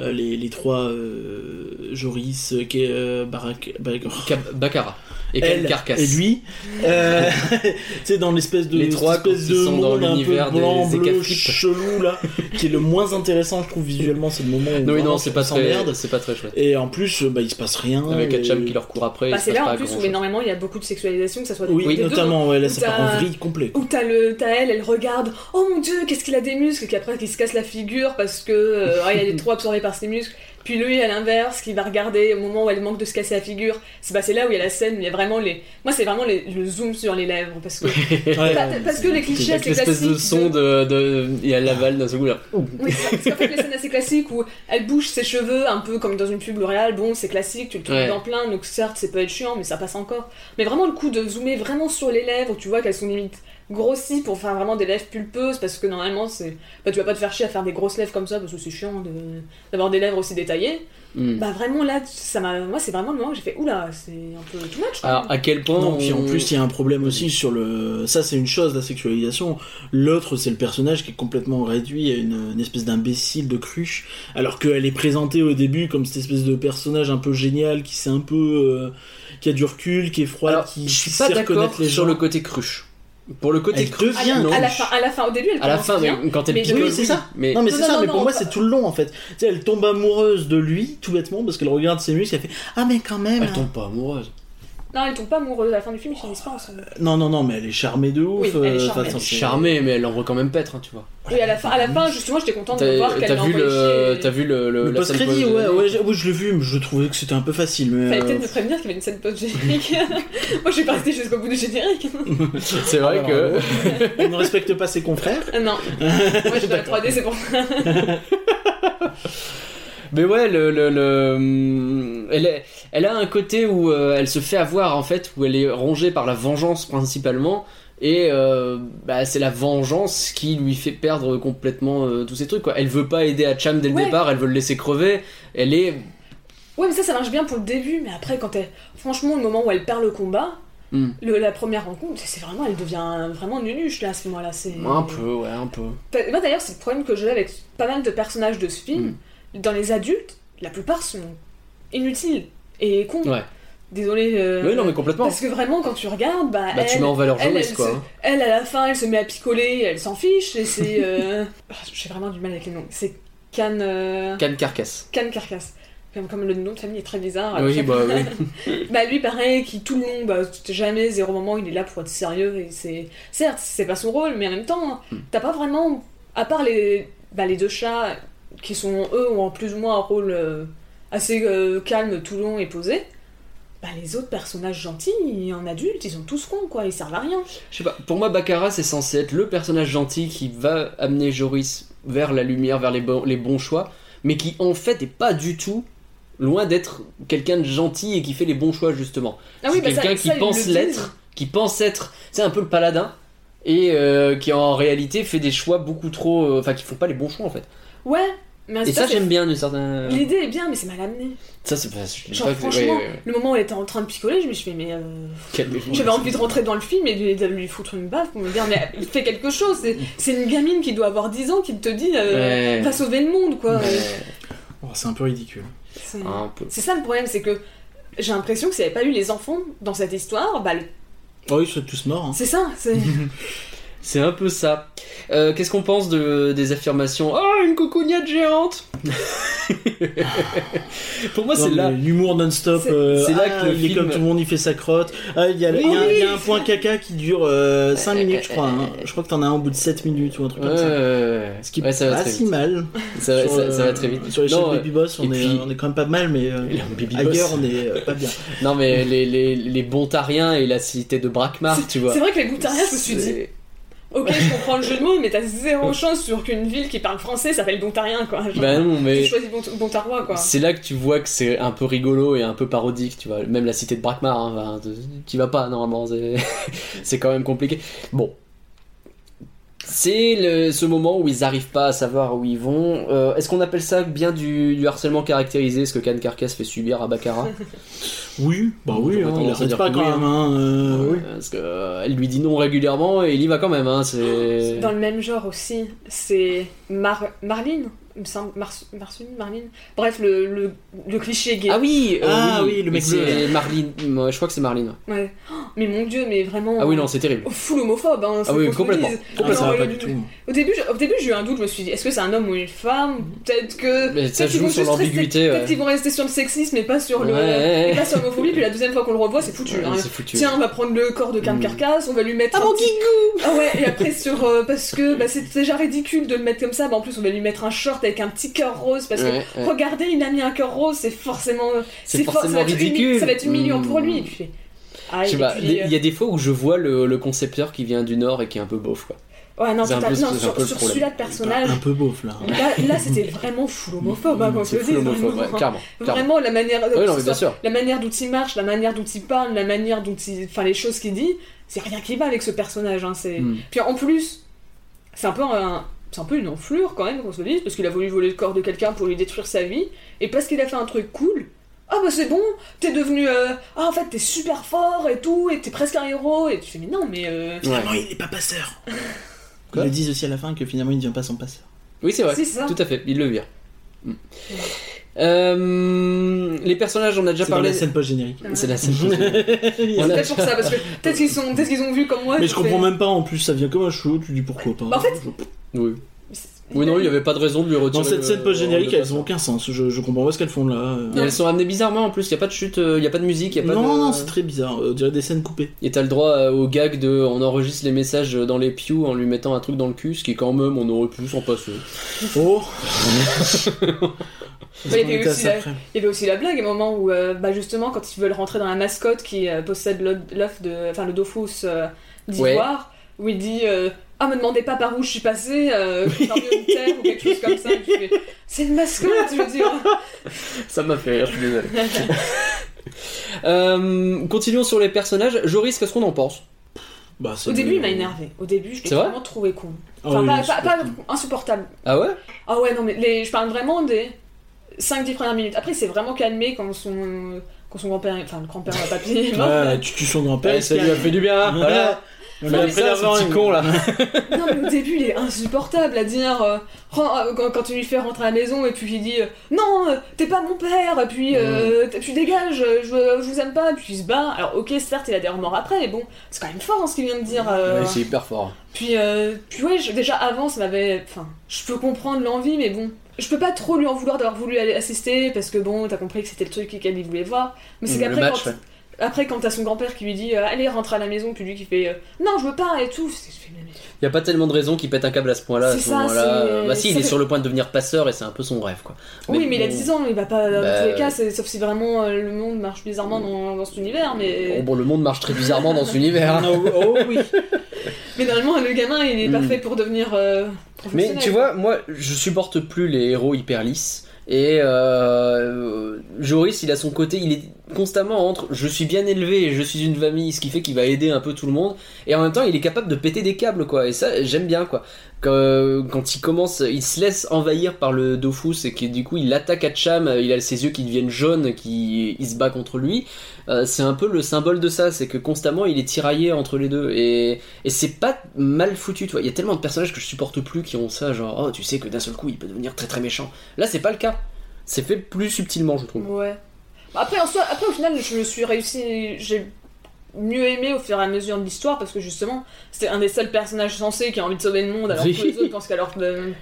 Speaker 3: euh, les, les trois, euh, Joris, euh, Ke- euh, Barak, Barak-
Speaker 1: Cap- Baccarat. Et
Speaker 3: elle
Speaker 1: quelle carcasse.
Speaker 3: et lui,
Speaker 1: (laughs)
Speaker 3: euh, c'est dans l'espèce de
Speaker 1: Les trois
Speaker 3: cette espèce
Speaker 1: qui
Speaker 3: de
Speaker 1: sont dans
Speaker 3: monde un
Speaker 1: l'univers
Speaker 3: peu
Speaker 1: des-
Speaker 3: blanc,
Speaker 1: des
Speaker 3: bleu,
Speaker 1: cafés.
Speaker 3: chelou là, qui est le moins intéressant je trouve visuellement, c'est le moment où
Speaker 1: Non, oui,
Speaker 3: vraiment,
Speaker 1: non, c'est pas,
Speaker 3: ça
Speaker 1: très...
Speaker 3: s'emmerde.
Speaker 1: c'est pas très chouette.
Speaker 3: Et en plus, euh, bah, il se passe rien.
Speaker 1: Avec
Speaker 3: et-
Speaker 1: Hacham qui leur court après.
Speaker 7: Bah,
Speaker 1: il se
Speaker 7: c'est
Speaker 1: passe
Speaker 7: là
Speaker 1: pas
Speaker 7: en plus où
Speaker 1: grand-chose. (laughs)
Speaker 7: énormément il y a beaucoup de sexualisation, que ça soit des-
Speaker 3: Oui,
Speaker 7: des deux,
Speaker 3: notamment, ouais, là ça
Speaker 7: Où
Speaker 3: part en
Speaker 7: t'as-
Speaker 3: vrille complet. quoi.
Speaker 7: Où t'as, le, t'as elle, elle regarde, oh mon dieu, qu'est-ce qu'il a des muscles, et puis après qu'il se casse la figure parce que euh, ah, il est trop absorbé par ses muscles. Puis lui, à l'inverse, qui va regarder au moment où elle manque de se casser la figure. C'est bah, c'est là où il y a la scène, mais il y a vraiment les. Moi, c'est vraiment les- le zoom sur les lèvres parce que,
Speaker 3: Ouais,
Speaker 7: pa-
Speaker 3: ouais,
Speaker 7: (laughs) parce que les clichés
Speaker 1: Avec
Speaker 7: assez
Speaker 1: l'espèce
Speaker 7: classiques.
Speaker 1: de son de. de... Et elle l'avale d'un seul coup là.
Speaker 7: Oui, c'est ça. parce qu'en fait, les scènes assez classiques où elle bouge ses cheveux un peu comme dans une pub L'Oréal, bon, c'est classique, tu le trouves
Speaker 1: Ouais.
Speaker 7: dans plein, donc certes, c'est peut être chiant, mais ça passe encore. Mais vraiment, le coup de zoomer vraiment sur les lèvres, où tu vois qu'elles sont limite grossies pour faire vraiment des lèvres pulpeuses, parce que normalement, c'est. Bah, tu vas pas te faire chier à faire des grosses lèvres comme ça, parce que c'est chiant de- d'avoir des lèvres aussi détaillées.
Speaker 1: Hmm.
Speaker 7: Bah, vraiment, là, ça m'a. Moi, c'est vraiment le moment où j'ai fait, oula, c'est un peu too much, quoi.
Speaker 1: Alors, à quel point.
Speaker 3: Non, puis en
Speaker 1: on-
Speaker 3: plus, il y a un problème aussi sur le. Ça, c'est une chose, la sexualisation. L'autre, c'est le personnage qui est complètement réduit à une, une espèce d'imbécile de cruche, alors qu'elle est présentée au début comme cette espèce de personnage un peu génial qui sait un peu. euh, qui a du recul, qui est froid,
Speaker 1: Alors,
Speaker 3: qui,
Speaker 1: je suis
Speaker 3: qui
Speaker 1: pas
Speaker 3: sait
Speaker 1: d'accord
Speaker 3: reconnaître les gens.
Speaker 1: sur le côté cruche. Pour le côté
Speaker 3: Elle
Speaker 1: cruche.
Speaker 7: à, la-
Speaker 3: devient,
Speaker 1: non.
Speaker 7: à la fin, à la fin, au début, elle
Speaker 1: À la
Speaker 7: commence
Speaker 1: fin,
Speaker 7: bien.
Speaker 1: mais quand elle
Speaker 7: mais
Speaker 1: picole,
Speaker 7: oui,
Speaker 3: c'est ça.
Speaker 1: Mais
Speaker 3: Non mais
Speaker 7: Non,
Speaker 3: c'est
Speaker 7: non,
Speaker 3: ça,
Speaker 7: non,
Speaker 3: mais
Speaker 7: non,
Speaker 3: pour moi
Speaker 7: pas-
Speaker 3: c'est tout le long en fait. Tu sais, elle tombe amoureuse de lui, tout bêtement, parce qu'elle regarde ses muscles, elle fait Ah mais quand même
Speaker 1: elle tombe pas amoureuse.
Speaker 7: Non, elle tombe pas amoureuse à la fin du film, ils finissent pas ensemble.
Speaker 1: Euh,
Speaker 3: Non non non mais elle est charmée de ouf
Speaker 7: Oui, elle est
Speaker 3: euh,
Speaker 7: charmée.
Speaker 3: enfin,
Speaker 1: Elle est
Speaker 3: c'est-
Speaker 1: charmée, mais elle en veut quand même paître, hein, tu vois.
Speaker 7: Oui, à la fin, à la fin justement, j'étais contente de voir
Speaker 1: T'as
Speaker 7: qu'elle
Speaker 1: t'as
Speaker 7: l'a
Speaker 1: vu,
Speaker 7: envoyé
Speaker 1: le...
Speaker 7: chez-
Speaker 1: t'as vu le. le-
Speaker 3: Le
Speaker 1: la scène
Speaker 3: post-crédit,
Speaker 1: post-
Speaker 3: ouais, ouais, je- oui, je l'ai vu, mais je trouvais que c'était un peu facile. Mais,
Speaker 7: Fallait peut-être
Speaker 3: euh,
Speaker 7: me prévenir qu'il y avait une scène post-générique. (laughs) Moi, je suis pas restée jusqu'au bout du générique.
Speaker 1: (laughs) C'est
Speaker 3: Ah,
Speaker 1: vrai que.
Speaker 3: euh, on ne respecte pas ses confrères.
Speaker 7: Ah, non. (laughs) Moi, je suis dans la 3D, c'est pour ça.
Speaker 1: Mais ouais, le, le, le- hum, Elle, est- elle a un côté où euh, elle se fait avoir en fait, où elle est rongée par la vengeance principalement, et euh, bah, c'est la vengeance qui lui fait perdre complètement euh, tous ces trucs. Quoi. Elle veut pas aider à Cham dès le
Speaker 7: Ouais.
Speaker 1: départ, elle veut le laisser crever. Elle est.
Speaker 7: Ouais, mais ça, ça marche bien pour le début, mais après, quand elle. Franchement, le moment où elle perd le combat,
Speaker 1: Hmm.
Speaker 7: le- la première rencontre, c'est vraiment. Elle devient vraiment nunuche, là, à ce moment-là. C'est...
Speaker 1: Un peu, ouais, un peu.
Speaker 7: T'as- Moi, d'ailleurs, c'est le problème que j'ai avec pas mal de personnages de ce film.
Speaker 1: Hmm.
Speaker 7: Dans les adultes, la plupart sont inutiles et cons.
Speaker 1: Ouais.
Speaker 7: Désolée. euh,
Speaker 1: Oui, non, mais complètement.
Speaker 7: Parce que vraiment, quand tu regardes, bah.
Speaker 1: Bah, tu
Speaker 7: elle-
Speaker 1: mets en valeur
Speaker 7: elle,
Speaker 1: Joris,
Speaker 7: elle
Speaker 1: quoi. hein.
Speaker 7: se- Elle, à la fin, elle se met à picoler, elle s'en fiche,
Speaker 1: (laughs)
Speaker 7: et c'est. Euh... ah, J'ai vraiment du mal avec les noms. C'est Can. euh,
Speaker 1: Canne carcasse.
Speaker 7: Can Carcass. Comme, comme le nom de famille est très bizarre. alors
Speaker 1: Oui,
Speaker 7: chaque-
Speaker 1: bah oui.
Speaker 7: Bah, lui, pareil, qui tout le long, bah, t- jamais, zéro moment, il est là pour être sérieux, et c'est. Certes, c'est pas son rôle, mais en même temps, hein,
Speaker 1: Hmm.
Speaker 7: t'as pas vraiment. À part les, bah, les deux chats, qui sont eux, ont en plus ou moins un rôle euh, assez euh, calme, tout long et posé. Bah, les autres personnages gentils, en adulte, ils sont tous cons, quoi, ils servent à rien.
Speaker 1: Je sais pas, pour moi, Baccarat, c'est censé être le personnage gentil qui va amener Joris vers la lumière, vers les, bons- les bons choix, mais qui en fait est pas du tout loin d'être quelqu'un de gentil et qui fait les bons choix, justement.
Speaker 7: Ah oui,
Speaker 1: c'est
Speaker 7: bah, ça-
Speaker 1: quelqu'un
Speaker 7: ça,
Speaker 1: qui
Speaker 7: ils
Speaker 1: pense
Speaker 7: le disent.
Speaker 1: l'être, qui pense être, c'est un peu le paladin, et euh, qui en réalité fait des choix beaucoup trop. euh, Enfin, qui font pas les bons choix en fait.
Speaker 7: Ouais, mais
Speaker 1: Et
Speaker 7: Ah, ça,
Speaker 1: ça,
Speaker 7: c'est-
Speaker 1: j'aime bien d'une certaine.
Speaker 7: L'idée est bien, mais c'est mal amené.
Speaker 1: Ça, c'est pas. je dis
Speaker 7: Genre,
Speaker 1: pas que- ouais,
Speaker 7: franchement,
Speaker 1: ouais, ouais.
Speaker 7: le moment où elle était en train de picoler, je me suis fait, mais. euh,
Speaker 1: Calmez-vous.
Speaker 7: J'avais envie de rentrer dans le film et de, de lui foutre une baffe pour me dire, mais euh, fais quelque chose. C'est- C'est une gamine qui doit avoir 10 ans qui te dit, euh,
Speaker 1: Ouais.
Speaker 7: va sauver le monde, quoi.
Speaker 1: Ouais. Ah.
Speaker 3: Oh, c'est un peu ridicule.
Speaker 7: C'est-
Speaker 1: Un peu.
Speaker 7: C'est ça le problème, c'est que j'ai l'impression que s'il n'y avait pas eu les enfants dans cette histoire, bah, le-
Speaker 3: Oh, ils sont tous morts. hein.
Speaker 7: c'est ça.
Speaker 1: (laughs)
Speaker 7: c'est-
Speaker 1: C'est un peu ça. Euh, Qu'est-ce qu'on pense de, des affirmations Oh, une cocognade géante (laughs) Pour moi,
Speaker 3: Non,
Speaker 1: c'est
Speaker 3: mais
Speaker 1: là.
Speaker 3: L'humour non-stop.
Speaker 7: C'est-
Speaker 3: euh,
Speaker 1: c'est là
Speaker 3: ah,
Speaker 1: que le
Speaker 3: il est
Speaker 1: film-
Speaker 3: comme tout le monde, il fait sa crotte. Ah, Il y, a le- il y a- il y a un point caca qui dure 5 minutes, je crois. hein. Je crois que t'en as un au bout de 7 minutes ou un truc comme ça.
Speaker 1: Euh, Ouais,
Speaker 3: Ce qui
Speaker 1: ouais, ça va
Speaker 3: pas
Speaker 1: très
Speaker 3: si
Speaker 1: vite.
Speaker 3: mal.
Speaker 1: Ça,
Speaker 3: Sur,
Speaker 1: ça- ça va
Speaker 3: euh,
Speaker 1: très vite.
Speaker 3: Sur les
Speaker 1: Non,
Speaker 3: chefs
Speaker 1: euh,
Speaker 3: Baby Boss, on
Speaker 1: et
Speaker 3: est,
Speaker 1: puis-
Speaker 3: on est quand même pas mal, mais euh,
Speaker 1: Les Baby Boss.
Speaker 3: ailleurs, on est euh, pas bien.
Speaker 1: non, mais les, les, les bontariens et la cité de Brakmar, tu vois.
Speaker 7: C'est vrai que les Goutariens, je me suis dit, ok, je comprends le jeu de mots, mais t'as zéro chance sur qu'une ville qui parle français s'appelle Bontarien, quoi. Genre,
Speaker 1: Bah non, mais.
Speaker 7: Tu choisis Bont- Bontarois, quoi.
Speaker 1: C'est là que tu vois que c'est un peu rigolo et un peu parodique, tu vois. Même la cité de Brakmar, hein, va- t'y vas pas normalement, c'est- (laughs) c'est quand même compliqué. Bon. C'est le- ce moment où ils arrivent pas à savoir où ils vont. Euh, Est-ce qu'on appelle ça bien du, du harcèlement caractérisé, ce que Can Carcass fait subir à Baccarat
Speaker 7: (laughs)
Speaker 3: Oui, bah oui,
Speaker 1: J'aurais
Speaker 3: hein, il
Speaker 1: tendance à
Speaker 3: arrête
Speaker 1: dire
Speaker 3: pas
Speaker 1: que
Speaker 3: quand
Speaker 1: oui, Ah
Speaker 3: même. hein, euh, oui.
Speaker 1: Parce que euh, elle lui dit non régulièrement et il y va quand même. Hein, c'est-
Speaker 7: (gasps) Dans le même genre aussi, c'est Mar Marline il me semble, Mar Marceline, Marline Bref, le, le, le cliché gay.
Speaker 1: ah oui, euh,
Speaker 3: Ah oui, le mec
Speaker 1: mais
Speaker 3: bleu,
Speaker 1: c'est Marlene. Ouais, Je crois que c'est Marlene.
Speaker 7: Ouais. Oh, mais mon dieu, mais vraiment.
Speaker 1: Ah oui, non, c'est terrible.
Speaker 7: Full homophobe, hein, c'est
Speaker 1: oui,
Speaker 7: qu'on se le
Speaker 1: complètement.
Speaker 7: dise.
Speaker 3: Ah, ça
Speaker 7: Non,
Speaker 3: va
Speaker 7: le-
Speaker 3: pas du tout.
Speaker 7: Au début, je- au début, j'ai eu un doute, je me suis dit, est-ce que c'est un homme ou une femme Peut-être que.
Speaker 1: Mm. Mais ça
Speaker 7: peut-être qu'ils
Speaker 1: joue
Speaker 7: vont
Speaker 1: sur
Speaker 7: juste rester-
Speaker 1: l'ambiguïté.
Speaker 7: Peut-être
Speaker 1: ouais.
Speaker 7: qu'ils vont rester sur le sexisme et pas sur Oh, le.
Speaker 1: Ouais, ouais, ouais.
Speaker 7: et pas sur l'homophobie, puis la deuxième fois qu'on le revoit, c'est foutu. hein.
Speaker 1: Ouais, c'est foutu.
Speaker 7: Tiens, on va prendre le corps de Carne
Speaker 1: Mm.
Speaker 7: Carcasse, on va lui mettre.
Speaker 3: Ah,
Speaker 7: un
Speaker 3: mon
Speaker 7: petit- (laughs) Ah ouais, et après, sur. euh, parce que bah, c'est déjà ridicule de le mettre comme ça, bah, en plus, on va lui mettre un short avec un petit cœur rose, parce que.
Speaker 1: Ouais, ouais.
Speaker 7: Regardez, il a mis un cœur rose, c'est forcément.
Speaker 1: C'est
Speaker 7: for-
Speaker 1: forcément
Speaker 7: ça va être humi-
Speaker 1: ridicule.
Speaker 7: Ça va être humiliant
Speaker 1: Mm.
Speaker 7: pour lui. Et puis, ah,
Speaker 1: Je sais
Speaker 7: et
Speaker 1: pas,
Speaker 7: puis,
Speaker 1: il
Speaker 7: euh,
Speaker 1: y a des fois où je vois le, le concepteur qui vient du Nord et qui est un peu beauf, quoi.
Speaker 7: Ouais, non,
Speaker 1: c'est un
Speaker 7: putain,
Speaker 1: peu-
Speaker 7: non,
Speaker 1: c'est un
Speaker 7: sur,
Speaker 1: peu le
Speaker 7: sur
Speaker 1: problème.
Speaker 7: celui-là de personnage,
Speaker 3: Un peu beauf là.
Speaker 7: Là, là, c'était vraiment full homophobe, hein, quand je
Speaker 1: Hmm, C'est
Speaker 7: le dis.
Speaker 1: full homophobe, ouais,
Speaker 7: vraiment.
Speaker 1: clairement. clairement.
Speaker 7: Vraiment, la manière,
Speaker 1: Ouais, non,
Speaker 7: que
Speaker 1: mais
Speaker 7: ce
Speaker 1: bien
Speaker 7: soit-
Speaker 1: sûr.
Speaker 7: la manière dont il marche, la manière dont il parle, la manière dont il. Enfin, les choses qu'il dit, c'est rien qui va avec ce personnage. Hein, c'est...
Speaker 1: Mm.
Speaker 7: Puis en plus, c'est un peu un. C'est un peu une enflure quand même qu'on se le dise, parce qu'il a voulu voler le corps de quelqu'un pour lui détruire sa vie, et parce qu'il a fait un truc cool, ah bah c'est bon, t'es devenu. euh, Ah en fait t'es super fort et tout, et t'es presque un héros, et tu fais mais non mais. euh,
Speaker 1: Mm.
Speaker 3: Finalement, il n'est pas passeur.
Speaker 1: Quoi
Speaker 3: Ils le disent aussi à la fin que finalement, il ne devient pas son passeur.
Speaker 1: Oui, c'est vrai.
Speaker 7: C'est ça.
Speaker 1: Tout à fait, il le vire. Mm. Euh, les personnages, on a déjà
Speaker 3: C'est dans
Speaker 1: parlé.
Speaker 3: la
Speaker 1: (laughs)
Speaker 3: scène post-générique.
Speaker 1: C'est la
Speaker 3: (laughs)
Speaker 1: scène.
Speaker 7: C'est
Speaker 1: On a
Speaker 7: Euh, peut-être pour ça, parce que peut-être qu'ils sont, peut-être qu'ils ont vu comme moi.
Speaker 3: Mais
Speaker 7: tu
Speaker 3: je comprends
Speaker 7: fais-
Speaker 3: même pas en plus, ça vient comme un show, tu dis pourquoi pas.
Speaker 7: Bah, en fait,
Speaker 1: oui. oui, non, il n'y avait pas de raison de lui retirer.
Speaker 3: Dans cette
Speaker 1: le-
Speaker 3: scène post-générique,
Speaker 1: le-
Speaker 3: elles n'ont aucun sens. Je, je comprends pas ce qu'elles font là. euh.
Speaker 1: Et Elles sont amenées bizarrement en plus, il n'y a pas de chute, euh, il n'y a pas de musique, il a pas
Speaker 3: non,
Speaker 1: de.
Speaker 3: non, c'est très bizarre. Euh, On dirait des scènes coupées.
Speaker 1: Et t'as le droit euh, au gag de on enregistre les messages dans les pews en lui mettant un truc dans le cul, ce qui quand même on aurait pu s'en passer.
Speaker 3: (laughs) Oh
Speaker 7: il y avait
Speaker 3: On était à
Speaker 7: aussi
Speaker 3: ça
Speaker 7: la-
Speaker 3: après.
Speaker 7: Il y avait aussi la blague, au moment où, euh, bah justement, quand ils veulent rentrer dans la mascotte qui euh, possède l'o- l'œuf de, enfin le Dofus euh, d'ivoire, où il dit euh, Ah, me demandez pas par où je suis passé, euh, par une terre ou quelque chose comme ça. Et tu fais, C'est une mascotte, je veux dire.
Speaker 1: Ça m'a fait rire, je suis désolé. (laughs) Euh, continuons sur les personnages. Joris, qu'est-ce qu'on en pense
Speaker 3: Bah, (laughs) c'est
Speaker 7: Au
Speaker 3: le-
Speaker 7: début, il m'a énervé. Au début, je l'ai
Speaker 1: C'est vrai
Speaker 7: vraiment trouvé con.
Speaker 3: Ah
Speaker 7: Enfin,
Speaker 3: oui,
Speaker 7: pas,
Speaker 3: oui,
Speaker 7: pas-
Speaker 3: c'est
Speaker 7: pas
Speaker 3: pas-
Speaker 7: insupportable.
Speaker 1: Ah ouais
Speaker 7: Ah ouais, non, mais les, je parle vraiment des 5-10 premières minutes. Après, c'est vraiment calmé quand son, quand son grand-père, enfin le grand-père à papier est mort.
Speaker 3: Ouais, tu tues son grand-père.
Speaker 1: Eh, Ça lui a fait du bien, voilà.
Speaker 3: On
Speaker 1: Il a
Speaker 3: lui a
Speaker 1: fait
Speaker 3: fait
Speaker 1: un petit con là.
Speaker 7: Non, mais au début, il est insupportable à dire. euh, Ren- euh, quand, quand tu lui fais rentrer à la maison et puis il dit euh, Non, euh, t'es pas mon père, puis, euh, t- puis dégage, euh, je, veux- je vous aime pas, puis il se bat. Alors, ok, certes, il a des remords après, mais bon, c'est quand même fort hein, ce qu'il vient de dire. euh.
Speaker 1: c'est hyper fort.
Speaker 7: Puis, euh, puis ouais, je- déjà avant, ça m'avait. Enfin, je peux comprendre l'envie, mais bon. Je peux pas trop lui en vouloir d'avoir voulu aller assister parce que bon, t'as compris que c'était le truc qu'elle il voulait voir. Mais c'est
Speaker 1: Le
Speaker 7: qu'après,
Speaker 1: match,
Speaker 7: quand,
Speaker 1: ouais.
Speaker 7: après, quand t'as son grand-père qui lui dit euh, Allez, rentre à la maison, puis lui qui fait euh, Non, je veux pas et tout. c'est- je fais, Mais-
Speaker 1: Il n'y a pas tellement de raisons qu'il pète un câble à ce point-là. à
Speaker 7: C'est
Speaker 1: ce
Speaker 7: ça,
Speaker 1: moment-là.
Speaker 7: c'est-
Speaker 1: Bah si, il
Speaker 7: c'est-
Speaker 1: est sur le point de devenir passeur et c'est un peu son rêve quoi.
Speaker 7: Oui, mais il a
Speaker 1: bon,
Speaker 7: 10 ans, il va pas.
Speaker 1: Bah,
Speaker 7: dans tous les cas, c'est- sauf si vraiment euh, le monde marche bizarrement dans, dans cet univers, mais.
Speaker 1: Oh, Bon, bon, le monde marche très bizarrement
Speaker 7: (laughs)
Speaker 1: dans cet univers. hein.
Speaker 3: Oh
Speaker 1: (laughs)
Speaker 3: oui
Speaker 7: Mais normalement, le gamin, il est
Speaker 1: Mm.
Speaker 7: pas fait pour devenir. euh,
Speaker 1: Mais
Speaker 7: professionnel.
Speaker 1: tu vois, moi, je supporte plus les héros hyper lisses. Et euh, Joris, il a son côté, il est constamment entre je suis bien élevé et je suis une famille, ce qui fait qu'il va aider un peu tout le monde. Et en même temps, il est capable de péter des câbles, quoi. Et ça, j'aime bien, quoi. Quand, euh, quand il commence, il se laisse envahir par le Dofus et que du coup, il attaque Hatcham, il a ses yeux qui deviennent jaunes, qui il se bat contre lui. Euh, c'est un peu le symbole de ça, c'est que constamment, il est tiraillé entre les deux. Et, et c'est pas mal foutu, tu vois. Il y a tellement de personnages que je supporte plus qui ont ça, genre, oh, tu sais que d'un seul coup, il peut devenir très très méchant. Là, c'est pas le cas. C'est fait plus subtilement, je trouve.
Speaker 7: Ouais. Bah Après, en soi, après, au final, je me suis réussi. J'ai mieux aimé au fur et à mesure de l'histoire parce que justement, c'est un des seuls personnages sensés qui a envie de sauver le monde alors que
Speaker 1: Oui.
Speaker 7: les autres pensent qu'à leur, euh,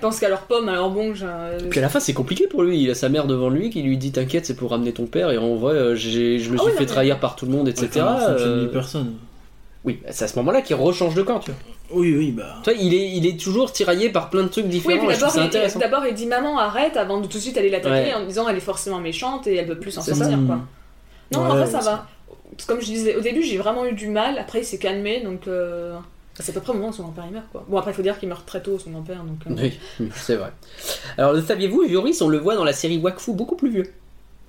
Speaker 7: pensent qu'à leur pomme. Alors bon, j'ai un-
Speaker 1: Puis à la fin, c'est compliqué pour lui. Il a sa mère devant lui qui lui dit T'inquiète, c'est pour ramener ton père. Et en vrai, euh, j'ai- je me suis
Speaker 7: Ah oui, non,
Speaker 1: fait
Speaker 7: mais-
Speaker 1: trahir par tout le monde, etc.
Speaker 3: Enfin, ça ne gêne
Speaker 1: Euh,
Speaker 3: personne.
Speaker 1: Oui, bah, c'est à ce moment-là qu'il rechange de camp. Tu vois,
Speaker 3: Oui, oui, bah.
Speaker 1: Tu vois, il, est, il est toujours tiraillé par plein de trucs différents.
Speaker 7: Oui, puis
Speaker 1: et je trouve
Speaker 7: d'abord,
Speaker 1: ça
Speaker 7: il-
Speaker 1: intéressant.
Speaker 7: il, d'abord, il dit maman, arrête avant de tout de suite aller l'attaquer
Speaker 1: Ouais.
Speaker 7: en disant elle est forcément méchante et elle veut plus s'en
Speaker 1: C'est
Speaker 7: sortir,
Speaker 3: ça.
Speaker 7: quoi. Non,
Speaker 3: Ouais,
Speaker 7: après,
Speaker 3: ouais,
Speaker 7: ça
Speaker 3: ça.
Speaker 7: va. Comme je disais, au début, j'ai vraiment eu du mal. Après, il s'est calmé, donc. euh, C'est à peu près au moment où son grand-père il meurt, quoi. Bon, après, il faut dire qu'il meurt très tôt, son grand-père, donc. euh,
Speaker 1: Oui, (laughs) c'est vrai. Alors, le saviez-vous, Joris, on le voit dans la série Wakfu, beaucoup plus vieux.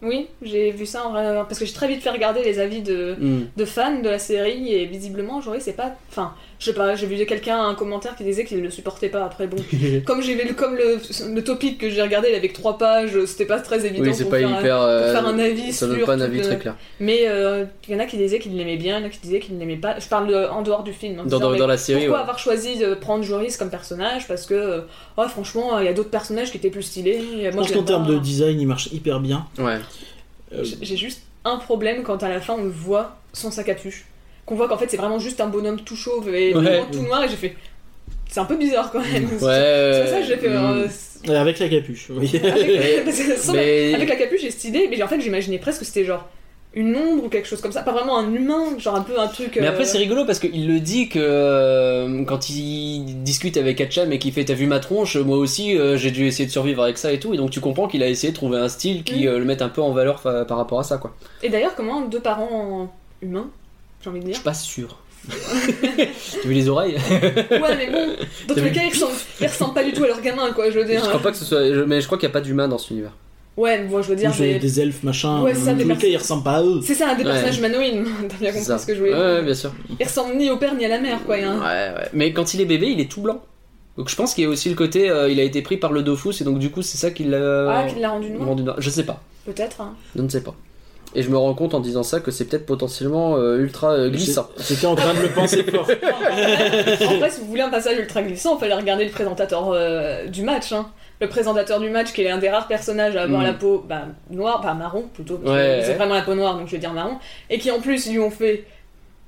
Speaker 7: Oui, j'ai vu ça en vrai, euh, parce que j'ai très vite fait regarder les avis de, de fans de la série et visiblement, j'aurais c'est pas. Enfin, je sais pas, j'ai vu quelqu'un un commentaire qui disait qu'il ne le supportait pas.
Speaker 1: (laughs)
Speaker 7: Après, bon, comme j'ai vu comme le, le topic que j'ai regardé, il avait que trois pages, c'était pas très évident
Speaker 1: oui, c'est
Speaker 7: pour
Speaker 1: pas
Speaker 7: faire un-
Speaker 1: hyper. euh,
Speaker 7: pour faire un avis
Speaker 1: ça
Speaker 7: sur
Speaker 1: donne pas un avis
Speaker 7: toute,
Speaker 1: très
Speaker 7: euh,
Speaker 1: clair.
Speaker 7: Mais euh, il y en a qui disaient qu'ils l'aimaient bien, il y en a qui disaient qu'ils ne l'aimaient pas. Je parle de- en dehors du film. en
Speaker 1: Dans,
Speaker 7: disant,
Speaker 1: dans-
Speaker 7: mais
Speaker 1: dans la série,
Speaker 7: pourquoi
Speaker 1: ouais.
Speaker 7: avoir choisi de prendre Joris comme personnage Parce que, euh, oh, franchement, il y a d'autres personnages qui étaient plus stylés. Moi,
Speaker 3: Je pense
Speaker 7: je
Speaker 3: qu'en
Speaker 7: l'aime pas.
Speaker 3: termes de design, il marche hyper bien.
Speaker 1: Ouais.
Speaker 3: Euh,
Speaker 7: J'ai- J'ai juste un problème quand à la fin on le voit sans sa capuche. Qu'on voit qu'en fait c'est vraiment juste un bonhomme tout chauve et
Speaker 1: Ouais.
Speaker 7: vraiment tout noir et j'ai fait. C'est un peu bizarre quand même. C'est
Speaker 1: Ouais.
Speaker 7: pour ça que j'ai fait.
Speaker 1: mm.
Speaker 7: euh, c'est-
Speaker 3: euh, Avec la capuche, oui.
Speaker 7: (laughs) avec, parce que sans la-
Speaker 1: Mais-
Speaker 7: avec la capuche j'ai stylé, mais en fait j'imaginais presque que c'était genre une ombre ou quelque chose comme ça. Pas vraiment un humain, genre un peu un truc.
Speaker 1: Mais
Speaker 7: euh,
Speaker 1: après, c'est rigolo parce qu'il le dit que euh, quand il discute avec Hatcham et qu'il fait T'as vu ma tronche, moi aussi euh, j'ai dû essayer de survivre avec ça et tout. Et donc tu comprends qu'il a essayé de trouver un style qui
Speaker 7: Mm.
Speaker 1: euh, le mette un peu en valeur fa- par rapport à ça, quoi.
Speaker 7: Et d'ailleurs, comment deux parents humains, j'ai envie de
Speaker 1: Je
Speaker 7: dire.
Speaker 1: suis pas
Speaker 7: (laughs)
Speaker 1: sûr. tu vu les oreilles
Speaker 7: Ouais, mais bon, dans tous
Speaker 1: vu
Speaker 7: les
Speaker 1: le
Speaker 7: cas ils ressemblent, ils ressemblent pas du tout à leur gamin quoi, je veux
Speaker 1: Je
Speaker 7: dire.
Speaker 1: crois pas que ce soit. je- Mais je crois qu'il n'y a pas d'humain dans cet univers.
Speaker 7: Ouais, moi je veux dire.
Speaker 3: Ou sur
Speaker 7: mais-
Speaker 3: des elfes, machin.
Speaker 7: Ouais, ça,
Speaker 3: en
Speaker 7: des
Speaker 3: tous les cas,
Speaker 7: personnes.
Speaker 3: ils ressemblent pas à eux.
Speaker 7: C'est ça, un des
Speaker 1: Ouais.
Speaker 7: personnages humanoïdes, (laughs) t'as bien
Speaker 1: C'est
Speaker 7: compris
Speaker 1: ça.
Speaker 7: ce que je voulais
Speaker 1: Ouais,
Speaker 7: dire.
Speaker 1: ouais, bien sûr.
Speaker 7: Il ressemble ni au père ni à la mère, quoi. il y a un-
Speaker 1: Ouais, ouais. Mais quand il est bébé, il est tout blanc. Donc je pense qu'il y a aussi le côté. euh, il a été pris par le Dofus et donc du coup, c'est ça qu'il l'a.
Speaker 7: Ah, qui l'a rendu noir
Speaker 1: rendu noir. Je sais pas.
Speaker 7: Peut-être. hein.
Speaker 1: Je ne sais pas. Et je me rends compte en disant ça que c'est peut-être potentiellement euh, ultra euh, glissant.
Speaker 3: J'étais- J'étais en train de le
Speaker 7: (laughs)
Speaker 3: penser fort.
Speaker 7: en vrai, si vous voulez un passage ultra glissant, fallait regarder le présentateur euh, du match. hein. Le présentateur du match, qui est l'un des rares personnages à avoir
Speaker 1: Mm.
Speaker 7: la peau bah, noire, bah marron plutôt, parce que
Speaker 1: Ouais,
Speaker 7: c'est
Speaker 1: ouais.
Speaker 7: vraiment la peau noire, donc je vais dire marron, et qui en plus lui ont fait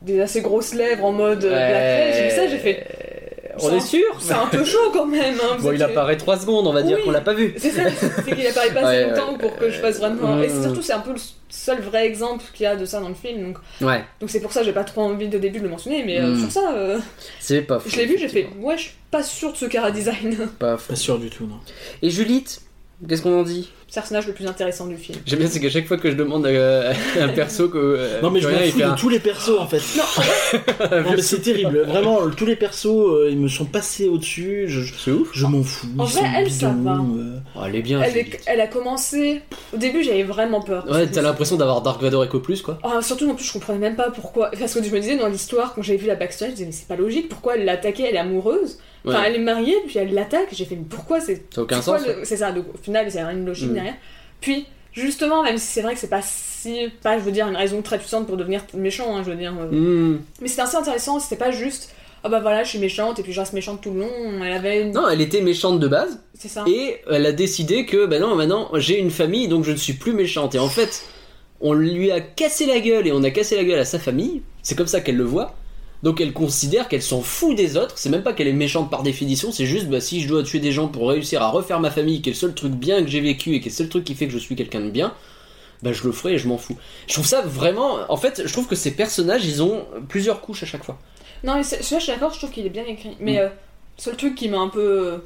Speaker 7: des assez grosses lèvres en mode euh, blackface. J'ai vu ça, j'ai fait.
Speaker 1: Euh, On
Speaker 7: Ça-
Speaker 1: est sûr
Speaker 7: C'est un peu chaud quand même. hein,
Speaker 1: (laughs)
Speaker 7: vous
Speaker 1: Bon, il
Speaker 7: êtes-
Speaker 1: apparaît 3 secondes, on va dire
Speaker 7: Oui.
Speaker 1: qu'on l'a pas vu.
Speaker 7: C'est ça,
Speaker 1: (laughs)
Speaker 7: c'est qu'il apparaît pas
Speaker 1: Ouais,
Speaker 7: assez longtemps pour que je fasse vraiment.
Speaker 1: euh,
Speaker 7: Et c'est surtout, c'est un peu le seul vrai exemple qu'il y a de ça dans le film, donc
Speaker 1: Ouais,
Speaker 7: Donc c'est pour ça que j'ai pas trop envie de début de le mentionner, mais euh,
Speaker 1: Mm.
Speaker 7: sur ça, euh,
Speaker 1: c'est pas fou.
Speaker 7: je l'ai vu, j'ai fait,
Speaker 1: effectivement.
Speaker 7: ouais, je suis pas sûre de ce cara design. (laughs)
Speaker 1: Pas fou.
Speaker 3: Pas sûr du tout, non.
Speaker 1: Et Julite Qu'est-ce qu'on en dit
Speaker 7: C'est le personnage le plus intéressant du film.
Speaker 1: J'aime bien, c'est qu'à chaque fois que je demande euh, (laughs) à un perso que. euh,
Speaker 3: Non, mais je
Speaker 1: que rien,
Speaker 3: m'en
Speaker 1: il
Speaker 3: fous
Speaker 1: fait un-
Speaker 3: de tous les persos en fait.
Speaker 1: un (laughs)
Speaker 3: Non, mais
Speaker 1: vieux-
Speaker 3: c'est terrible. Vraiment, le- tous les persos, euh, ils me sont passés au-dessus. Je, je-
Speaker 1: C'est ouf.
Speaker 3: je m'en fous.
Speaker 7: En
Speaker 3: ils
Speaker 7: vrai,
Speaker 3: sont
Speaker 7: elle, ça
Speaker 3: bidons,
Speaker 7: va.
Speaker 3: euh.
Speaker 1: Oh, elle est bien,
Speaker 7: Elle, est-
Speaker 1: Julite.
Speaker 7: elle a commencé... Au début, j'avais vraiment peur.
Speaker 1: Ouais, t'as l'impression d'avoir Dark Vador Echo Plus, quoi.
Speaker 7: Ah, surtout, non plus, je comprenais même pas pourquoi... Parce que je me disais, dans l'histoire, quand j'avais vu la backstory, je disais, mais c'est pas logique, pourquoi elle l'a attaquée, elle est amoureuse
Speaker 1: Ouais,
Speaker 7: Enfin, elle est mariée, puis elle l'attaque, j'ai fait, mais pourquoi c'est
Speaker 1: ça n'a aucun
Speaker 7: C'est quoi
Speaker 1: sens.
Speaker 7: le- C'est ça, donc au final, c'est une logique
Speaker 1: Mm.
Speaker 7: derrière. Puis, justement, même si c'est vrai que c'est pas si... Pas, je veux dire, une raison très puissante pour devenir méchant, hein, je veux dire... euh,
Speaker 1: Hmm.
Speaker 7: Mais c'était assez intéressant, c'était pas juste ah bah voilà, je suis méchante et puis je reste méchante tout le long. Elle avait une.
Speaker 1: Non, elle était méchante de base.
Speaker 7: C'est ça.
Speaker 1: Et elle a décidé que, bah non, maintenant j'ai une famille donc je ne suis plus méchante. Et en fait, on lui a cassé la gueule et on a cassé la gueule à sa famille. C'est comme ça qu'elle le voit. Donc elle considère qu'elle s'en fout des autres. C'est même pas qu'elle est méchante par définition, c'est juste, bah si je dois tuer des gens pour réussir à refaire ma famille, qui est le seul truc bien que j'ai vécu et qui est le seul truc qui fait que je suis quelqu'un de bien. Bah je le ferai et je m'en fous. Je trouve ça vraiment... En fait, je trouve que ces personnages, ils ont plusieurs couches à chaque fois.
Speaker 7: Non, mais c'est- celui-là, je suis d'accord, je trouve qu'il est bien écrit. Mais
Speaker 1: Mm.
Speaker 7: euh, le seul truc qui m'a un peu. euh,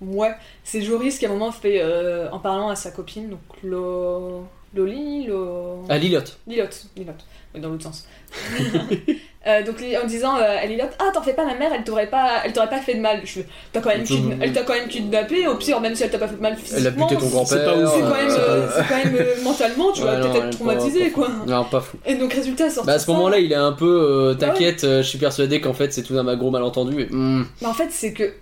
Speaker 7: Ouais, c'est Joris qui à un moment fait. euh, en parlant à sa copine, donc Lo. Loli, Lo.
Speaker 1: À Lilith.
Speaker 7: Lilotte, Lilotte. Mais dans l'autre sens. (laughs) Euh, donc lui- en disant euh, à Elliot ah t'en fais pas ma mère elle t'aurait pas elle t'aurait pas fait de mal je fais, t'as quand même kidna- elle t'a quand même kidnappé au pire même si elle t'a pas fait de mal
Speaker 1: Elle a
Speaker 7: physiquement
Speaker 1: buté ton grand-père.
Speaker 3: c'est pas ouf,
Speaker 7: c'est quand
Speaker 1: euh,
Speaker 7: même,
Speaker 1: c'est pas
Speaker 7: euh,
Speaker 1: ouf.
Speaker 7: c'est quand même euh, mentalement tu vois
Speaker 1: Ouais, non,
Speaker 7: peut-être
Speaker 1: elle est
Speaker 7: traumatisé
Speaker 1: pas-
Speaker 7: quoi
Speaker 1: Non, pas fou.
Speaker 7: et donc résultat sortir
Speaker 1: Bah à ce
Speaker 7: ça-
Speaker 1: moment-là, il est un peu euh,
Speaker 7: Bah
Speaker 1: t'inquiète, euh, je suis persuadé qu'en fait c'est tout un gros malentendu. et, hmm.
Speaker 7: Bah, en fait c'est que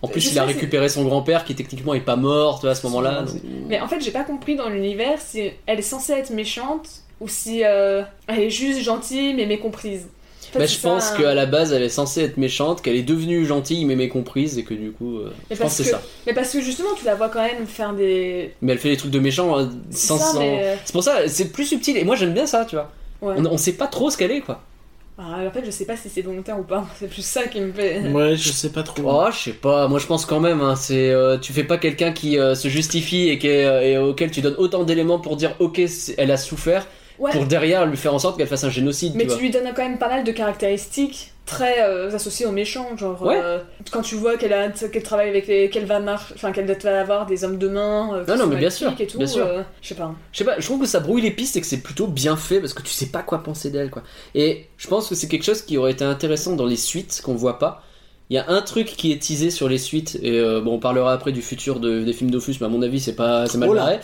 Speaker 1: En
Speaker 7: Je
Speaker 1: plus, il
Speaker 7: sais,
Speaker 1: a
Speaker 7: c'est-
Speaker 1: récupéré son grand-père qui techniquement est pas mort tu vois, à ce moment-là. donc-
Speaker 7: Mais en fait, j'ai pas compris dans l'univers si elle est censée être méchante ou si euh, elle est juste gentille mais mécomprise. En fait,
Speaker 1: Bah,
Speaker 7: c'est
Speaker 1: je pense
Speaker 7: ça, hein.
Speaker 1: qu'à la base, elle est censée être méchante, qu'elle est devenue gentille mais mécomprise et que du coup, euh,
Speaker 7: Mais
Speaker 1: je pense
Speaker 7: parce
Speaker 1: que c'est
Speaker 7: que-
Speaker 1: ça.
Speaker 7: Mais parce que justement, tu la vois quand même faire des.
Speaker 1: Mais elle fait des trucs de méchant hein,
Speaker 7: C'est
Speaker 1: sans.
Speaker 7: ça,
Speaker 1: sans-
Speaker 7: mais, euh,
Speaker 1: C'est pour ça, c'est plus subtil et moi j'aime bien ça, tu vois.
Speaker 7: Ouais.
Speaker 1: On, on sait pas trop ce qu'elle est quoi.
Speaker 7: Ah, en fait, je sais pas si c'est volontaire ou pas. (laughs) C'est plus ça qui me fait.
Speaker 1: Mmh.
Speaker 3: Ouais, je sais pas trop.
Speaker 1: Oh, je sais pas, moi je pense quand même, hein, c'est. euh, tu fais pas quelqu'un qui euh, se justifie et, qui est, euh, et auquel tu donnes autant d'éléments pour dire ok, c'est- elle a souffert,
Speaker 7: Ouais.
Speaker 1: pour derrière lui faire en sorte qu'elle fasse un génocide,
Speaker 7: Mais
Speaker 1: tu vois.
Speaker 7: tu lui donnes quand même pas mal de caractéristiques très euh, associées aux méchants, genre
Speaker 1: Ouais.
Speaker 7: euh, quand tu vois qu'elle a qu'elle travaille avec les- qu'elle va mar- enfin qu'elle va avoir des hommes de main, euh, qui
Speaker 1: Non, non,
Speaker 7: sont
Speaker 1: mais bien
Speaker 7: maléfiques
Speaker 1: sûr,
Speaker 7: et tout,
Speaker 1: bien sûr.
Speaker 7: euh, je sais pas.
Speaker 1: Je sais pas, je trouve que ça brouille les pistes et que c'est plutôt bien fait parce que tu sais pas quoi penser d'elle quoi. Et je pense que c'est quelque chose qui aurait été intéressant dans les suites qu'on voit pas. Il y a un truc qui est teasé sur les suites et euh, bon on parlera après du futur de- des films Dofus mais à mon avis c'est pas c'est mal
Speaker 3: Oh là.
Speaker 1: barré.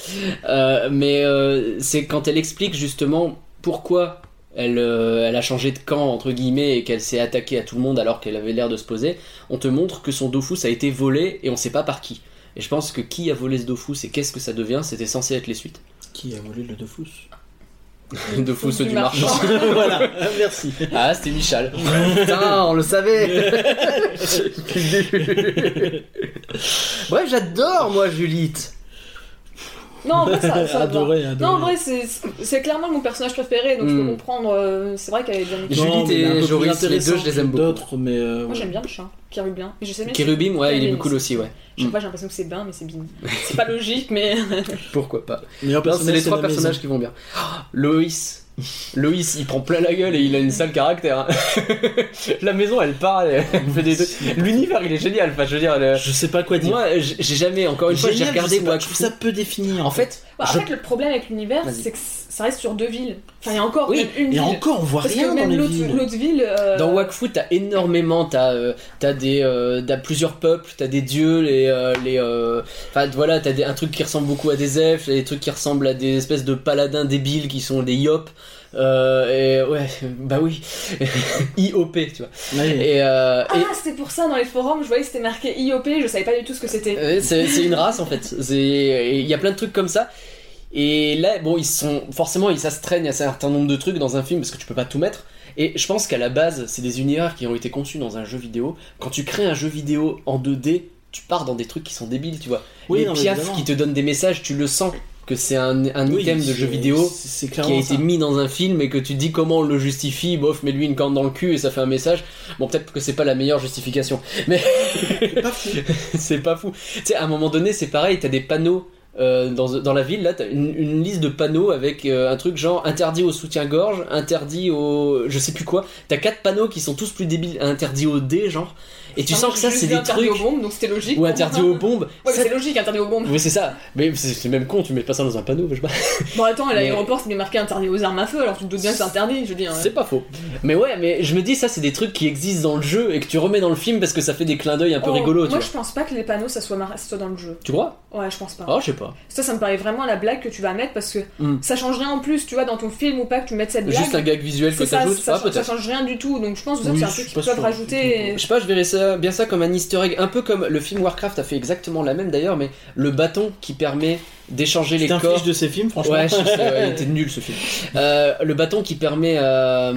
Speaker 1: Euh, mais euh, c'est quand elle explique justement pourquoi elle, euh, elle a changé de camp entre guillemets et qu'elle s'est attaquée à tout le monde alors qu'elle avait l'air de se poser, on te montre que son Dofus a été volé et on sait pas par qui. Et je pense que qui a volé ce Dofus et qu'est-ce que ça devient, c'était censé être les suites.
Speaker 3: Qui a volé le Dofus
Speaker 7: (laughs)
Speaker 3: (laughs)
Speaker 1: De fou ceux
Speaker 7: Du
Speaker 1: du marchand.
Speaker 3: Voilà, merci.
Speaker 1: (laughs) Ah, c'était Michel. Putain, on le savait. ouais, j'adore, moi, Julite.
Speaker 7: Non, en vrai, Ah, ça, ça va.
Speaker 3: Adoré, adoré.
Speaker 7: Non, en vrai, c'est c'est clairement mon personnage préféré, donc je
Speaker 1: Hmm.
Speaker 7: peux comprendre. euh, c'est vrai qu'elle est bien écrite.
Speaker 1: Julite
Speaker 3: mais il est
Speaker 1: et
Speaker 3: un peu plus
Speaker 1: Joris, les
Speaker 3: intéressant
Speaker 1: deux, je les aime
Speaker 3: que
Speaker 1: beaucoup.
Speaker 3: D'autres, mais. euh,
Speaker 7: Moi,
Speaker 3: ouais.
Speaker 7: j'aime bien le chat, qui arrive bien. Et je sais même si-
Speaker 1: Kérubim, ouais, il est
Speaker 7: Kérubim,
Speaker 1: cool aussi, Mmh. ouais.
Speaker 7: Chaque fois, j'ai l'impression que c'est bien, mais c'est bien. C'est pas logique, mais.
Speaker 1: Pourquoi pas.
Speaker 3: Meilleur
Speaker 1: Non, c'est
Speaker 3: personnage,
Speaker 1: les trois
Speaker 3: la maison.
Speaker 1: personnages qui vont bien. (gasps) Ah, Loïs. Loïs, il prend plein la gueule et il a une sale caractère. (laughs) la maison, elle parle, elle fait des trucs. L'univers, il est génial. Enfin, je veux dire, le-
Speaker 3: Je sais pas quoi dire.
Speaker 1: moi, j- j'ai jamais, encore une fois, j'ai
Speaker 3: Génial, je
Speaker 1: regardé.
Speaker 3: sais pas,
Speaker 1: Wack
Speaker 3: je trouve
Speaker 1: Fu.
Speaker 3: ça peu défini.
Speaker 1: En fait,
Speaker 7: Bah, en
Speaker 1: Je-
Speaker 7: fait, le problème avec l'univers,
Speaker 1: Vas-y.
Speaker 7: c'est que c- ça reste sur deux villes. Enfin, il y a encore
Speaker 1: Oui,
Speaker 7: même une
Speaker 3: Et
Speaker 7: ville.
Speaker 3: encore, on voit
Speaker 7: Parce
Speaker 3: rien
Speaker 7: que
Speaker 3: dans
Speaker 7: même
Speaker 3: les
Speaker 7: l'autre
Speaker 3: villes.
Speaker 7: l'autre ville. euh,
Speaker 1: Dans Wakfu, t'as énormément, t'as euh, t'as des euh, t'as plusieurs peuples, t'as des dieux, les euh, les euh, enfin voilà, t'as des- un truc qui ressemble beaucoup à des elfes, des trucs qui ressemblent à des espèces de paladins débiles qui sont des yop. Euh, et ouais, (laughs) bah oui, IOP, tu vois.
Speaker 3: Ouais.
Speaker 1: Et, euh, et-
Speaker 7: Ah, c'était pour ça, dans les forums, je voyais que c'était marqué IOP, je savais pas du tout ce que c'était.
Speaker 1: Ouais, c'est c'est une race en fait. C'est- et Il y a plein de trucs comme ça. Et là, bon, ils sont forcément, ils s'astreignent à un certain nombre de trucs dans un film parce que tu peux pas tout mettre. Et je pense qu'à la base, c'est des univers qui ont été conçus dans un jeu vidéo. Quand tu crées un jeu vidéo en 2D, tu pars dans des trucs qui sont débiles, tu vois.
Speaker 3: Oui,
Speaker 1: Les
Speaker 3: non, mais
Speaker 1: piafs
Speaker 3: évidemment.
Speaker 1: qui te donnent des messages, tu le sens que c'est un, un
Speaker 3: Oui,
Speaker 1: item de
Speaker 3: c'est-
Speaker 1: jeu vidéo
Speaker 3: c'est- C'est
Speaker 1: qui a
Speaker 3: clairement
Speaker 1: été
Speaker 3: ça.
Speaker 1: mis dans un film et que tu dis comment on le justifie, bof, mets-lui une corne dans le cul et ça fait un message. Bon, peut-être que c'est pas la meilleure justification.
Speaker 3: Pas fou.
Speaker 1: (laughs) c'est pas fou. Tu sais, à un moment donné, c'est pareil, t'as des panneaux. euh, dans, dans la ville, là, t'as une, une liste de panneaux avec euh, un truc genre interdit au soutien-gorge, interdit au. je sais plus quoi. T'as quatre panneaux qui sont tous plus débiles, interdit au dé, genre. Et tu
Speaker 7: Enfin,
Speaker 1: sens que ça,
Speaker 7: juste
Speaker 1: c'est des
Speaker 7: interdit
Speaker 1: trucs.
Speaker 7: aux bombes, donc c'était logique.
Speaker 1: Ou interdit aux bombes.
Speaker 7: Ouais, mais
Speaker 1: Ça-
Speaker 7: c'est logique, interdit aux bombes.
Speaker 1: oui, c'est ça. Mais c'est c'est même con, tu mets pas ça dans un panneau, bah, je sais pas.
Speaker 7: Bon, attends, à
Speaker 1: Mais-
Speaker 7: l'aéroport, c'était marqué interdit aux armes à feu, alors tu te doutes bien que c'est interdit, je veux dire. hein.
Speaker 1: C'est pas faux. Mais ouais, mais je me dis, ça, c'est des trucs qui existent dans le jeu et que tu remets dans le film parce que ça fait des clins d'œil un peu
Speaker 7: Oh,
Speaker 1: rigolos, tu
Speaker 7: Moi,
Speaker 1: vois.
Speaker 7: je pense pas que les panneaux, ça soit, mar- ça soit dans le jeu.
Speaker 1: Tu crois
Speaker 7: Ouais, je pense pas.
Speaker 1: Oh, je sais pas.
Speaker 7: Ça, ça me paraît vraiment à la blague que tu vas mettre parce que
Speaker 1: Mm.
Speaker 7: ça change rien en plus, tu vois, dans ton film ou pas que tu mettes cette blague.
Speaker 1: Juste un gag visuel que
Speaker 7: c'est ça,
Speaker 1: t'ajoutes
Speaker 7: ça,
Speaker 1: Ah,
Speaker 7: ça
Speaker 1: peut-être.
Speaker 7: change rien du tout. Donc, je pense que ça,
Speaker 3: Oui,
Speaker 7: c'est un
Speaker 3: je
Speaker 7: truc
Speaker 3: suis
Speaker 7: qu'ils
Speaker 3: pas
Speaker 7: peuvent
Speaker 3: sûr.
Speaker 7: rajouter. et-
Speaker 1: Je sais pas, je verrais ça bien ça comme un easter egg, un peu comme le film Warcraft a fait exactement la même d'ailleurs, mais le bâton qui permet d'échanger les
Speaker 3: C'est un
Speaker 1: corps.
Speaker 3: fiche de ces films, franchement.
Speaker 1: Ouais, je sais, ouais, il
Speaker 3: (laughs)
Speaker 1: était nul ce film. Euh, le bâton qui permet à,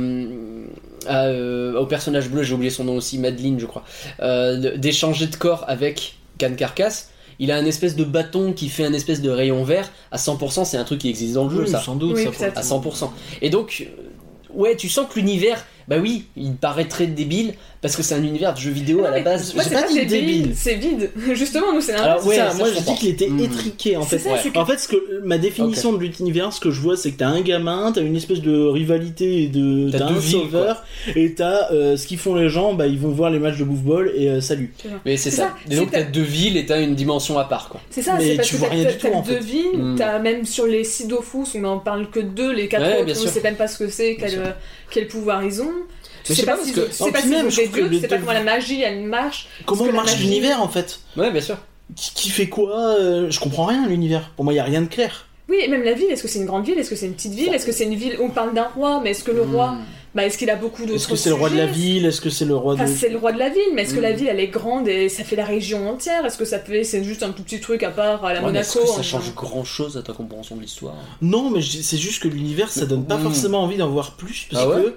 Speaker 1: à, euh, au personnage bleu, j'ai oublié son nom aussi, Madeleine, je crois, euh, de- d'échanger de corps avec Can Carcass. Il a un espèce de bâton qui fait un espèce de rayon vert. À 100%, c'est un truc qui existe dans le jeu,
Speaker 3: Oui,
Speaker 1: ça
Speaker 3: sans doute.
Speaker 7: Oui,
Speaker 3: ça, pour
Speaker 7: peut-être.
Speaker 1: à
Speaker 3: le coup.
Speaker 1: 100%. Et donc, euh, ouais, tu sens que l'univers, bah oui, il paraît très débile parce que c'est un univers de jeux vidéo à
Speaker 7: Non,
Speaker 1: la
Speaker 7: mais
Speaker 1: base.
Speaker 7: moi,
Speaker 3: j'ai
Speaker 7: c'est
Speaker 3: pas dit
Speaker 7: des
Speaker 3: débile.
Speaker 7: billes, C'est vide. (laughs) Justement, nous, c'est l'inverse.
Speaker 3: Alors Ah ouais,
Speaker 1: ça,
Speaker 3: moi
Speaker 1: je
Speaker 3: je
Speaker 1: comprends.
Speaker 3: dis qu'il était
Speaker 1: Mm.
Speaker 3: étriqué en
Speaker 7: C'est
Speaker 3: fait.
Speaker 7: ça,
Speaker 1: ouais.
Speaker 7: c'est que-
Speaker 3: En fait, ce que ma définition de l'univers, ce que je vois, c'est que t'as un gamin, t'as une espèce de rivalité et de
Speaker 1: T'as
Speaker 3: t'as
Speaker 1: deux
Speaker 3: un
Speaker 1: villes,
Speaker 3: sauveur, et t'as euh, ce qu'ils font les gens, bah ils vont voir les matchs de bouffe ball et euh, salut.
Speaker 1: Mais c'est
Speaker 7: c'est
Speaker 1: ça.
Speaker 7: ça,
Speaker 1: Et donc
Speaker 7: c'est-
Speaker 1: t'as deux villes et t'as une dimension à part quoi.
Speaker 7: C'est ça,
Speaker 3: Mais
Speaker 7: c'est parce
Speaker 3: tu
Speaker 7: que
Speaker 3: vois
Speaker 7: t'as-
Speaker 3: rien
Speaker 7: t'as-
Speaker 3: du tout, en
Speaker 7: t'as
Speaker 3: fait. Hmm.
Speaker 7: deux villes,
Speaker 1: Mm.
Speaker 7: t'as même sur les six dofus, on en parle que deux, les quatre
Speaker 1: Ouais, bien
Speaker 7: autres, on
Speaker 1: sûr.
Speaker 7: sait même pas ce que c'est,
Speaker 1: Bien
Speaker 7: quel,
Speaker 1: sûr.
Speaker 7: euh, quel pouvoir ils ont. Tu
Speaker 1: Mais je sais
Speaker 7: sais pas
Speaker 1: pas,
Speaker 7: si
Speaker 1: parce
Speaker 7: tu
Speaker 1: que-
Speaker 7: sais
Speaker 3: Non,
Speaker 7: pas
Speaker 3: puis
Speaker 7: si
Speaker 3: même,
Speaker 7: vous
Speaker 3: je
Speaker 7: des
Speaker 3: trouve que
Speaker 7: dieux, tu
Speaker 3: le
Speaker 7: sais pas
Speaker 3: dev-
Speaker 7: comment la magie elle marche.
Speaker 3: Comment
Speaker 7: Parce que la
Speaker 3: marche
Speaker 7: magie-
Speaker 3: l'univers en fait
Speaker 1: Ouais, bien sûr.
Speaker 3: qui, qui fait quoi euh, Je comprends rien à l'univers. Pour moi, il y a rien de clair.
Speaker 7: Oui, et même la ville, est-ce que c'est une grande ville Est-ce que c'est une petite ville Est-ce que c'est une ville On parle d'un roi, mais est-ce que le roi, bah, est-ce qu'il a beaucoup d'autres
Speaker 3: Hmm. Est-ce que c'est le roi de la
Speaker 7: sujets
Speaker 3: ville Est-ce que c'est le roi de.
Speaker 7: Enfin, c'est le roi de la ville, mais est-ce que
Speaker 1: Ah, Mm.
Speaker 7: la ville elle est grande et ça fait la région entière Est-ce que ça peut c'est juste un tout petit truc à part à la
Speaker 1: Ouais, mais est-ce
Speaker 7: Monaco
Speaker 1: que
Speaker 7: en-
Speaker 1: ça change grand chose à ta compréhension de l'histoire
Speaker 3: Non, mais je- c'est juste que l'univers, ça donne pas
Speaker 1: Mm.
Speaker 3: forcément envie d'en voir plus parce
Speaker 1: Ah ouais
Speaker 3: que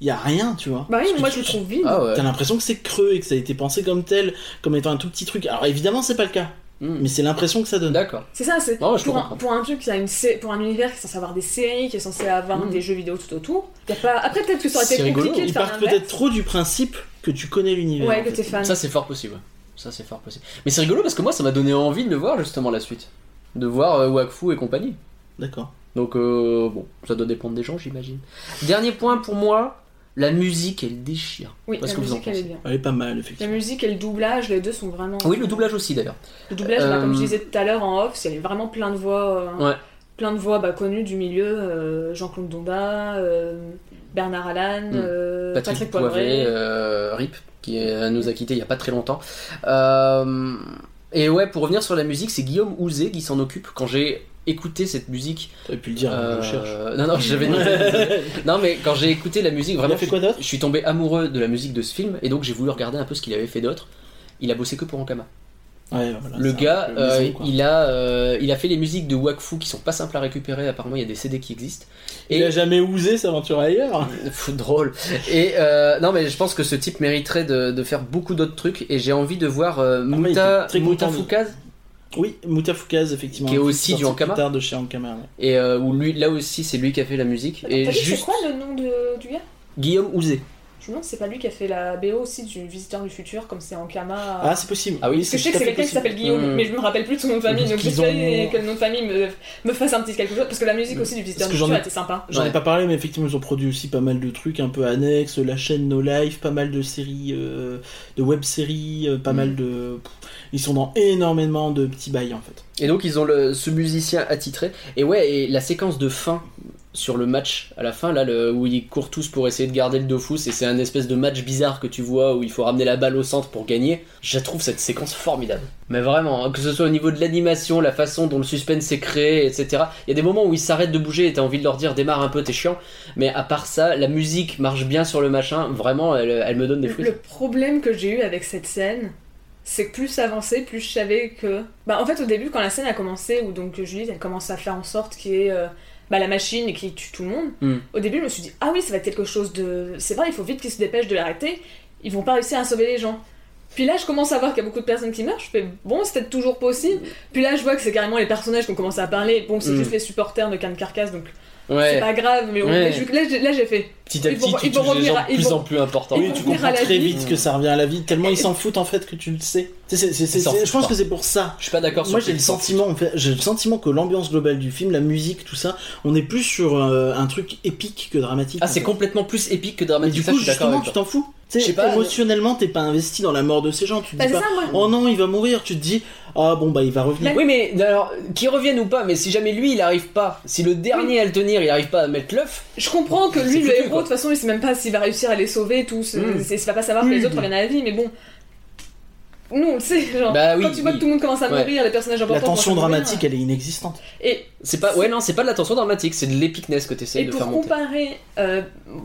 Speaker 3: il y a rien, tu vois.
Speaker 7: Bah oui,
Speaker 3: Parce que
Speaker 7: moi
Speaker 3: tu-
Speaker 7: je le trouve vide.
Speaker 1: Ah ouais.
Speaker 3: T'as l'impression que c'est creux et que ça a été pensé comme tel, comme étant un tout petit truc. Alors évidemment, c'est pas le cas,
Speaker 1: Hmm.
Speaker 3: mais c'est l'impression que ça donne.
Speaker 1: D'accord.
Speaker 7: C'est ça, c'est
Speaker 1: Ah ouais, je
Speaker 7: pour,
Speaker 1: te
Speaker 7: un,
Speaker 1: comprends.
Speaker 7: pour un truc qui a une sé- pour un univers qui est censé avoir des séries, qui est censé avoir
Speaker 1: Mm.
Speaker 7: des jeux vidéo tout autour. Y a pas... Après peut-être que ça aurait
Speaker 1: C'est
Speaker 7: été
Speaker 1: rigolo,
Speaker 7: compliqué de
Speaker 3: Ils
Speaker 7: faire
Speaker 3: partent
Speaker 7: l'inverse.
Speaker 3: peut-être trop du principe que tu connais l'univers.
Speaker 7: Ouais,
Speaker 3: en
Speaker 7: que
Speaker 3: fait.
Speaker 7: t'es fan.
Speaker 1: Ça, c'est fort possible. ouais. Ça, c'est fort possible. Mais c'est rigolo parce que moi, ça m'a donné envie de le voir justement la suite. De voir euh, Wakfu et compagnie.
Speaker 3: D'accord.
Speaker 1: Donc, euh, bon, ça doit dépendre des gens, j'imagine. Dernier point pour moi la musique, elle déchire.
Speaker 7: Oui,
Speaker 1: Parce
Speaker 7: la
Speaker 1: que vous en
Speaker 7: musique elle est
Speaker 1: pensez.
Speaker 7: bien.
Speaker 3: Elle est pas mal,
Speaker 7: La
Speaker 3: effectivement.
Speaker 7: musique et le doublage, les deux sont vraiment.
Speaker 1: Oui, le doublage aussi d'ailleurs.
Speaker 7: Le doublage, bah,
Speaker 1: Euh,
Speaker 7: comme je disais tout à l'heure en off, c'est vraiment plein de voix, euh,
Speaker 1: Ouais.
Speaker 7: plein de voix bah, connues du milieu, euh, Jean-Claude Donda, euh, Bernard Allan,
Speaker 1: Mm.
Speaker 7: euh,
Speaker 1: Patrick,
Speaker 7: Patrick
Speaker 1: Poivré,
Speaker 7: Poivret.
Speaker 1: euh, Rip, qui euh, nous a quittés il y a pas très longtemps. Euh, et ouais, pour revenir sur la musique, c'est Guillaume Ouzé qui s'en occupe quand j'ai écouté cette musique.
Speaker 3: T'aurais pu le dire,
Speaker 1: euh,
Speaker 3: on cherche.
Speaker 1: Non, non,
Speaker 3: (laughs)
Speaker 1: j'avais Non, mais quand j'ai écouté la musique,
Speaker 3: Il
Speaker 1: vraiment,
Speaker 3: a fait quoi d'autre
Speaker 1: je suis tombé amoureux de la musique de ce film et donc j'ai voulu regarder un peu ce qu'il avait fait d'autre. Il a bossé que pour Ankama.
Speaker 3: Ouais, voilà,
Speaker 1: Le
Speaker 3: Bah, c'est un
Speaker 1: gars,
Speaker 3: peu
Speaker 1: euh,
Speaker 3: maison, quoi. il...
Speaker 1: il a, euh, il a fait les musiques de Wakfu qui sont pas simples à récupérer. Apparemment, il y a des CD qui existent. Et
Speaker 3: a jamais osé s'aventurer ailleurs.
Speaker 1: Pff, drôle. Et euh, non, mais je pense que ce type mériterait de, de faire beaucoup d'autres trucs. Et j'ai envie de voir euh,
Speaker 3: Ah, mais il
Speaker 1: Muta,
Speaker 3: était très
Speaker 1: Muta
Speaker 3: content de-
Speaker 1: Fukaz,
Speaker 3: Oui, Mutafukaz, effectivement.
Speaker 1: Qui est aussi
Speaker 3: Sorti
Speaker 1: du Ankama.
Speaker 3: plus tard de chez Ankama. ouais.
Speaker 1: et euh, où lui, là aussi, c'est lui qui a fait la musique.
Speaker 7: Attends,
Speaker 1: Et
Speaker 7: t'as dit que
Speaker 1: juste
Speaker 7: C'est quoi le nom de, du gars
Speaker 1: Guillaume Ouzé.
Speaker 7: Je me demande si c'est pas lui qui a fait la BO aussi du Visiteur du Futur, comme c'est Ankama.
Speaker 3: Ah, c'est possible.
Speaker 1: Ah oui,
Speaker 7: Parce que je sais que c'est quelqu'un qui s'appelle Guillaume,
Speaker 1: Mm.
Speaker 7: mais je me rappelle plus de son nom de famille,
Speaker 3: Parce
Speaker 7: donc
Speaker 3: qu'ils
Speaker 7: j'espère
Speaker 3: ont-
Speaker 7: que le nom de famille me, me fasse un petit quelque chose, parce que la
Speaker 1: Hmm.
Speaker 7: musique aussi du Visiteur
Speaker 3: Parce
Speaker 7: du
Speaker 3: que j'en
Speaker 7: Futur
Speaker 3: ai-
Speaker 7: était sympa.
Speaker 3: J'en
Speaker 1: Ouais.
Speaker 3: ai pas parlé, mais effectivement, ils ont produit aussi pas mal de trucs un peu annexes. La chaîne No Life, pas mal de séries, euh, de web-séries, euh, pas
Speaker 1: Mhm.
Speaker 3: mal de. Pff, Ils sont dans énormément de petits bails en fait.
Speaker 1: Et donc ils ont le, ce musicien attitré. Et ouais, et la séquence de fin sur le match à la fin, là, le- où ils courent tous pour essayer de garder le Dofus, et c'est un espèce de match bizarre que tu vois où il faut ramener la balle au centre pour gagner. Je trouve cette séquence formidable. Mais vraiment, hein, que ce soit au niveau de l'animation, la façon dont le suspense s'est créé, etc. Il y a des moments où ils s'arrêtent de bouger et t'as envie de leur dire démarre un peu, t'es chiant. Mais à part ça, la musique marche bien sur le machin. Vraiment, elle, elle me donne des fruits.
Speaker 7: Le problème que j'ai eu avec cette scène, c'est que plus ça avançait, plus je savais que. Bah, en fait, au début, quand la scène a commencé, où donc Julie, elle commence à faire en sorte qu'il y ait euh, bah, la machine et qui tue tout le monde,
Speaker 1: Mm.
Speaker 7: au début, je me suis dit, ah oui, ça va être quelque chose de. C'est vrai, il faut vite qu'ils se dépêchent de l'arrêter, ils vont pas réussir à sauver les gens. Puis là, je commence à voir qu'il y a beaucoup de personnes qui meurent. Je fais bon, c'est peut-être toujours possible. Puis là, je vois que c'est carrément les personnages qui ont commencé à parler. Bon, c'est
Speaker 1: Mm.
Speaker 7: juste les supporters de Can Carcasse, donc c'est
Speaker 1: Ouais,
Speaker 7: pas grave. Mais on-
Speaker 1: Ouais.
Speaker 7: mais je- là, j'ai- là, j'ai fait.
Speaker 1: petit à
Speaker 7: ils vont-
Speaker 1: petit, tu
Speaker 7: ils vont
Speaker 1: touches des
Speaker 7: revenir
Speaker 1: gens
Speaker 7: à-
Speaker 1: de
Speaker 7: ils
Speaker 1: plus
Speaker 7: vont-
Speaker 1: en plus importants.
Speaker 7: Et
Speaker 3: oui,
Speaker 7: pour
Speaker 3: tu
Speaker 7: revenir à
Speaker 3: comprends
Speaker 7: la
Speaker 3: très
Speaker 7: vie.
Speaker 3: vite que ça revient à la vie, tellement ils
Speaker 7: (laughs)
Speaker 3: s'en foutent en fait que tu le sais. Tu sais, c'est- c'est- c'est-
Speaker 1: Ils s'en
Speaker 3: c'est- je
Speaker 1: foutent
Speaker 3: pense
Speaker 1: pas.
Speaker 3: que c'est pour ça.
Speaker 1: Je suis pas d'accord sur
Speaker 3: Moi
Speaker 1: le
Speaker 3: j'ai le
Speaker 1: fait qu'ils s'en foutent.
Speaker 3: sentiment, en fait, j'ai le sentiment que l'ambiance globale du film, la musique, tout ça, on est plus sur euh, un truc épique que dramatique.
Speaker 1: Ah,
Speaker 3: en
Speaker 1: c'est
Speaker 3: fait.
Speaker 1: complètement plus épique que
Speaker 3: Mais
Speaker 1: dramatique.
Speaker 3: du
Speaker 1: ça,
Speaker 3: coup
Speaker 1: je suis d'accord
Speaker 3: justement
Speaker 1: avec
Speaker 3: tu
Speaker 1: toi.
Speaker 3: t'en fous. Tu
Speaker 1: Je sais
Speaker 3: sais,
Speaker 1: pas,
Speaker 3: émotionnellement t'es pas investi dans la mort de ces gens. Tu te
Speaker 7: Bah,
Speaker 3: dis
Speaker 7: c'est
Speaker 3: pas,
Speaker 7: ça, moi.
Speaker 3: oh non il va mourir. Tu te dis ah bon bah il va revenir.
Speaker 1: Oui, mais alors, qu'il revienne ou pas, mais si jamais lui il arrive pas, si le dernier à le tenir il arrive pas à mettre l'œuf,
Speaker 7: Je comprends que
Speaker 1: C'est
Speaker 7: lui, le
Speaker 1: foutu,
Speaker 7: héros,
Speaker 1: quoi.
Speaker 7: de toute façon, il sait même pas s'il va réussir à les sauver tous.
Speaker 1: Mm.
Speaker 7: C'est, c'est pas savoir que les autres reviennent à la vie, mais bon. Nous, on le sait, genre.
Speaker 1: Bah oui,
Speaker 7: quand tu vois
Speaker 1: oui.
Speaker 7: que tout le monde commence à
Speaker 1: Ouais.
Speaker 7: mourir, les personnages importants.
Speaker 3: La tension
Speaker 7: commencent à mourir.
Speaker 3: dramatique elle est inexistante.
Speaker 7: Et,
Speaker 1: c'est pas. Ouais, non, c'est pas de la tension dramatique, c'est de l'épicness que t'essayes
Speaker 7: et
Speaker 1: de
Speaker 7: pour
Speaker 1: faire monter.
Speaker 7: comparer, euh,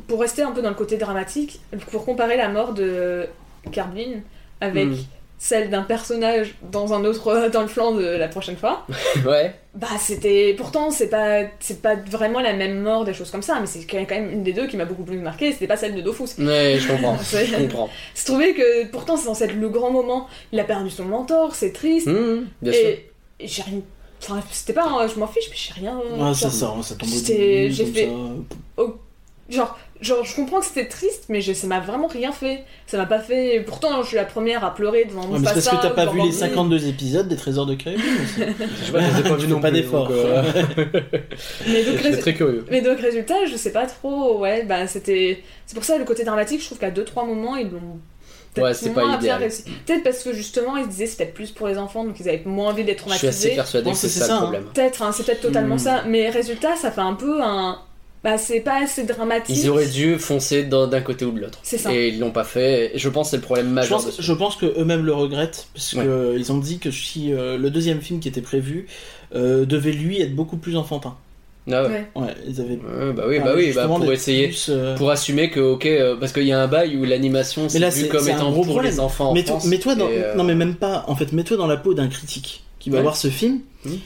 Speaker 7: pour rester un peu dans le côté dramatique, pour comparer la mort de Carbline avec
Speaker 1: Mm.
Speaker 7: celle d'un personnage dans un autre. (laughs) dans le flanc de la prochaine fois.
Speaker 1: Ouais.
Speaker 7: Bah c'était pourtant c'est pas c'est pas vraiment la même mort des choses comme ça mais c'est quand même une des deux qui m'a beaucoup plus marqué c'était pas celle de Dofus.
Speaker 1: Ouais, je
Speaker 3: (laughs)
Speaker 1: comprends.
Speaker 7: C'est-
Speaker 1: je comprends.
Speaker 7: Se trouvé que pourtant c'est censé être le grand moment il a perdu son mentor c'est triste
Speaker 3: Hmm,
Speaker 1: Hum, bien sûr.
Speaker 7: et, et j'ai rien enfin c'était pas hein, je m'en fiche mais j'ai rien euh,
Speaker 3: Ouais, ça,
Speaker 7: genre,
Speaker 3: ça, ça tombe au
Speaker 7: C'était-
Speaker 3: début,
Speaker 7: j'ai
Speaker 3: comme
Speaker 7: fait-
Speaker 3: ça.
Speaker 7: genre genre je comprends que c'était triste mais je, ça m'a vraiment rien fait ça m'a pas fait pourtant je suis la première à pleurer devant
Speaker 3: Ouais,
Speaker 7: mon
Speaker 3: mais c'est parce que t'as pas vu les
Speaker 7: 50
Speaker 3: 52 épisodes des Trésors de Caribe
Speaker 1: Je sais
Speaker 3: pas, je les ai pas
Speaker 1: pas
Speaker 3: vus non
Speaker 1: pas
Speaker 3: plus,
Speaker 1: d'effort.
Speaker 3: donc, (laughs)
Speaker 7: mais
Speaker 1: J'étais
Speaker 7: donc, rés-
Speaker 1: euh, très curieux.
Speaker 7: mais donc résultat je sais pas trop ouais bah c'était c'est pour ça le côté dramatique je trouve qu'à 2-3 moments ils l'ont peut-être
Speaker 1: Ouais, c'est pas
Speaker 7: moins bien
Speaker 1: idéal.
Speaker 7: réussi. Peut-être parce que justement ils se disaient c'était plus pour les enfants donc ils avaient moins envie d'être
Speaker 1: Je suis assez
Speaker 7: traumatisés.
Speaker 1: persuadé
Speaker 3: Non,
Speaker 1: que c'est
Speaker 3: c'est
Speaker 1: ça
Speaker 3: ça,
Speaker 1: le
Speaker 3: hein.
Speaker 1: problème.
Speaker 7: Peut-être, hein, c'est peut-être totalement
Speaker 1: Hmm.
Speaker 7: ça, mais résultat, ça fait un peu un. bah, c'est pas assez dramatique.
Speaker 1: Ils auraient dû foncer d'un d'un côté ou de l'autre.
Speaker 7: C'est ça.
Speaker 1: Et ils l'ont pas fait. Et je pense que c'est le problème
Speaker 3: Je
Speaker 1: majeur.
Speaker 3: pense,
Speaker 1: de ce-
Speaker 3: je pense que eux-mêmes le regrettent parce que ils ont dit que si euh, le deuxième film qui était prévu euh, devait lui être beaucoup plus enfantin.
Speaker 1: Ah ouais.
Speaker 7: Ouais.
Speaker 3: Ouais, ils avaient.
Speaker 1: Ouais, bah oui, bah oui, bah
Speaker 3: justement,
Speaker 1: pour
Speaker 3: d'être
Speaker 1: essayer,
Speaker 3: plus, euh,
Speaker 1: pour assumer que ok, euh, parce qu'il y a un bail où l'animation c'est
Speaker 3: là,
Speaker 1: vu
Speaker 3: c'est-
Speaker 1: comme
Speaker 3: c'est un
Speaker 1: étant
Speaker 3: gros
Speaker 1: pour
Speaker 3: problème.
Speaker 1: les enfants. en
Speaker 3: Mets-toi
Speaker 1: France,
Speaker 3: mets-toi dans,
Speaker 1: et, euh,
Speaker 3: non mais même pas. En fait, mets-toi dans la peau d'un critique qui va
Speaker 1: Ouais.
Speaker 3: voir ce film.
Speaker 1: Mhm.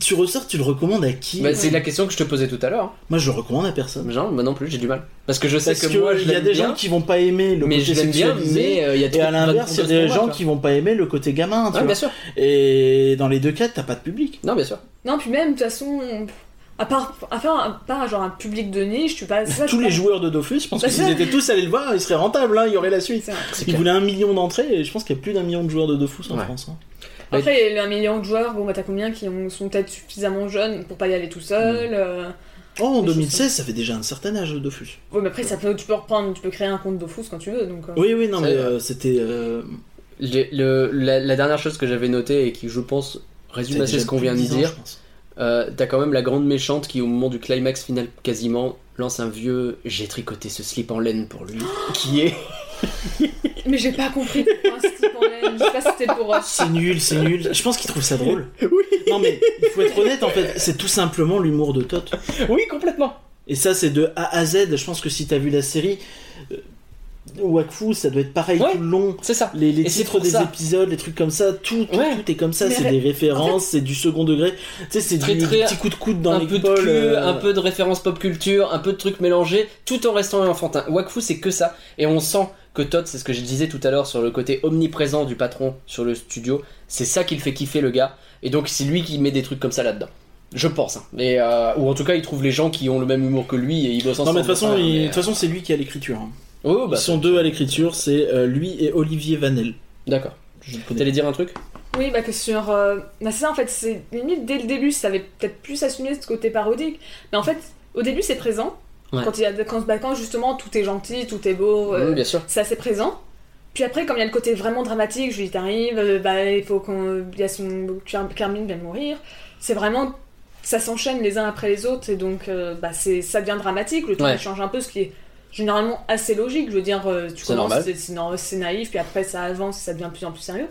Speaker 3: Tu ressors, tu le recommandes à qui
Speaker 1: bah, c'est la question que je te posais tout à l'heure.
Speaker 3: Moi, je le recommande à personne.
Speaker 1: Genre, moi non plus, j'ai du mal. Parce que je sais
Speaker 3: Parce
Speaker 1: que,
Speaker 3: que
Speaker 1: moi, je
Speaker 3: il y a
Speaker 1: l'aime
Speaker 3: des
Speaker 1: bien,
Speaker 3: gens qui vont pas aimer le
Speaker 1: mais
Speaker 3: côté
Speaker 1: je l'aime bien,
Speaker 3: sexualisé.
Speaker 1: mais euh, il y a trop
Speaker 3: Et à
Speaker 1: de- de-
Speaker 3: l'inverse, il y a
Speaker 1: de-
Speaker 3: des
Speaker 1: de-
Speaker 3: gens
Speaker 1: de-
Speaker 3: qui vont pas aimer le côté gamin, tu
Speaker 1: Ouais,
Speaker 3: vois.
Speaker 1: bien sûr.
Speaker 3: Et dans les deux cas, t'as pas de public.
Speaker 1: Non, bien sûr.
Speaker 7: Non, puis même, de toute façon, à part, à part, à part genre un public de niche, tu passes. ça,
Speaker 3: Tous
Speaker 7: je
Speaker 3: les
Speaker 7: pense-
Speaker 3: joueurs de Dofus, je pense
Speaker 7: Bah,
Speaker 3: que s'ils
Speaker 7: ça-
Speaker 3: étaient tous allés le voir, il serait rentable, hein, il y aurait la suite.
Speaker 7: C'est vrai.
Speaker 1: C'est
Speaker 3: Ils
Speaker 1: clair.
Speaker 3: voulaient un million d'entrées, et je pense qu'il y a plus d'un million de joueurs de Dofus en
Speaker 1: Ouais.
Speaker 3: France. hein.
Speaker 7: Après, il y a un million de joueurs, bon, bah t'as combien qui ont- sont peut-être suffisamment jeunes pour pas y aller tout seul. euh,
Speaker 3: Oh, en
Speaker 7: Oui, je
Speaker 3: 2016, ça fait déjà un certain âge le Dofus.
Speaker 7: Ouais, mais après, ça peut, tu peux reprendre, tu peux créer un compte Dofus quand tu veux, donc. euh,
Speaker 3: Oui, oui, non,
Speaker 1: C'est
Speaker 3: mais
Speaker 1: vrai.
Speaker 3: euh, c'était. euh,
Speaker 1: J'ai- le- la, la dernière chose que j'avais notée et qui, je pense, résume
Speaker 3: c'était
Speaker 1: assez
Speaker 3: déjà
Speaker 1: ce qu'on
Speaker 3: plus
Speaker 1: vient de
Speaker 3: 10 ans,
Speaker 1: dire,
Speaker 3: je pense.
Speaker 1: euh, t'as quand même la grande méchante qui, au moment du climax final, quasiment lance un vieux j'ai tricoté ce slip en laine pour lui, qui est
Speaker 7: Mais j'ai pas compris pourquoi ce type en laine. Je sais pas si c'était pour. euh,
Speaker 3: C'est nul, c'est nul. Je pense qu'ils trouvent
Speaker 1: (laughs)
Speaker 3: ça drôle. Non, mais il faut être honnête, en fait, c'est tout simplement l'humour de Tot.
Speaker 1: Oui, complètement.
Speaker 3: Et ça, c'est de A à Z. Je pense que si t'as vu la série, euh, Wakfu, ça doit être pareil
Speaker 1: Ouais.
Speaker 3: tout le long.
Speaker 1: C'est ça.
Speaker 3: Les, les
Speaker 1: Et c'est
Speaker 3: titres
Speaker 1: pour
Speaker 3: des
Speaker 1: ça.
Speaker 3: épisodes, les trucs comme ça, tout, tout,
Speaker 1: Ouais.
Speaker 3: tout est comme ça.
Speaker 7: Mais
Speaker 3: C'est
Speaker 7: ré-
Speaker 3: des références, c'est du second degré. Tu sais, c'est
Speaker 1: Très,
Speaker 3: du,
Speaker 1: très-
Speaker 3: des petits coups de coude dans
Speaker 1: un
Speaker 3: les
Speaker 1: peu de
Speaker 3: couples,
Speaker 1: cul,
Speaker 3: euh,
Speaker 1: un peu de référence pop culture, un peu de trucs mélangés, tout en restant enfantin. Wakfu, c'est que ça. Et on sent que Todd, c'est ce que je disais tout à l'heure sur le côté omniprésent du patron sur le studio, c'est ça qui le fait kiffer le gars. Et donc c'est lui qui met des trucs comme ça là-dedans. Je pense. hein. Mais, euh, ou en tout cas, il trouve les gens qui ont le même humour que lui et ils bossent
Speaker 3: Non,
Speaker 1: ensemble.
Speaker 3: mais de toute façon,
Speaker 1: Enfin,
Speaker 3: il- de
Speaker 1: mais,
Speaker 3: toute façon, c'est lui qui a l'écriture. hein.
Speaker 1: euh, ouais, ouais, bah,
Speaker 3: Ils sont deux à l'écriture, c'est euh, lui et Olivier Vanel.
Speaker 1: D'accord.
Speaker 3: Je le connais.
Speaker 1: T'allais dire un truc
Speaker 7: Oui, bah que sur. euh, Bah, c'est ça en fait, c'est limite dès le début, ça avait peut-être plus assumé ce côté parodique. Mais en fait, au début, c'est présent.
Speaker 1: Ouais.
Speaker 7: Quand, il y a... quand, bah, quand justement tout est gentil, tout est beau, euh,
Speaker 1: Oui, Bien sûr.
Speaker 7: c'est assez présent. Puis après, comme il y a le côté vraiment dramatique, je lui dis t'arrives, euh, bah il faut qu'on. Il y a son. Car- Carmine vient de mourir. C'est vraiment. Ça s'enchaîne les uns après les autres et donc euh, bah, c'est, ça devient dramatique. Le ton
Speaker 1: Ouais.
Speaker 7: il change un peu, ce qui est généralement assez logique. Je veux dire, euh, tu
Speaker 1: C'est
Speaker 7: commences,
Speaker 1: normal.
Speaker 7: c'est, c'est nor- c'est naïf, puis après ça avance et ça devient de plus en plus sérieux.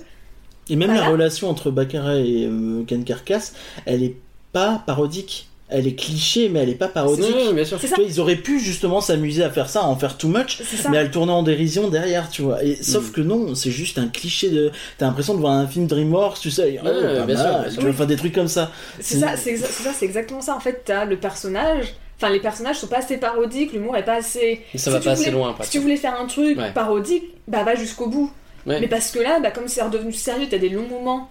Speaker 3: Et même la
Speaker 7: Voilà.
Speaker 3: relation entre Baccarat et euh, Ken Carcass, elle est pas parodique. Elle est cliché, mais elle est pas parodique.
Speaker 1: Oui, oui, bien sûr.
Speaker 7: C'est
Speaker 3: Tu
Speaker 7: ça.
Speaker 3: vois, ils auraient pu justement s'amuser à faire ça, à en faire too much,
Speaker 7: C'est ça.
Speaker 3: mais à le tourner en dérision derrière, tu vois. Et sauf
Speaker 1: Mm.
Speaker 3: que non, c'est juste un cliché de. T'as l'impression de voir un film DreamWorks, tu sais. et, oh,
Speaker 1: Ouais,
Speaker 3: pas
Speaker 1: bien
Speaker 3: mal,
Speaker 1: sûr, bien sûr.
Speaker 3: tu vois, enfin, des trucs comme ça.
Speaker 7: C'est ça, c'est exa- c'est ça, c'est exactement ça. En fait, t'as le personnage. Enfin, les personnages sont pas assez parodiques, l'humour est pas assez.
Speaker 1: Ça
Speaker 7: Si
Speaker 1: va
Speaker 7: tu
Speaker 1: pas assez
Speaker 7: voulais-
Speaker 1: loin après.
Speaker 7: Si tu voulais faire un truc
Speaker 1: Ouais.
Speaker 7: parodique, bah va jusqu'au bout.
Speaker 1: Ouais.
Speaker 7: Mais parce que là, bah, comme c'est redevenu sérieux, t'as des longs moments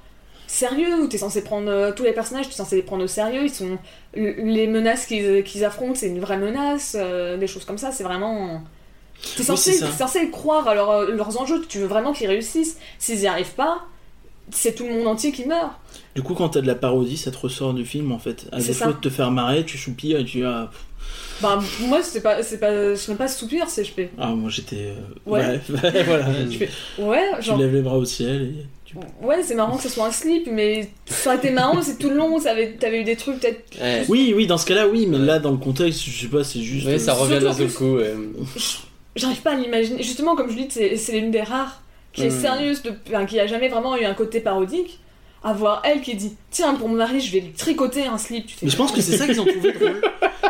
Speaker 7: sérieux où t'es censé prendre euh, tous les personnages, t'es censé les prendre au sérieux. Ils sont le- les menaces qu'ils qu'ils affrontent, c'est une vraie menace, euh, des choses comme ça. C'est vraiment t'es censé,
Speaker 3: c'est ça.
Speaker 7: t'es censé croire à leur- euh, leurs enjeux. Tu veux vraiment qu'ils réussissent. S'ils y arrivent pas, c'est tout le monde entier qui meurt.
Speaker 3: Du coup, quand t'as de la parodie, ça te ressort du film en fait. À
Speaker 7: C'est
Speaker 3: défaut
Speaker 7: ça.
Speaker 3: de te faire marrer, tu soupires et tu dis ah, pff,
Speaker 7: Bah moi, c'est pas, c'est pas, je n'aime pas soupir, c'est je fais.
Speaker 3: ah, moi j'étais. euh,
Speaker 7: Ouais.
Speaker 3: ouais, (laughs) voilà.
Speaker 1: Mm.
Speaker 3: Tu-
Speaker 7: Ouais,
Speaker 3: Tu
Speaker 7: genre.
Speaker 3: lèves les bras au ciel et tu-
Speaker 7: Ouais, c'est marrant que ce soit un slip, mais ça aurait été marrant, c'est tout le long, ça avait- t'avais eu des trucs peut-être.
Speaker 1: Ouais.
Speaker 3: Oui, oui, dans ce cas-là, oui, mais
Speaker 1: Ouais.
Speaker 3: là, dans le contexte, je sais pas, c'est juste.
Speaker 1: Ouais, ça
Speaker 3: euh,
Speaker 1: revient d'un
Speaker 7: Surtout en
Speaker 1: seul coup.
Speaker 7: (laughs)
Speaker 1: euh.
Speaker 7: J'arrive pas à l'imaginer. Justement, comme je dis, c'est c'est l'une des rares qui est
Speaker 3: Mm.
Speaker 1: Hmm.
Speaker 7: sérieuse, de... enfin, qui a jamais vraiment eu un côté parodique. Avoir elle qui dit Tiens, pour mon mari, je vais lui tricoter un slip. Tu fais,
Speaker 3: Mais je pense que c'est ça qu'ils ont
Speaker 1: (laughs)
Speaker 3: trouvé drôle.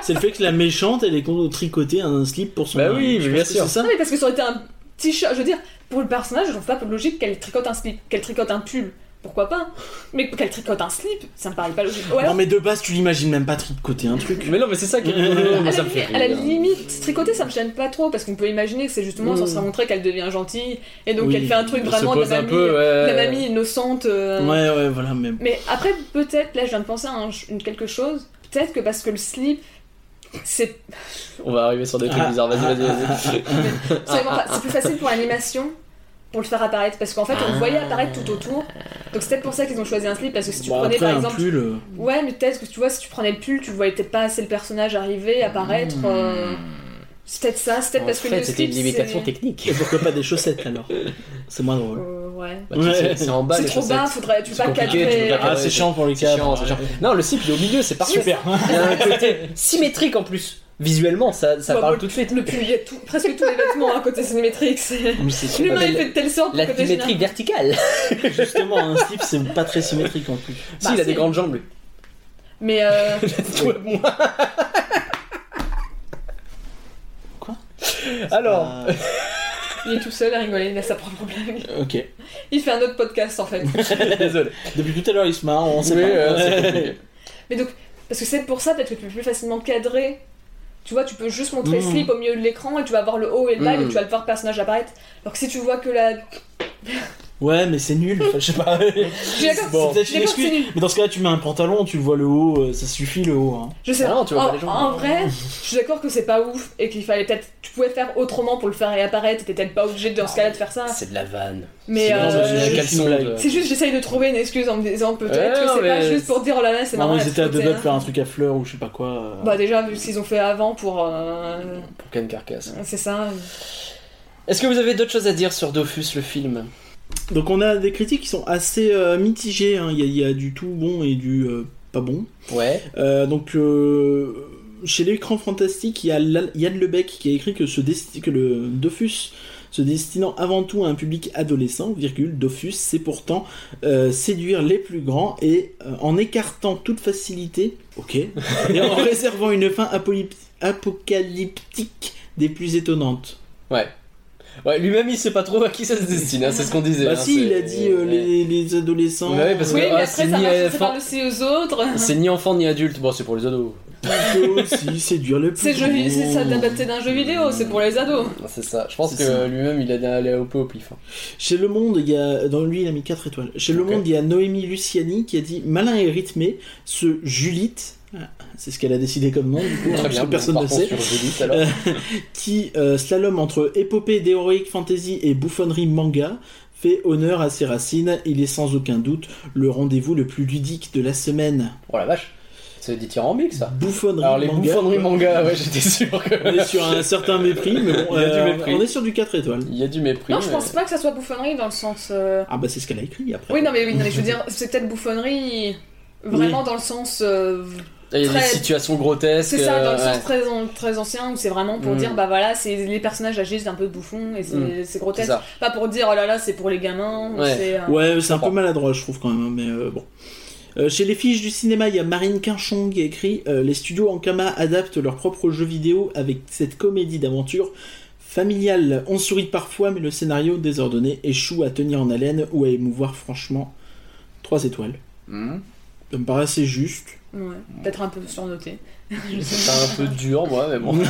Speaker 3: C'est le fait que la méchante, elle est con- tricotée un slip pour son
Speaker 1: Bah
Speaker 3: mari.
Speaker 1: oui,
Speaker 3: Je
Speaker 1: mais bien
Speaker 3: pense que
Speaker 1: sûr.
Speaker 3: C'est ça.
Speaker 7: Non, mais parce que ça aurait été un t-shirt. Je veux dire, pour le personnage, je trouve pas logique qu'elle tricote un slip, qu'elle tricote un pull. Pourquoi pas Mais qu'elle tricote un slip, ça me paraît pas logique. Ou alors,
Speaker 3: Non, mais de base, tu l'imagines même pas tricoter un truc.
Speaker 1: Mais non, mais c'est ça qui est rigolo.
Speaker 7: (laughs) À
Speaker 1: moi,
Speaker 7: la,
Speaker 1: ça me fait
Speaker 7: limite, à la
Speaker 1: rire.
Speaker 7: limite, tricoter ça me gêne pas trop parce qu'on peut imaginer que c'est justement ça serait montré qu'elle devient gentille et donc
Speaker 3: Oui,
Speaker 7: elle fait un truc
Speaker 1: Elle Mm. se
Speaker 7: (laughs) vraiment euh, de
Speaker 1: pose
Speaker 7: la
Speaker 1: un
Speaker 7: mamie,
Speaker 1: peu,
Speaker 7: de
Speaker 1: ouais.
Speaker 7: la mamie innocente. euh,
Speaker 3: Ouais, ouais, voilà, mais.
Speaker 7: Mais après, peut-être, là je viens de penser à un ch- une quelque chose, peut-être que parce que le slip,
Speaker 1: (laughs)
Speaker 7: c'est
Speaker 1: On va arriver sur des trucs
Speaker 3: Ah,
Speaker 1: bizarres, vas-y, vas-y,
Speaker 3: ah, (laughs)
Speaker 1: vas-y.
Speaker 7: c'est enfin, c'est plus facile pour l'animation pour le faire apparaître parce qu'en fait on le voyait apparaître tout autour donc c'est peut-être pour ça qu'ils ont choisi un slip parce que si tu
Speaker 1: Bah,
Speaker 3: Bon,
Speaker 7: prenais
Speaker 3: après,
Speaker 7: par
Speaker 3: un
Speaker 7: exemple
Speaker 3: pull. euh,
Speaker 7: Ouais, mais peut-être que tu vois, si tu prenais le pull, tu voyais peut-être pas assez le personnage arriver, apparaître. euh, C'est peut-être ça, c'est
Speaker 1: Hmm.
Speaker 7: peut-être
Speaker 1: En
Speaker 7: parce que
Speaker 1: fait,
Speaker 7: le
Speaker 1: c'était
Speaker 7: slip.
Speaker 1: une limitation
Speaker 7: c'est-
Speaker 1: technique.
Speaker 3: Et pourquoi pas des chaussettes alors C'est moins drôle.
Speaker 7: Euh, ouais.
Speaker 1: Bah, tu sais,
Speaker 3: Ouais.
Speaker 1: C'est en bas.
Speaker 7: c'est
Speaker 1: les
Speaker 7: trop bas,
Speaker 1: chaussettes.
Speaker 7: faudrait, tu
Speaker 1: C'est
Speaker 7: vas
Speaker 1: compliqué, tu
Speaker 7: cadrer.
Speaker 1: dois cadrer.
Speaker 7: euh,
Speaker 3: Ah, c'est chiant pour les
Speaker 1: C'est
Speaker 3: cadres.
Speaker 1: chiant, c'est chiant. Non, le slip il est au milieu, c'est parfait.
Speaker 3: Super.
Speaker 1: Il y a un côté symétrique en plus.
Speaker 8: visuellement, ça, ça
Speaker 7: Bah,
Speaker 8: parle
Speaker 7: bon,
Speaker 8: tout de suite.
Speaker 7: Le pull, il y a tout- presque tous les vêtements à côté
Speaker 1: (laughs)
Speaker 7: cinémétrique. c'est-
Speaker 3: Mais c'est sûr.
Speaker 7: L'humain
Speaker 8: mais
Speaker 7: est fait de telle sorte
Speaker 8: La
Speaker 7: pour côté
Speaker 8: symétrie
Speaker 7: général.
Speaker 8: verticale.
Speaker 2: Justement, un slip, c'est pas très symétrique en plus.
Speaker 8: si,
Speaker 7: Bah,
Speaker 8: il a des
Speaker 7: si.
Speaker 8: grandes
Speaker 7: (laughs)
Speaker 8: jambes, lui.
Speaker 7: Mais euh,
Speaker 1: (laughs)
Speaker 8: Toi, moi.
Speaker 3: Quoi
Speaker 8: Alors,
Speaker 3: Euh,
Speaker 7: il est tout seul à rigoler, il a sa propre blague.
Speaker 3: ok.
Speaker 7: Il fait un autre podcast
Speaker 1: (laughs)
Speaker 7: en fait.
Speaker 8: désolé.
Speaker 3: Depuis tout à l'heure, il se marre, Ah. on sait
Speaker 8: Oui,
Speaker 3: pas.
Speaker 8: euh,
Speaker 3: Ouais.
Speaker 8: c'est compliqué.
Speaker 7: Mais donc, parce que c'est pour ça peut-être que tu peux plus facilement cadrer. Tu vois, tu peux juste montrer le
Speaker 1: Hmm.
Speaker 3: Mm.
Speaker 7: slip au milieu de l'écran et tu vas voir le haut et le bas
Speaker 1: Mm.
Speaker 7: et tu vas le voir le personnage apparaître. Alors que si tu vois que la.
Speaker 3: Ouais, mais c'est nul. Enfin, je sais pas.
Speaker 7: Je suis d'accord,
Speaker 3: Bon.
Speaker 7: je suis d'accord que c'est nul.
Speaker 3: Mais dans ce cas-là, tu mets un pantalon, tu le vois le haut, euh, ça suffit le haut. Hein.
Speaker 7: Je sais
Speaker 8: Ah non, tu vois
Speaker 7: en,
Speaker 8: pas les gens.
Speaker 7: en vrai, je suis d'accord que c'est pas ouf et qu'il fallait peut-être. Tu pouvais faire autrement pour le faire réapparaître, t'étais peut-être pas obligé dans ce cas-là de faire
Speaker 3: Ah.
Speaker 7: ça.
Speaker 1: C'est de la vanne.
Speaker 7: Mais.
Speaker 1: C'est dans
Speaker 7: euh,
Speaker 1: un
Speaker 3: c'est
Speaker 1: du
Speaker 3: juste une
Speaker 1: caleçon
Speaker 3: blague.
Speaker 1: de-
Speaker 7: C'est juste, j'essaye de trouver une excuse en me disant peut-être
Speaker 1: Ouais,
Speaker 7: que
Speaker 1: non,
Speaker 7: c'est pas
Speaker 1: mais-
Speaker 7: juste pour dire oh là là, c'est
Speaker 3: Non,
Speaker 7: marrant.
Speaker 3: ils
Speaker 7: la
Speaker 3: étaient à deux
Speaker 7: petite
Speaker 3: doigts de
Speaker 7: hein.
Speaker 3: faire un truc à fleurs ou je sais pas quoi. euh.
Speaker 7: Bah, déjà, vu ce qu'ils ont fait avant pour. euh,
Speaker 1: Pour Ken Carcass.
Speaker 7: C'est ça.
Speaker 1: Est-ce que vous avez d'autres choses à dire sur Dofus le film
Speaker 3: Donc on a des critiques qui sont assez euh, mitigées. hein. Il y, a- il y a du tout bon et du euh, pas bon.
Speaker 1: Ouais.
Speaker 3: Euh, donc euh, chez l'écran fantastique, il y a Lan- Yann Lebec qui a écrit que, ce desti- que le Dofus se destinant avant tout à un public adolescent, virgule, Dofus, c'est pourtant euh, séduire les plus grands et euh, en écartant toute facilité, ok, et
Speaker 1: (laughs)
Speaker 3: en réservant une fin apolyp- apocalyptique des plus étonnantes.
Speaker 1: Ouais, lui-même il sait pas trop à qui ça se destine, hein, c'est ce qu'on disait.
Speaker 3: Bah
Speaker 1: hein,
Speaker 3: si,
Speaker 1: c'est-
Speaker 3: il a dit euh, les, les adolescents.
Speaker 1: Ouais, parce que-
Speaker 7: Oui, mais
Speaker 1: ah,
Speaker 7: après,
Speaker 1: c'est
Speaker 7: ça
Speaker 1: ni,
Speaker 7: marche,
Speaker 1: euh,
Speaker 7: ça
Speaker 1: fin-
Speaker 7: parle aussi aux autres.
Speaker 1: C'est ni enfant ni adulte, bon c'est pour les ados. hein,
Speaker 3: Il peut aussi euh, séduire le plus
Speaker 7: C'est jeu vi- c'est ça
Speaker 3: grand.
Speaker 7: adapté d'un jeu vidéo, c'est pour les ados.
Speaker 1: C'est ça, je pense
Speaker 3: C'est
Speaker 1: que
Speaker 3: ça.
Speaker 1: lui-même il a allé un peu au pif. hein.
Speaker 3: Chez Le Monde, il y a... Dans lui, il a mis 4 étoiles. Chez Le
Speaker 1: Ok.
Speaker 3: Monde, il y a Noémie Luciani qui a dit « Malin et rythmé, ce Julite... Ah, » C'est ce qu'elle a décidé comme nom, du coup, hein, parce que
Speaker 1: bon,
Speaker 3: personne ne
Speaker 1: partons
Speaker 3: sait.
Speaker 1: sur Judith, alors.
Speaker 3: Euh, qui euh, slalom entre épopée d'héroïque fantasy et bouffonnerie manga fait honneur à ses racines. Il est sans aucun doute le rendez-vous le plus ludique de la semaine.
Speaker 1: Oh la vache, c'est dithyrambique ça.
Speaker 3: Bouffonnerie
Speaker 1: Alors les
Speaker 3: manga.
Speaker 1: bouffonneries manga, ouais j'étais sûr que. (laughs)
Speaker 3: On est sur un certain mépris, mais bon,
Speaker 1: Il y a du
Speaker 3: euh,
Speaker 1: mépris.
Speaker 3: on est sur du 4 étoiles.
Speaker 1: Il y a du mépris.
Speaker 7: Non, je
Speaker 1: mais-
Speaker 7: pense pas que ça soit bouffonnerie dans le sens. euh,
Speaker 3: Ah bah c'est ce qu'elle a écrit après.
Speaker 7: Oui, non, mais oui, non, mais je veux dire, c'est peut-être bouffonnerie vraiment dans le sens. euh,
Speaker 1: Il y a des
Speaker 7: Très-
Speaker 1: situations grotesques.
Speaker 7: C'est ça, dans le
Speaker 1: euh,
Speaker 7: sens
Speaker 1: ouais.
Speaker 7: très, an- très ancien où c'est vraiment pour
Speaker 1: Mm.
Speaker 7: dire, bah voilà, c'est les personnages agissent d'un peu de bouffon et c'est
Speaker 1: Mm.
Speaker 7: c'est
Speaker 1: C'est
Speaker 7: grotesque.
Speaker 1: ça.
Speaker 7: Pas pour dire, oh là là, c'est pour les gamins. ou
Speaker 1: Ouais.
Speaker 7: c'est, euh,
Speaker 3: Ouais, c'est un peu
Speaker 1: comprends.
Speaker 3: maladroit, je trouve quand même, hein, mais euh, bon. Euh, chez les fiches du cinéma, il y a Marine Quinchon qui a écrit euh, Les studios Ankama adaptent leurs propres jeux vidéo avec cette comédie d'aventure familiale. On sourit parfois, mais le scénario désordonné échoue à tenir en haleine ou à émouvoir franchement. 3 étoiles.
Speaker 1: Hmm.
Speaker 3: Ça me paraît assez juste.
Speaker 7: ouais, Peut-être un peu surnoté. je sais pas.
Speaker 1: C'est un peu dur moi, mais
Speaker 3: (laughs)
Speaker 1: bon.
Speaker 3: Aïe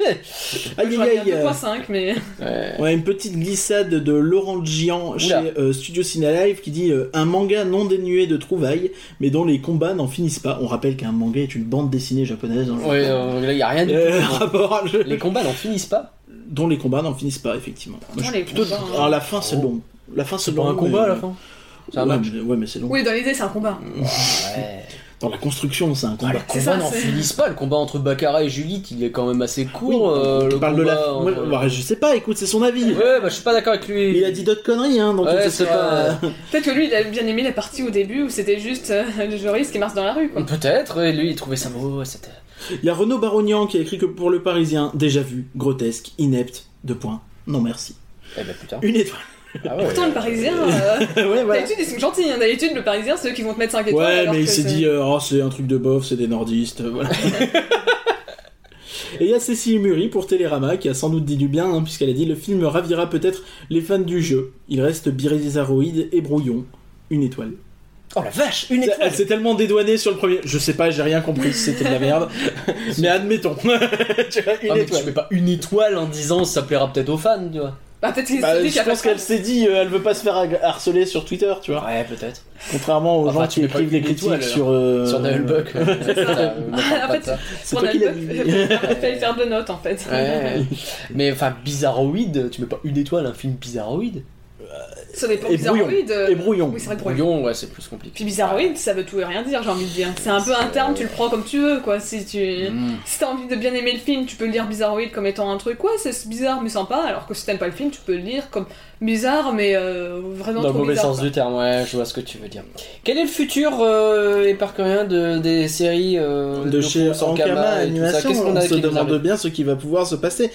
Speaker 7: Je
Speaker 3: aïe
Speaker 7: regarde
Speaker 3: aïe euh,
Speaker 7: 2.5, mais.
Speaker 1: Ouais.
Speaker 3: Ouais, une petite glissade de Laurent Gian chez euh, Studio Ciné Live qui dit euh, un manga non dénué de trouvailles, mais dont les combats n'en finissent pas. On rappelle qu'un manga est une bande dessinée japonaise. hein.
Speaker 1: Ouais, euh, là, il y a rien du tout.
Speaker 3: Euh, (laughs) rapport à-
Speaker 1: Les combats n'en finissent pas.
Speaker 3: dont les combats n'en finissent pas effectivement. Moi, je-
Speaker 7: les
Speaker 3: plutôt-
Speaker 7: combats, hein.
Speaker 3: Alors la fin
Speaker 1: Oh.
Speaker 3: c'est long. La fin c'est long. mais-
Speaker 1: fin. C'est
Speaker 3: Ouais,
Speaker 1: un match.
Speaker 3: mais, ouais, mais c'est long.
Speaker 7: Oui, dans l'idée, c'est un combat.
Speaker 3: Mm.
Speaker 1: Ouais.
Speaker 3: Dans la construction c'est un
Speaker 1: Ah, les
Speaker 3: combat.
Speaker 7: Bah, C'est
Speaker 1: combats
Speaker 7: ça,
Speaker 1: n'en
Speaker 7: c'est-
Speaker 1: finissent pas. Le combat entre Baccarat et Judith, il est quand même assez court.
Speaker 3: Oui,
Speaker 1: euh,
Speaker 3: on
Speaker 1: le
Speaker 3: parle de la.
Speaker 1: combat euh,
Speaker 3: Moi,
Speaker 1: entre-
Speaker 3: bah, je sais pas. Écoute, c'est son avis.
Speaker 1: Ouais, bah je suis pas d'accord avec lui.
Speaker 3: Il a dit d'autres conneries hein. Donc
Speaker 1: Ouais,
Speaker 3: ça
Speaker 1: c'est
Speaker 3: sera-
Speaker 7: Peut-être que lui, il a bien aimé la partie au début où c'était juste euh, le juriste qui marche dans la rue,
Speaker 1: (laughs)
Speaker 7: quoi.
Speaker 1: Peut-être, et lui il trouvait ça beau, c'était.
Speaker 3: Il y a Renaud Barognan qui a écrit que pour le Parisien déjà vu, grotesque, inepte, deux points. Non merci.
Speaker 1: Eh bah putain.
Speaker 3: Une étoile.
Speaker 1: Ah ouais.
Speaker 7: Pourtant, le parisien, euh,
Speaker 3: (laughs) ouais voilà.
Speaker 7: d'habitude, ils sont gentils. hein. D'habitude, le parisien, c'est eux qui vont te mettre 5 étoiles.
Speaker 3: Ouais,
Speaker 7: alors
Speaker 3: mais il
Speaker 7: que
Speaker 3: s'est
Speaker 7: c'est-
Speaker 3: dit, euh, oh, c'est un truc de bof, c'est des nordistes, euh, voilà. (laughs) Et il y a Cécile Muri pour Télérama qui a sans doute dit du bien, hein, puisqu'elle a dit le film ravira peut-être les fans du jeu. Il reste birésaroïde et brouillon. Une étoile.
Speaker 1: Oh la vache, une étoile.
Speaker 3: Elle s'est tellement dédouanée sur le premier. Je sais pas, j'ai rien compris si c'était de la merde. mais admettons. (laughs) Tu vois, une
Speaker 1: Ah, mais tu
Speaker 3: étoile.
Speaker 1: mets pas une étoile en disant ça plaira peut-être aux fans, tu vois.
Speaker 7: Bah, peut-être qu'il
Speaker 3: Bah,
Speaker 7: s'est dit qu'il y
Speaker 3: je
Speaker 7: a pas
Speaker 3: pense
Speaker 7: de fans.
Speaker 3: qu'elle s'est dit, euh, elle veut pas se faire ag- harceler sur Twitter, tu vois.
Speaker 1: Ouais, peut-être.
Speaker 3: Contrairement aux
Speaker 1: Enfin,
Speaker 3: gens
Speaker 1: tu
Speaker 3: qui
Speaker 1: mets pas
Speaker 3: écrivent des
Speaker 1: une
Speaker 3: critiques
Speaker 1: étoile,
Speaker 3: sur. euh,
Speaker 1: Sur Noël Buck.
Speaker 7: c'est ça.
Speaker 1: (laughs) Euh, on parle
Speaker 7: En
Speaker 1: pas
Speaker 7: fait,
Speaker 1: de ça.
Speaker 3: C'est
Speaker 7: Pour
Speaker 3: toi qui l'as
Speaker 7: Nalbuck,
Speaker 3: dit.
Speaker 7: (laughs) Il fallait faire (laughs) deux notes, en fait.
Speaker 1: Ouais. Mais enfin, Bizarroïde, tu mets pas une étoile, un film Bizarroïde.
Speaker 7: Ce n'est pas
Speaker 3: Et brouillon.
Speaker 7: bizarroïde. euh,
Speaker 3: Et brouillon.
Speaker 7: Oui, c'est vrai que brouillon.
Speaker 1: Brouillon, ouais, c'est plus compliqué.
Speaker 7: Puis bizarroïde, ça veut tout et rien dire, j'ai envie de dire. C'est un peu un terme, tu le prends comme tu veux, quoi. Si tu
Speaker 3: euh,
Speaker 1: Hmm.
Speaker 3: Mm.
Speaker 7: si t'as envie de bien aimer le film, tu peux le lire bizarroïde comme étant un truc, ouais, c'est bizarre mais sympa, alors que si t'aimes pas le film, tu peux le lire comme bizarre mais euh, vraiment
Speaker 1: Dans le
Speaker 7: trop
Speaker 1: mauvais
Speaker 7: bizarre.
Speaker 1: sens du terme, ouais, je vois ce que tu veux dire. Quel est le futur euh, et par combien de, des séries euh,
Speaker 3: de chez
Speaker 1: Kurosawa
Speaker 3: Ankama
Speaker 1: et tout ça
Speaker 3: Animation,
Speaker 1: Qu'est-ce qu'on
Speaker 3: on
Speaker 1: a
Speaker 3: se
Speaker 1: qui nous
Speaker 3: demande
Speaker 1: arrive
Speaker 3: bien ce qui va pouvoir se passer.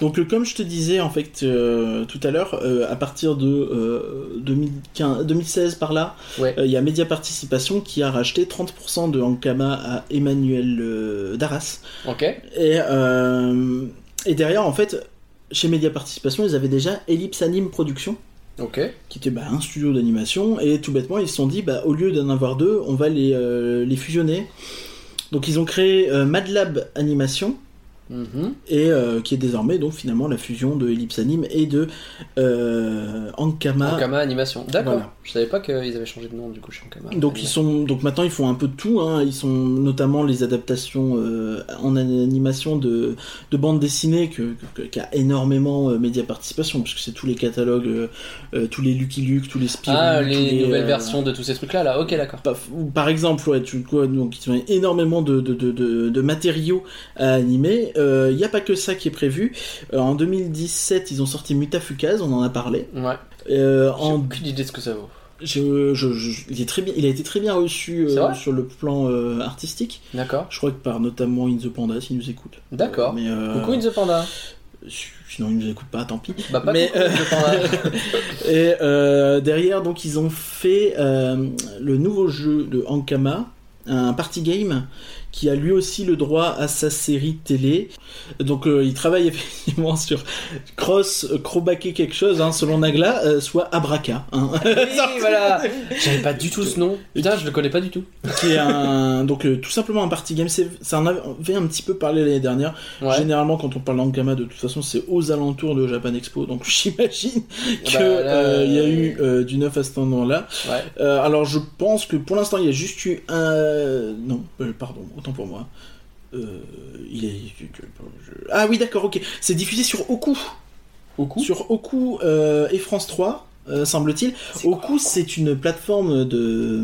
Speaker 3: Donc euh, comme je te disais en fait euh, tout à l'heure, euh, à partir de euh, 2015, 2016 par là, euh, il
Speaker 1: Ouais.
Speaker 3: y a Média Participation qui a racheté 30% de Ankama à Emmanuel euh, Darras.
Speaker 1: Ok.
Speaker 3: Et, euh, et derrière en fait, chez Média Participation, ils avaient déjà Ellipse Anime Production
Speaker 1: Ok.
Speaker 3: qui était bah, un studio d'animation, et tout bêtement, ils se sont dit, bah, au lieu d'en avoir deux, on va les, euh, les fusionner. Donc ils ont créé euh, Madlab Animation,
Speaker 1: Mhm.
Speaker 3: et, euh, qui est désormais donc finalement la fusion de Ellipse Anime et de euh, Ankama.
Speaker 1: Ankama Animation. D'accord.
Speaker 3: Voilà.
Speaker 1: Je savais pas qu'ils avaient changé de nom du coup chez Ankama.
Speaker 3: Donc ils sont donc maintenant ils font un peu de tout hein. ils sont notamment les adaptations euh, en animation de, de bandes dessinées que, que- qui a énormément euh, média participation puisque c'est tous les catalogues euh, euh, tous les Lucky Luke tous les Spirou
Speaker 1: Ah, les
Speaker 3: tous
Speaker 1: nouvelles
Speaker 3: euh,
Speaker 1: versions de tous ces trucs-là, là. Ok, d'accord.
Speaker 3: Paf- ou Par exemple, ouais, tu, quoi, donc, ils ont énormément de, de, de, de, de matériaux à animer. Il n'y a pas que ça qui est prévu. Euh, en 2017, ils ont sorti Mutafukaz, on en a parlé.
Speaker 1: Ouais.
Speaker 3: Euh,
Speaker 1: J'ai
Speaker 3: en,
Speaker 1: aucune idée de ce que ça vaut.
Speaker 3: je, je- je- il, est très bien, il a été très bien reçu euh,
Speaker 1: C'est vrai
Speaker 3: sur le plan euh, artistique.
Speaker 1: D'accord.
Speaker 3: Je crois que par notamment In the Panda, s'il nous écoute.
Speaker 1: D'accord.
Speaker 3: Mais, euh,
Speaker 1: Coucou In the Panda.
Speaker 3: Sinon, il nous écoute pas, tant pis.
Speaker 1: Bah pas
Speaker 3: mais, euh,
Speaker 1: coucou In the
Speaker 3: (laughs)
Speaker 1: Panda.
Speaker 3: Et euh, derrière, donc, ils ont fait euh, le nouveau jeu de Ankama, un party game, qui a lui aussi le droit à sa série télé. Donc, euh, il travaille (laughs) effectivement sur Cross, euh, Crobaqué quelque chose, hein, selon Nagla, euh, soit Abraka, hein,
Speaker 1: oui, voilà. J'avais pas du tout ce nom. Putain, je le connais pas du tout.
Speaker 3: qui est un, donc, euh, tout simplement un party game. C'est, ça en avait un petit peu parlé l'année dernière.
Speaker 1: Ouais.
Speaker 3: Généralement, quand on parle d'Ankama, de toute façon, c'est aux alentours de Japan Expo, donc (laughs) j'imagine qu'il
Speaker 1: Bah, là,
Speaker 3: y a eu euh, du neuf à cet endroit-là.
Speaker 1: Ouais.
Speaker 3: Euh, alors je pense que pour l'instant il y a juste eu un... Non, euh, pardon, autant pour moi. Euh, il est... je- Ah oui d'accord, ok. C'est diffusé sur Oku.
Speaker 1: Coucou.
Speaker 3: Sur Oku euh, et France 3. euh, semble-t-il. Oku, c'est une plateforme de,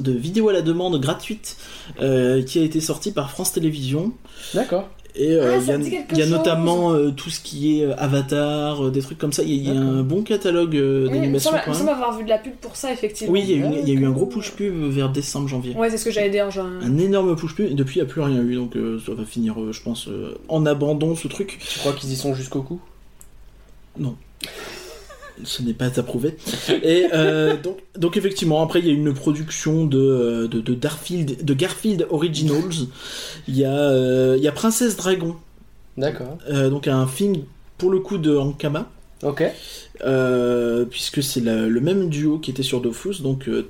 Speaker 3: de vidéo à la demande gratuite euh, qui a été sortie par France Télévisions.
Speaker 1: D'accord.
Speaker 3: Et euh,
Speaker 7: Ah,
Speaker 3: il y a,
Speaker 7: ça me dit quelque
Speaker 3: il y a
Speaker 7: chose.
Speaker 3: notamment euh, tout ce qui est euh, Avatar, euh, des trucs comme ça. Il y a- il y a,
Speaker 1: D'accord.
Speaker 3: un bon catalogue euh,
Speaker 7: Oui, il me
Speaker 3: d'animation.
Speaker 7: semble, il
Speaker 3: quand
Speaker 7: me
Speaker 3: même.
Speaker 7: semble avoir vu de la pub pour ça, effectivement.
Speaker 3: Oui, il y, a eu une- il y a eu un gros push Mm. pub vers décembre-janvier.
Speaker 7: Ouais, c'est ce que j'allais dire, genre.
Speaker 3: Un énorme push pub, et depuis il n'y a plus rien eu, donc euh, ça va finir, euh, je pense, euh, en abandon ce truc.
Speaker 1: Tu crois qu'ils y sont jusqu'au cou
Speaker 3: Ce n'est pas approuvé. Et euh, donc, donc effectivement, après il y a une production de, euh, de, de, Garfield, de Garfield Originals. Il y, a, euh, il y a Princesse Dragon,
Speaker 1: D'accord.
Speaker 3: euh, donc un film pour le coup de Ankama,
Speaker 1: Ok.
Speaker 3: euh, puisque c'est la- le même duo qui était sur Dofus, donc euh,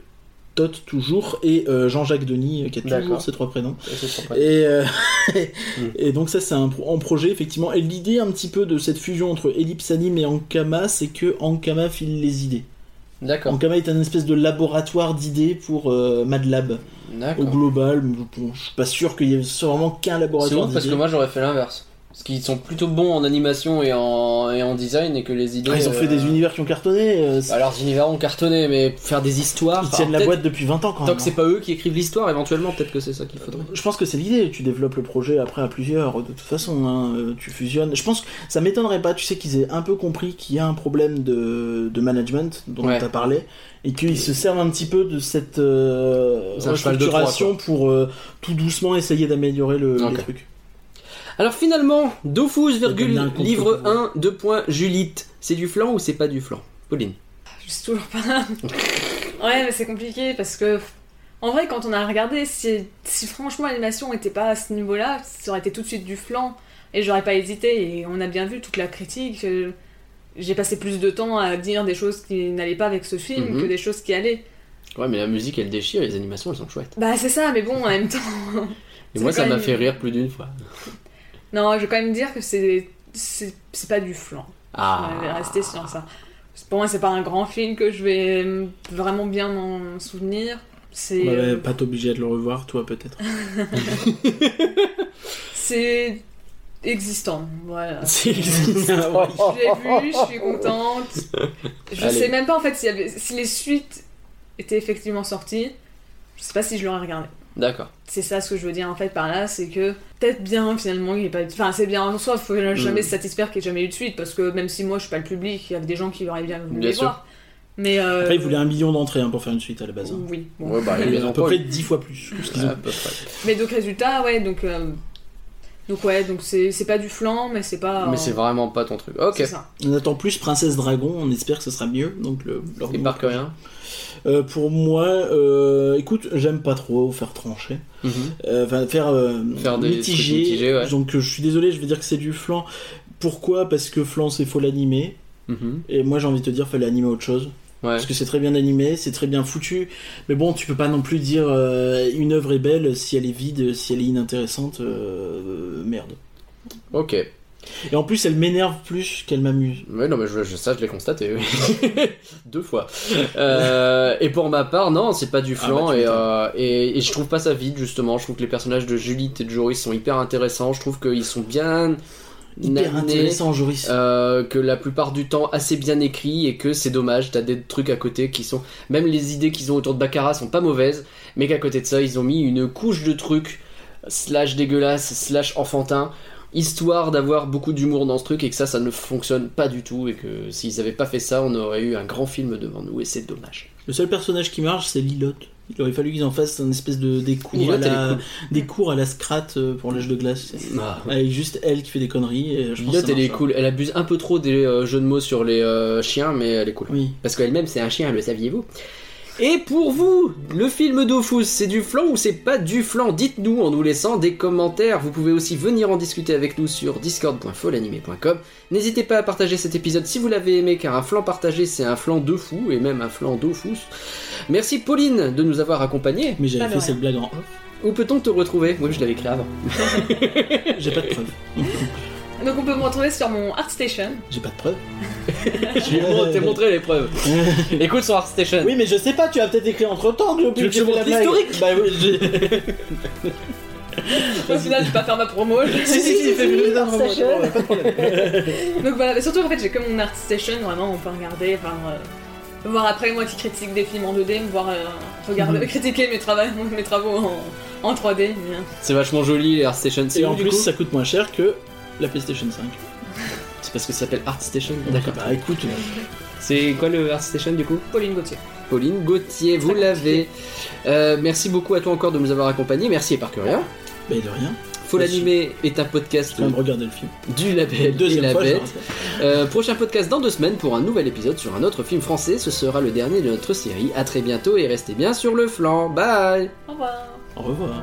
Speaker 3: Todd toujours, et euh, Jean-Jacques Denis, euh, qui a toujours
Speaker 1: D'accord.
Speaker 3: ces trois prénoms.
Speaker 1: Et c'est sympa.
Speaker 3: Et, euh,
Speaker 1: (laughs) Mm.
Speaker 3: et donc ça c'est un pro- en projet effectivement. Et l'idée un petit peu de cette fusion entre Ellipse Anime et Ankama, c'est que Ankama file les idées.
Speaker 1: D'accord.
Speaker 3: Ankama est un espèce de laboratoire d'idées pour euh, Mad Lab. Au
Speaker 1: D'accord.
Speaker 3: global, bon, je suis pas sûr qu'il y ait vraiment qu'un
Speaker 1: C'est
Speaker 3: laboratoire
Speaker 1: ouf parce que
Speaker 3: d'idées.
Speaker 1: moi j'aurais fait l'inverse. Parce qu'ils sont plutôt bons en animation et en, et en design et que les idées.
Speaker 3: Ah, ils ont
Speaker 1: euh,
Speaker 3: fait des univers qui ont cartonné. euh, c'est-
Speaker 1: bah, leurs univers ont cartonné, mais faire des histoires.
Speaker 3: ils tiennent
Speaker 1: enfin,
Speaker 3: la
Speaker 1: peut-être,
Speaker 3: boîte depuis 20 ans quand
Speaker 1: Tant
Speaker 3: même. hein.
Speaker 1: que c'est pas eux qui écrivent l'histoire, éventuellement, peut-être que c'est ça qu'il faudrait.
Speaker 3: Je pense que c'est l'idée, tu développes le projet après à plusieurs, de toute façon, hein, euh, tu fusionnes. Je pense que ça m'étonnerait pas, tu sais qu'ils aient un peu compris qu'il y a un problème de, de management dont
Speaker 1: Ouais.
Speaker 3: on t'a parlé, et qu'ils se servent un petit peu de cette euh,
Speaker 1: C'est un cheval de Troie,
Speaker 3: restructuration pour euh, tout doucement essayer d'améliorer le,
Speaker 1: Ok.
Speaker 3: les trucs.
Speaker 1: Alors finalement, Dofus, virgule,
Speaker 3: bien le contrôle,
Speaker 1: livre
Speaker 3: ouais.
Speaker 1: 1, 2 points, Julite. C'est du flan ou c'est pas du flan Pauline.
Speaker 7: Je sais toujours pas. (laughs) ouais, mais c'est compliqué parce que. En vrai, quand on a regardé, si, si franchement l'animation était pas à ce niveau-là, ça aurait été tout de suite du flan. Et j'aurais pas hésité. Et on a bien vu toute la critique. euh, J'ai passé plus de temps à dire des choses qui n'allaient pas avec ce film
Speaker 1: Mhm.
Speaker 7: que des choses qui allaient.
Speaker 1: Ouais, mais la musique elle déchire, les animations elles sont chouettes.
Speaker 7: Bah, c'est ça, mais bon, en même temps. (laughs)
Speaker 1: Et
Speaker 7: C'est
Speaker 1: moi ça
Speaker 7: quand
Speaker 1: m'a
Speaker 7: même-
Speaker 1: fait rire plus d'une fois.
Speaker 7: Non, je vais quand même dire que c'est. C'est c'est pas du flan.
Speaker 1: Ah.
Speaker 7: Je vais rester sur ça. Pour moi, c'est pas un grand film que je vais euh, vraiment bien m'en souvenir. C'est.
Speaker 3: Ouais,
Speaker 1: (laughs)
Speaker 7: euh,
Speaker 3: Pas t'obliger à te le revoir, toi peut-être.
Speaker 7: C'est existant.
Speaker 1: (laughs)
Speaker 7: Voilà.
Speaker 2: C'est
Speaker 3: (laughs)
Speaker 2: existant, oui.
Speaker 7: Je l'ai vu, je suis contente. Je
Speaker 1: Allez.
Speaker 7: sais même pas en fait s'il y avait- si les suites étaient effectivement sorties. Je sais pas si je l'aurais regardé.
Speaker 1: D'accord.
Speaker 7: C'est ça ce que je veux dire en fait par là, c'est que peut-être bien finalement qu'il n'y ait pas eu de- Enfin, c'est bien en soi, faut jamais
Speaker 1: Mm.
Speaker 7: se satisfaire qu'il n'y ait jamais eu de suite parce que même si moi je suis pas le public, il y a des gens qui auraient bien voulu
Speaker 1: Bien
Speaker 7: les
Speaker 1: sûr.
Speaker 7: voir. Mais. euh,
Speaker 3: Après, ils voulaient un million d'entrées hein, pour faire une suite à la base. hein.
Speaker 7: Oui, bon.
Speaker 1: Ouais, bah, ils Ah.
Speaker 3: à
Speaker 1: ont
Speaker 3: peu
Speaker 1: pas
Speaker 3: près
Speaker 1: eu.
Speaker 3: 10 fois plus que ce qu'ils ont.
Speaker 1: À peu près.
Speaker 7: Mais donc, résultat, ouais, donc. euh, Donc, ouais, donc c'est c'est pas du flan, mais c'est pas.
Speaker 1: Mais
Speaker 7: euh,
Speaker 1: c'est vraiment pas ton truc. Ok.
Speaker 7: c'est ça.
Speaker 3: On attend plus Princesse Dragon, on espère que ce sera mieux. Donc le, leur
Speaker 1: Et bah.
Speaker 3: nouveau
Speaker 1: par rien.
Speaker 3: Euh, pour moi, euh, écoute, j'aime pas trop faire trancher, Euh, enfin faire, euh,
Speaker 1: Faire des
Speaker 3: mitiger.
Speaker 1: trucs mitigés, ouais.
Speaker 3: Donc euh, je suis désolé, je vais dire que c'est du flan. Pourquoi Parce que flan c'est faut l'animer.
Speaker 1: Mhm.
Speaker 3: Et moi j'ai envie de te dire fallait animer autre chose.
Speaker 1: Ouais.
Speaker 3: Parce que c'est très bien animé, c'est très bien foutu. Mais bon, tu peux pas non plus dire euh, une œuvre est belle si elle est vide, si elle est inintéressante. euh, merde.
Speaker 1: Ok.
Speaker 3: Et en plus elle m'énerve plus qu'elle m'amuse.
Speaker 1: Mais non, mais je, je- ça, je l'ai constaté. oui. (laughs) Deux fois. Euh, et pour ma part, non, c'est pas du flan.
Speaker 3: Ah bah, tu
Speaker 1: et,
Speaker 3: m'étonnes.
Speaker 1: euh, et, et je trouve pas ça vide, justement. Je trouve que les personnages de Juliette et de Joris sont hyper intéressants. Je trouve qu'ils sont bien.
Speaker 3: Hyper
Speaker 1: nannés,
Speaker 3: intéressant, Joris.
Speaker 1: euh, que la plupart du temps assez bien écrit et que c'est dommage, t'as des trucs à côté qui sont. Même les idées qu'ils ont autour de Baccarat sont pas mauvaises, mais qu'à côté de ça, ils ont mis une couche de trucs, slash dégueulasse, slash enfantin, histoire d'avoir beaucoup d'humour dans ce truc et que ça, ça ne fonctionne pas du tout et que s'ils avaient pas fait ça, on aurait eu un grand film devant nous et c'est dommage.
Speaker 3: Le seul personnage qui marche, c'est Lilotte. Il aurait fallu qu'ils en fassent un espèce de des cours,
Speaker 1: Lilotte,
Speaker 3: à la,
Speaker 1: elle est
Speaker 3: des cours à la Scrat euh, pour l'âge de glace.
Speaker 1: Ah.
Speaker 3: Avec juste elle qui fait des conneries. Et je pense
Speaker 1: Liot,
Speaker 3: que ça hein.
Speaker 1: elle est
Speaker 3: marchera.
Speaker 1: cool, elle abuse un peu trop des euh, jeux de mots sur les euh, chiens, mais elle est cool.
Speaker 3: Oui.
Speaker 1: Parce qu'elle-même, c'est un chien, le saviez-vous Et pour vous, le film Dofus, c'est du flan ou c'est pas du flan Dites-nous en nous laissant des commentaires. Vous pouvez aussi venir en discuter avec nous sur discord.folanimé.com. N'hésitez pas à partager cet épisode si vous l'avez aimé, car un flan partagé, c'est un flan de fou, et même un flan Dofus. Merci Pauline de nous avoir accompagnés.
Speaker 3: Mais j'avais
Speaker 7: Pas de
Speaker 3: fait
Speaker 7: rien.
Speaker 3: cette blague en off.
Speaker 1: Où peut-on te retrouver Oui, je l'avais écrit avant.
Speaker 3: J'ai pas de preuve.
Speaker 7: Donc, on peut me retrouver sur mon ArtStation.
Speaker 3: (laughs) J'ai pas de preuve.
Speaker 1: (laughs) Je
Speaker 3: (laughs)
Speaker 1: t'ai montré les preuves. (laughs) Écoute sur ArtStation.
Speaker 3: Oui, mais je sais pas, tu as peut-être écrit entre temps.
Speaker 1: Tu veux que je montre l'historique
Speaker 3: Bah oui, j'ai-
Speaker 7: Au final, je vais pas faire ma promo.
Speaker 3: (laughs) (laughs)
Speaker 7: je-
Speaker 3: si, si, si, fais- fais- fais- fais-
Speaker 7: Donc voilà, mais surtout en fait j'ai comme mon art station, vraiment on peut regarder, enfin, euh, voir après moi qui critique des films en 2D, me voir euh, regarder,
Speaker 3: Mhm.
Speaker 7: (laughs) critiquer mes, travaux mes travaux en, en 3D. mais, euh,
Speaker 1: C'est vachement joli, les ArtStation. C'est
Speaker 3: Et
Speaker 1: où,
Speaker 3: en
Speaker 1: du
Speaker 3: plus,
Speaker 1: coup
Speaker 3: ça coûte moins cher que la PlayStation 5.
Speaker 1: c'est parce que ça s'appelle ArtStation. D'accord.
Speaker 3: Bah écoute,
Speaker 1: C'est quoi le ArtStation du coup
Speaker 7: Pauline Gauthier.
Speaker 1: Pauline Gauthier, vous l'avez. Euh, merci beaucoup à toi encore de nous avoir accompagnés. Merci Eparcurien.
Speaker 3: bah de rien.
Speaker 1: Faut
Speaker 3: Merci.
Speaker 1: l'animer est un podcast
Speaker 3: Tu vas me regarder le film.
Speaker 1: du label et
Speaker 3: Deuxième
Speaker 1: la
Speaker 3: fois, je le
Speaker 1: bête. Euh, prochain podcast dans deux semaines pour un nouvel épisode sur un autre film français. Ce sera le dernier de notre série. À très bientôt et restez bien sur le flanc. Bye.
Speaker 7: Au revoir.
Speaker 3: Au revoir.